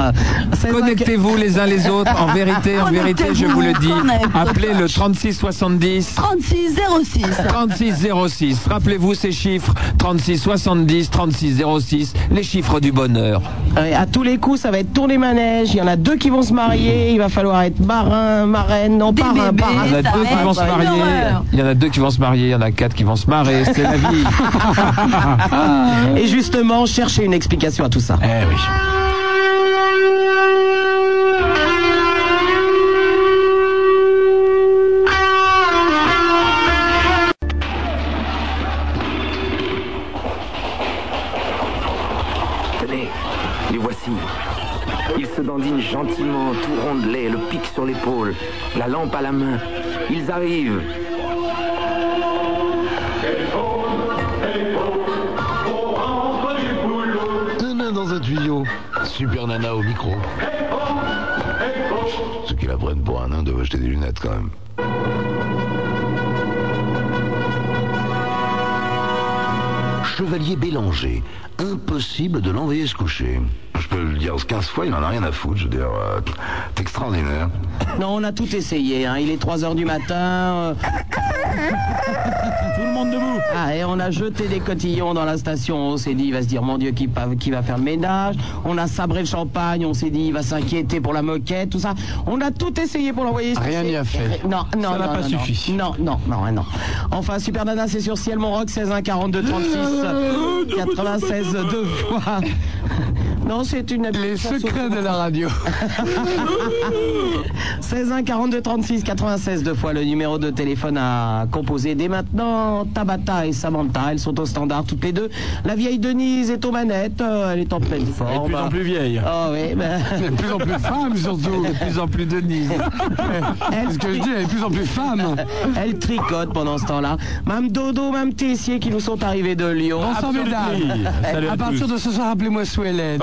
[SPEAKER 23] Connectez-vous les uns les autres, en vérité, en vérité, je vous le dis. Appelez le 3670.
[SPEAKER 5] 3606.
[SPEAKER 23] 3606. Rappelez-vous ces chiffres. 3670, 3606, les chiffres du bonheur.
[SPEAKER 3] Ouais, Euh, à tous les coups, ça va être tour des manèges. Il y en a deux qui vont se marier. Il va falloir être marin, marraine, non, parrain, parrain.
[SPEAKER 23] Il y en a deux qui vont se marier. Il y en a deux qui vont se marier. Il y en a quatre qui vont se marrer. C'est la vie.
[SPEAKER 3] Et justement, chercher une explication à tout ça.
[SPEAKER 23] *laughs* Eh oui.
[SPEAKER 12] Tenez, les voici. Ils se dandinent gentiment, tout rondelés, le pic sur l'épaule, la lampe à la main. Ils arrivent.
[SPEAKER 34] Deux nains dans un tuyau. Super Nana au micro. Ceux qui la prennent pour un
[SPEAKER 12] hein,
[SPEAKER 34] nain doivent acheter des lunettes quand même.
[SPEAKER 12] Chevalier Bélanger, impossible de l'envoyer se coucher. Je peux le dire 15 fois, il en a rien à foutre. Je veux dire, euh, c'est extraordinaire.
[SPEAKER 3] Non, on a tout essayé. hein. Il est 3h du matin. euh. Tout le monde debout. Ah, et on a jeté des cotillons dans la station. On s'est dit, il va se dire, mon Dieu, qui, pa- qui va faire le ménage. On a sabré le champagne. On s'est dit, il va s'inquiéter pour la moquette, tout ça. On a tout essayé pour l'envoyer. se
[SPEAKER 9] Rien
[SPEAKER 3] coucher.
[SPEAKER 9] n'y a fait.
[SPEAKER 3] Non, non,
[SPEAKER 9] Ça
[SPEAKER 3] non,
[SPEAKER 9] n'a pas
[SPEAKER 3] non, non.
[SPEAKER 9] suffi.
[SPEAKER 3] Non, non, non, non. Enfin, Super Nana, c'est sur Ciel, mon rock, 16 1 42 36 96 deux fois. *laughs* Non, c'est une Les secrets de la
[SPEAKER 7] radio.
[SPEAKER 3] 16 1 42 36 96 deux fois le numéro de téléphone à composer dès maintenant. Tabata et Samantha, elles sont au standard toutes les deux. La vieille Denise est aux manettes, euh, elle est en pleine forme.
[SPEAKER 9] de plus en plus vieille.
[SPEAKER 3] Ah oui, ben. *laughs*
[SPEAKER 9] Elle est de plus en plus femme, surtout. Elle est de plus en plus Denise.
[SPEAKER 7] Eh, C'est ce que je dis, elle est de plus en plus femme.
[SPEAKER 3] Elle tricote pendant ce temps-là. Mme Dodo, Mme Tessier qui nous sont arrivés de Lyon.
[SPEAKER 7] Bonsoir, mesdames. Eh, à partir de ce soir, appelez-moi Sue Hélène.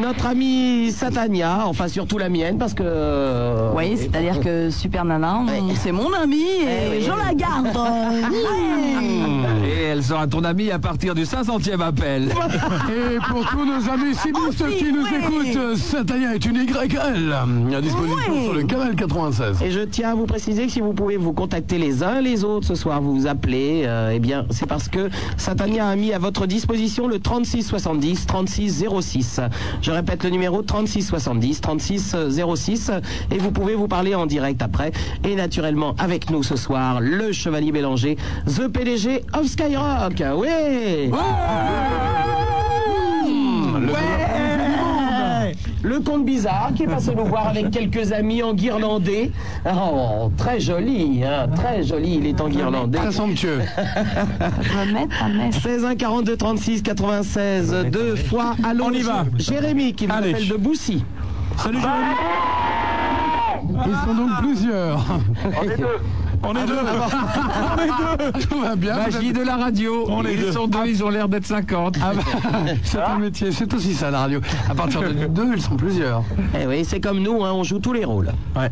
[SPEAKER 3] Notre amie Satania, enfin surtout la mienne, parce que. euh,
[SPEAKER 5] Oui, c'est-à-dire que Super Nana, on- *laughs* c'est mon ami et je la garde. Ouais.
[SPEAKER 23] Et elle sera ton amie à partir du 500e appel.
[SPEAKER 7] Et pour tous nos amis civilistes qui nous écoutent, euh, Satania est une YL. À disposition sur le canal 96.
[SPEAKER 3] Et je tiens à vous préciser que si vous pouvez vous contacter les uns les autres ce soir, vous vous appelez, euh, eh bien, c'est parce que Satania a mis à votre disposition le 36 70 36 06. Je répète le numéro 36 70 36 06 et vous pouvez vous parler en direct après. Et naturellement, avec nous ce soir, le Chevalier Bélanger, The PDG of Skyrock. Oui Le conte bizarre qui est passé nous voir avec quelques amis en guirlandais. Oh, très joli, hein, très joli, il est en guirlandais. Très
[SPEAKER 7] somptueux.
[SPEAKER 3] 16 1 42 36 96 deux fois. Allons,
[SPEAKER 9] On y va.
[SPEAKER 3] Jérémy qui nous
[SPEAKER 9] Allez.
[SPEAKER 3] appelle de Boussy.
[SPEAKER 9] Salut Jérémy.
[SPEAKER 7] Ils sont donc plusieurs. Ah,
[SPEAKER 9] On est deux. On est deux. On est deux.
[SPEAKER 7] Tout va bien.
[SPEAKER 23] Magie de la radio.
[SPEAKER 7] On est
[SPEAKER 23] ils
[SPEAKER 7] deux.
[SPEAKER 23] sont deux, ils ont l'air d'être 50.
[SPEAKER 7] Ah, bah, c'est un métier, c'est aussi ça la radio. À partir de deux, ils sont plusieurs.
[SPEAKER 3] Eh oui, c'est comme nous, hein, on joue tous les rôles.
[SPEAKER 7] Ouais.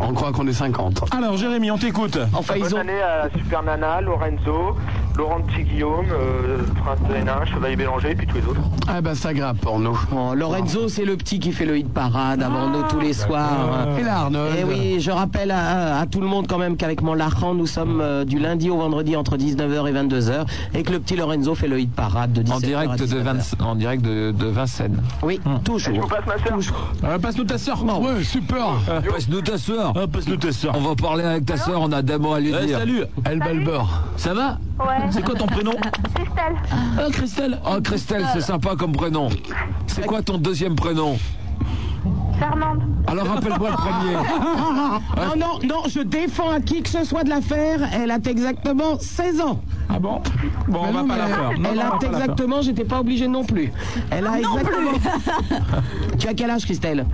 [SPEAKER 7] On croit qu'on est 50.
[SPEAKER 9] Alors Jérémy, on t'écoute.
[SPEAKER 3] Enfin,
[SPEAKER 35] Bonne année à Super Nana, Lorenzo, Laurent Petit Guillaume, euh, Prince de Hénin, Chevalier Bélanger, et puis tous les autres.
[SPEAKER 7] Ah bah ça grappe pour nous.
[SPEAKER 3] Oh, Lorenzo, c'est le petit qui fait le hit parade avant nous tous les
[SPEAKER 9] Ah,
[SPEAKER 3] soirs.
[SPEAKER 9] Euh.
[SPEAKER 7] Et là, Arnold.
[SPEAKER 3] Eh oui, je rappelle à, à tout le monde quand même qu'avec mon Lacan, nous sommes euh, du lundi au vendredi entre 19h et 22h et que le petit Lorenzo fait le hit parade de 17h
[SPEAKER 23] En direct de, Vince- en direct de, de Vincennes.
[SPEAKER 3] Oui,
[SPEAKER 9] Hum.
[SPEAKER 3] toujours.
[SPEAKER 23] passe-nous ta soeur.
[SPEAKER 7] Ouais, super.
[SPEAKER 9] Euh,
[SPEAKER 23] passe-nous ta soeur.
[SPEAKER 9] passe-nous ta soeur.
[SPEAKER 23] On va parler avec ta soeur, on a des mots à lui
[SPEAKER 9] Eh,
[SPEAKER 23] dire.
[SPEAKER 9] salut.
[SPEAKER 7] Elle Balbor.
[SPEAKER 23] Ça va
[SPEAKER 8] Ouais.
[SPEAKER 23] C'est quoi ton prénom
[SPEAKER 8] Christelle.
[SPEAKER 23] Ah, Christelle. Oh, Christelle, c'est sympa comme prénom. C'est quoi ton deuxième prénom
[SPEAKER 8] Fernande.
[SPEAKER 23] Alors rappelle-moi le *laughs* premier.
[SPEAKER 3] Non, Ah non, non, je défends à qui que ce soit de la faire. Elle a exactement 16 ans. Bah
[SPEAKER 9] Ah bon Bon, on va pas la faire. Non,
[SPEAKER 3] Elle
[SPEAKER 9] non, on va
[SPEAKER 3] a
[SPEAKER 9] pas la faire.
[SPEAKER 3] exactement, j'étais pas obligé non Ah, plus. Elle a
[SPEAKER 9] Non
[SPEAKER 3] exactement. *laughs* tu as quel âge, Christelle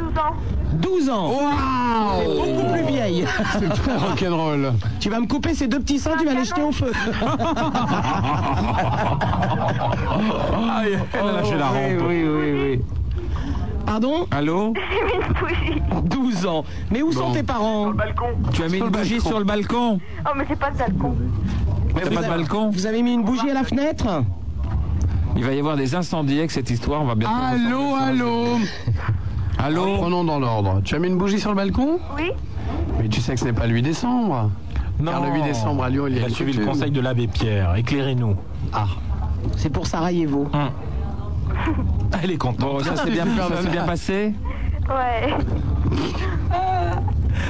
[SPEAKER 3] 12
[SPEAKER 8] 12 ans.
[SPEAKER 3] ans.
[SPEAKER 7] Waouh
[SPEAKER 3] C'est beaucoup plus vieille.
[SPEAKER 7] C'est très rock'n'roll.
[SPEAKER 3] Tu vas me couper ces deux petits seins, tu vas les jeter au feu.
[SPEAKER 23] Oh,
[SPEAKER 9] Ah, elle a lâché la rampe.
[SPEAKER 23] Oui, oui, oui.
[SPEAKER 3] Pardon
[SPEAKER 23] Allô
[SPEAKER 3] 12 ans. Mais où sont
[SPEAKER 23] Bon.
[SPEAKER 3] tes parents Sur le
[SPEAKER 36] balcon.
[SPEAKER 23] Tu as mis une bougie sur le balcon
[SPEAKER 8] Oh, mais j'ai pas de balcon.
[SPEAKER 23] T'as pas de balcon
[SPEAKER 3] Vous avez mis une bougie à la fenêtre
[SPEAKER 23] Il va y avoir des incendies avec cette histoire, on va bientôt...
[SPEAKER 7] Allô, allô
[SPEAKER 23] Allô
[SPEAKER 7] Prenons dans l'ordre. Tu as mis une bougie sur le balcon
[SPEAKER 8] Oui.
[SPEAKER 7] Mais tu sais que ce n'est pas le 8 décembre. Car le 8 décembre à Lyon, il y a,
[SPEAKER 9] Il a
[SPEAKER 7] une
[SPEAKER 9] suivi le
[SPEAKER 7] coutume.
[SPEAKER 9] conseil de l'abbé Pierre. Éclairez-nous. Ah.
[SPEAKER 3] C'est pour Sarajevo.
[SPEAKER 9] Elle est contente.
[SPEAKER 23] ça s'est bien, ça s'est bien passé
[SPEAKER 8] Ouais.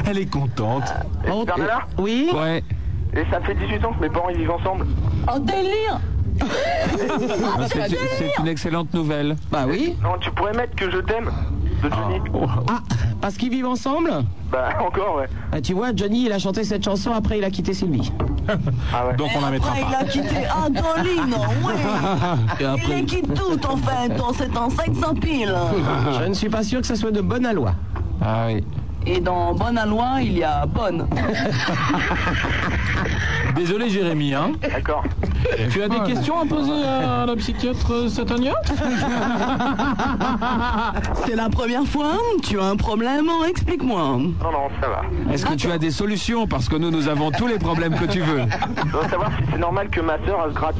[SPEAKER 9] Elle est contente.
[SPEAKER 36] Bernard
[SPEAKER 3] Oh, euh, Oui
[SPEAKER 23] Ouais.
[SPEAKER 36] hein. Et ça fait 18 ans que mes parents ils vivent ensemble.
[SPEAKER 5] En délire
[SPEAKER 23] Ah, C'est c'est une excellente nouvelle.
[SPEAKER 3] Bah oui.
[SPEAKER 36] Non, tu pourrais mettre que je t'aime de Johnny.
[SPEAKER 3] Ah, parce qu'ils vivent ensemble
[SPEAKER 36] Bah *laughs* encore, ouais.
[SPEAKER 3] Ah, Tu vois, Johnny, il a chanté cette chanson, après il a quitté Sylvie.
[SPEAKER 9] Donc on la mettra
[SPEAKER 5] Après, il
[SPEAKER 9] pas.
[SPEAKER 5] a quitté Antoline, oui.
[SPEAKER 9] Et après-
[SPEAKER 5] Il les quitte toutes, en fait. On s'est en 500 piles.
[SPEAKER 7] Ah.
[SPEAKER 3] Je ne suis pas sûr que ça soit de bonne aloi.
[SPEAKER 23] Ah oui.
[SPEAKER 5] Et dans Bonne à Loin, il y a Bonne.
[SPEAKER 9] Désolé Jérémy, hein.
[SPEAKER 36] D'accord.
[SPEAKER 9] Tu as
[SPEAKER 7] Ah.
[SPEAKER 9] des questions à poser à la psychiatre Satania
[SPEAKER 5] C'est la première fois Tu as un problème oh, Explique-moi.
[SPEAKER 36] Non, non, ça va.
[SPEAKER 23] Est-ce que tu as des solutions Parce que nous, nous avons tous les problèmes que tu veux.
[SPEAKER 36] Je dois savoir si c'est normal que ma soeur se gratte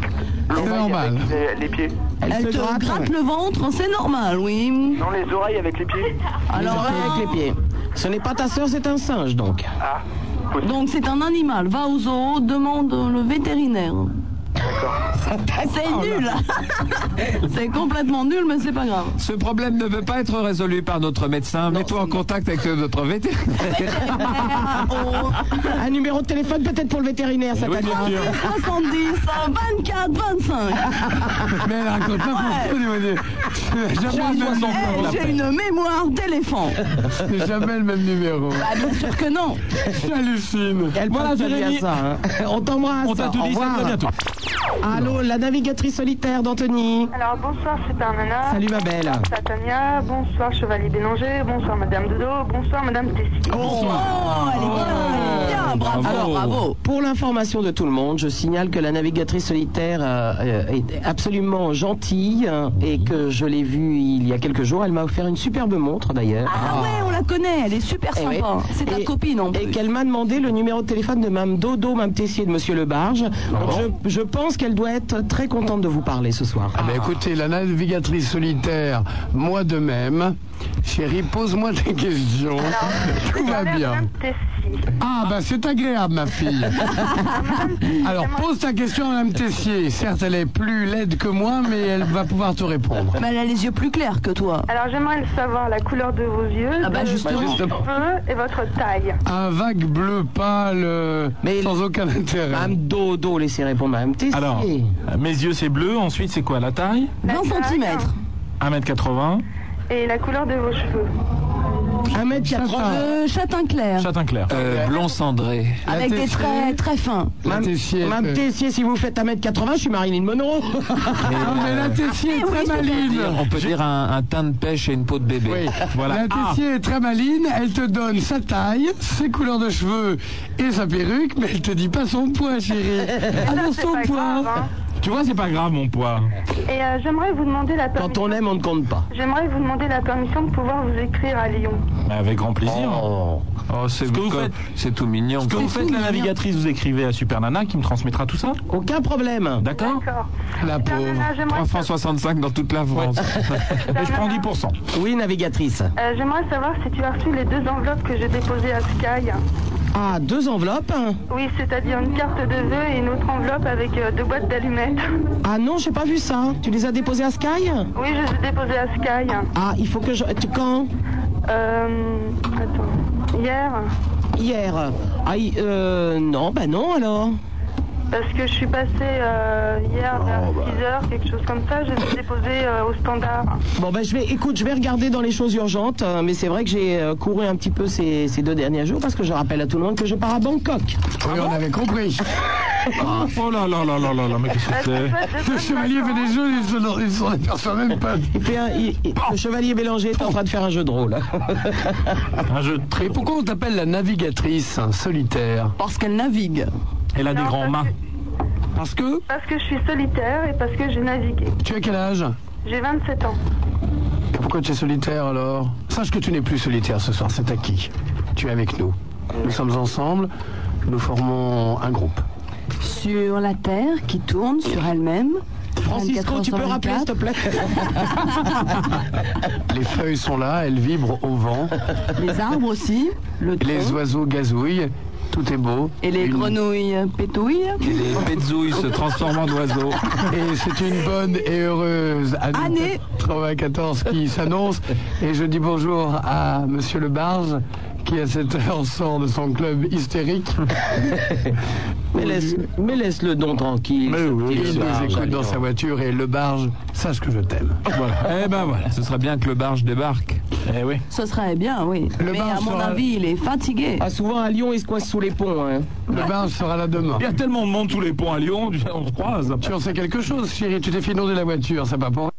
[SPEAKER 36] l'oreille
[SPEAKER 23] normal.
[SPEAKER 36] avec les, les pieds.
[SPEAKER 5] Elle, te gratte, le ventre, c'est normal, oui.
[SPEAKER 36] Non, les oreilles avec les pieds.
[SPEAKER 5] Alors
[SPEAKER 3] Les oreilles
[SPEAKER 5] là-
[SPEAKER 3] avec les pieds. Ce n'est pas ta sœur, c'est un singe donc.
[SPEAKER 5] Donc c'est un animal. Va au zoo, demande le vétérinaire. C'est nul. c'est complètement nul, mais c'est pas grave.
[SPEAKER 23] Ce problème ne peut pas être résolu par notre médecin. Mets-toi en contact avec euh, notre *laughs* vétérinaire.
[SPEAKER 3] Un numéro de téléphone peut-être pour le vétérinaire, ça t'a dit.
[SPEAKER 5] 70, 24, 25.
[SPEAKER 7] Mais elle raconte n'importe quoi, Dimoné. C'est Jamais le même numéro.
[SPEAKER 5] Eh, J'ai une mémoire d'éléphant.
[SPEAKER 7] C'est jamais le même numéro.
[SPEAKER 5] Ah, bien sûr que non.
[SPEAKER 7] J'hallucine.
[SPEAKER 3] Elle
[SPEAKER 7] Voilà,
[SPEAKER 3] pense bien
[SPEAKER 7] Jérémy.
[SPEAKER 3] ça. hein. *laughs* On t'embrasse.
[SPEAKER 7] On t'a tout
[SPEAKER 3] Au
[SPEAKER 7] dit, ça,
[SPEAKER 3] revoir.
[SPEAKER 7] à bientôt.
[SPEAKER 3] Allô, la navigatrice solitaire d'Anthony.
[SPEAKER 8] Alors bonsoir, c'est un nana.
[SPEAKER 3] Salut, ma belle.
[SPEAKER 8] Bonsoir, Tania. Bonsoir, Chevalier Bélanger. Bonsoir, Madame Dodo. Bonsoir, Madame Tessie.
[SPEAKER 4] Oh,
[SPEAKER 5] Bonsoir. Oh, Bien, Bah, bravo,
[SPEAKER 3] Alors,
[SPEAKER 5] bravo.
[SPEAKER 3] pour l'information de tout le monde, je signale que la navigatrice solitaire euh, euh, est absolument gentille hein, et que je l'ai vue il y a quelques jours. Elle m'a offert une superbe montre d'ailleurs.
[SPEAKER 5] Ah ouais, on la connaît, elle est super
[SPEAKER 3] Eh
[SPEAKER 5] sympa.
[SPEAKER 3] oui.
[SPEAKER 5] Oh, C'est ta
[SPEAKER 3] Et-
[SPEAKER 5] copine en plus.
[SPEAKER 3] Et qu'elle m'a demandé le numéro de téléphone de Mme Dodo, Mme Tessier et de Monsieur Lebarge. Donc je, je pense qu'elle doit être très contente de vous parler ce soir.
[SPEAKER 7] Ah bah écoutez, la navigatrice solitaire, moi de même. Chérie, pose-moi des questions. Tout va bien. Ah bah c'est agréable ma fille. Alors pose ta question à Mme Tessier. Certes, elle est plus laide que moi, mais elle va pouvoir te répondre.
[SPEAKER 5] Mais elle a les yeux plus clairs que toi.
[SPEAKER 8] Alors j'aimerais savoir la couleur de vos yeux,
[SPEAKER 5] Ah bah,
[SPEAKER 8] de
[SPEAKER 5] justement.
[SPEAKER 8] votre
[SPEAKER 7] Justement.
[SPEAKER 8] cheveux et votre taille.
[SPEAKER 7] Un vague bleu pâle, euh, sans aucun intérêt.
[SPEAKER 3] Mme Dodo, laissez répondre Mme Tessier.
[SPEAKER 9] Alors, mes yeux c'est bleu, ensuite c'est quoi la taille
[SPEAKER 5] 20 cm.
[SPEAKER 9] 1m80,
[SPEAKER 8] Et la couleur de vos cheveux.
[SPEAKER 3] 1m80.
[SPEAKER 5] Euh, châtain clair.
[SPEAKER 9] châtain clair.
[SPEAKER 23] blond Euh, cendré.
[SPEAKER 5] Avec des traits très fins.
[SPEAKER 3] Mme
[SPEAKER 7] Tessier,
[SPEAKER 3] Mme
[SPEAKER 7] euh,
[SPEAKER 3] Tessier, si vous faites 1m80, je suis
[SPEAKER 7] *laughs*
[SPEAKER 3] Marilyn Monroe.
[SPEAKER 7] Ah, mais la Tessier est très maligne.
[SPEAKER 23] On peut dire un, un teint de pêche et une peau de bébé.
[SPEAKER 7] Oui,
[SPEAKER 23] Voilà.
[SPEAKER 7] La Tessier est très maline, elle te donne sa taille, ses couleurs de cheveux et sa perruque, mais elle te dit pas son poids, chérie.
[SPEAKER 8] *laughs*
[SPEAKER 7] Alors
[SPEAKER 8] c'est
[SPEAKER 7] son
[SPEAKER 8] pas
[SPEAKER 7] poids.
[SPEAKER 8] grave, hein.
[SPEAKER 9] Tu vois, c'est pas grave mon poids.
[SPEAKER 8] Et euh, j'aimerais vous demander la
[SPEAKER 3] Quand
[SPEAKER 8] permission.
[SPEAKER 3] on aime, on ne compte pas.
[SPEAKER 8] J'aimerais vous demander la permission de pouvoir vous écrire à Lyon.
[SPEAKER 9] Mais avec grand plaisir.
[SPEAKER 23] Oh, Oh, c'est
[SPEAKER 9] que vous
[SPEAKER 23] comme-
[SPEAKER 9] faites-
[SPEAKER 23] c'est tout mignon.
[SPEAKER 9] Ce que vous faites, la navigatrice, vous écrivez à Super Nana qui me transmettra tout ça.
[SPEAKER 3] Aucun problème.
[SPEAKER 5] Hein
[SPEAKER 9] D'accord
[SPEAKER 8] D'accord.
[SPEAKER 7] La
[SPEAKER 8] Nana,
[SPEAKER 7] pauvre.
[SPEAKER 8] j'aimerais
[SPEAKER 23] 3 francs 65 dans toute la France.
[SPEAKER 9] Et je prends 10%.
[SPEAKER 3] Oui, navigatrice.
[SPEAKER 8] euh, j'aimerais savoir si tu as reçu les deux enveloppes que j'ai déposées à Sky.
[SPEAKER 3] Ah, deux enveloppes. hein.
[SPEAKER 8] Oui, c'est-à-dire une carte de vœux et une autre enveloppe avec euh, deux boîtes d'allumettes. *laughs*
[SPEAKER 3] Ah non, j'ai pas vu ça. Tu les as déposées à Sky
[SPEAKER 8] Oui, je les ai déposées à Sky.
[SPEAKER 3] Ah, il faut que je... tu- Quand
[SPEAKER 8] Euh, attends. Hier,
[SPEAKER 3] Hier. Ah, il- euh, non, bah non alors.
[SPEAKER 8] parce que je suis passée euh, hier vers 6h, quelque chose comme ça, je les ai déposées euh, au standard.
[SPEAKER 3] Bon ben je vais, écoute, je vais regarder dans les choses urgentes, euh, mais c'est vrai que j'ai euh, couru un petit peu ces, ces deux derniers jours parce que je rappelle à tout le monde que je pars à Bangkok.
[SPEAKER 7] *laughs* Oui, on avait compris.
[SPEAKER 9] Oh là là là là là là, mais qu'est-ce que
[SPEAKER 8] Euh,
[SPEAKER 9] c'est
[SPEAKER 7] *laughs* Le
[SPEAKER 8] je te souhaite de bonnes
[SPEAKER 7] chevalier fait des jeux, il s'en- il s'en aperçoit même pas.
[SPEAKER 3] Il fait un- hein, il- il- le chevalier Bélanger est en train de faire un jeu de rôle. *laughs*
[SPEAKER 9] Un jeu de
[SPEAKER 7] Et
[SPEAKER 9] trip.
[SPEAKER 7] pourquoi on t'appelle la navigatrice hein, solitaire
[SPEAKER 5] Parce qu'elle navigue.
[SPEAKER 9] Elle a des
[SPEAKER 8] Non,
[SPEAKER 9] grands
[SPEAKER 8] parce
[SPEAKER 9] mâts.
[SPEAKER 8] que-
[SPEAKER 7] Parce que
[SPEAKER 8] Parce que je suis solitaire et parce que j'ai navigué.
[SPEAKER 7] tu as quel âge
[SPEAKER 8] J'ai 27 ans.
[SPEAKER 7] Et Pourquoi tu es solitaire alors Sache que tu n'es plus solitaire ce soir, c'est acquis. Tu es avec nous. Nous sommes ensemble, nous formons un groupe.
[SPEAKER 5] Sur la Terre qui tourne sur elle-même.
[SPEAKER 3] Francisco, tu peux rappeler, s'il te plaît
[SPEAKER 7] Les feuilles sont là, elles vibrent au vent.
[SPEAKER 5] Les arbres aussi. Le
[SPEAKER 7] Les
[SPEAKER 5] *laughs* tronc.
[SPEAKER 7] oiseaux gazouillent, tout est beau.
[SPEAKER 5] Et les
[SPEAKER 7] Une-
[SPEAKER 5] grenouilles pétouillent.
[SPEAKER 7] Et les pétzouilles se transforment en oiseaux. Et c'est une bonne et heureuse année, 94 qui s'annonce. Et je dis bonjour à Monsieur Le Barge, qui à cette heure sort de son club hystérique.
[SPEAKER 3] Mais laisse, mais laisse le don tranquille.
[SPEAKER 7] Mais
[SPEAKER 3] ce
[SPEAKER 7] oui,
[SPEAKER 3] petit
[SPEAKER 7] il
[SPEAKER 3] Lebarge,
[SPEAKER 7] nous écoute dans
[SPEAKER 3] alors.
[SPEAKER 7] sa voiture et Le Barge, sache que je t'aime. Voilà. Eh ben voilà. Ce serait bien que Le Barge débarque.
[SPEAKER 9] Eh oui.
[SPEAKER 5] Ce serait bien, oui.
[SPEAKER 7] Le
[SPEAKER 5] Mais
[SPEAKER 7] bain
[SPEAKER 5] à mon
[SPEAKER 7] sera-
[SPEAKER 5] avis, il est fatigué.
[SPEAKER 3] Ah, souvent à Lyon, il se coince sous les ponts. Hein.
[SPEAKER 7] Le Barge Eh ben, sera là demain.
[SPEAKER 9] Il y a tellement de monde tous les ponts à Lyon, on se croise.
[SPEAKER 7] Tu en sais quelque chose, chérie. Tu t'es fait inonder la voiture, ça va pas pour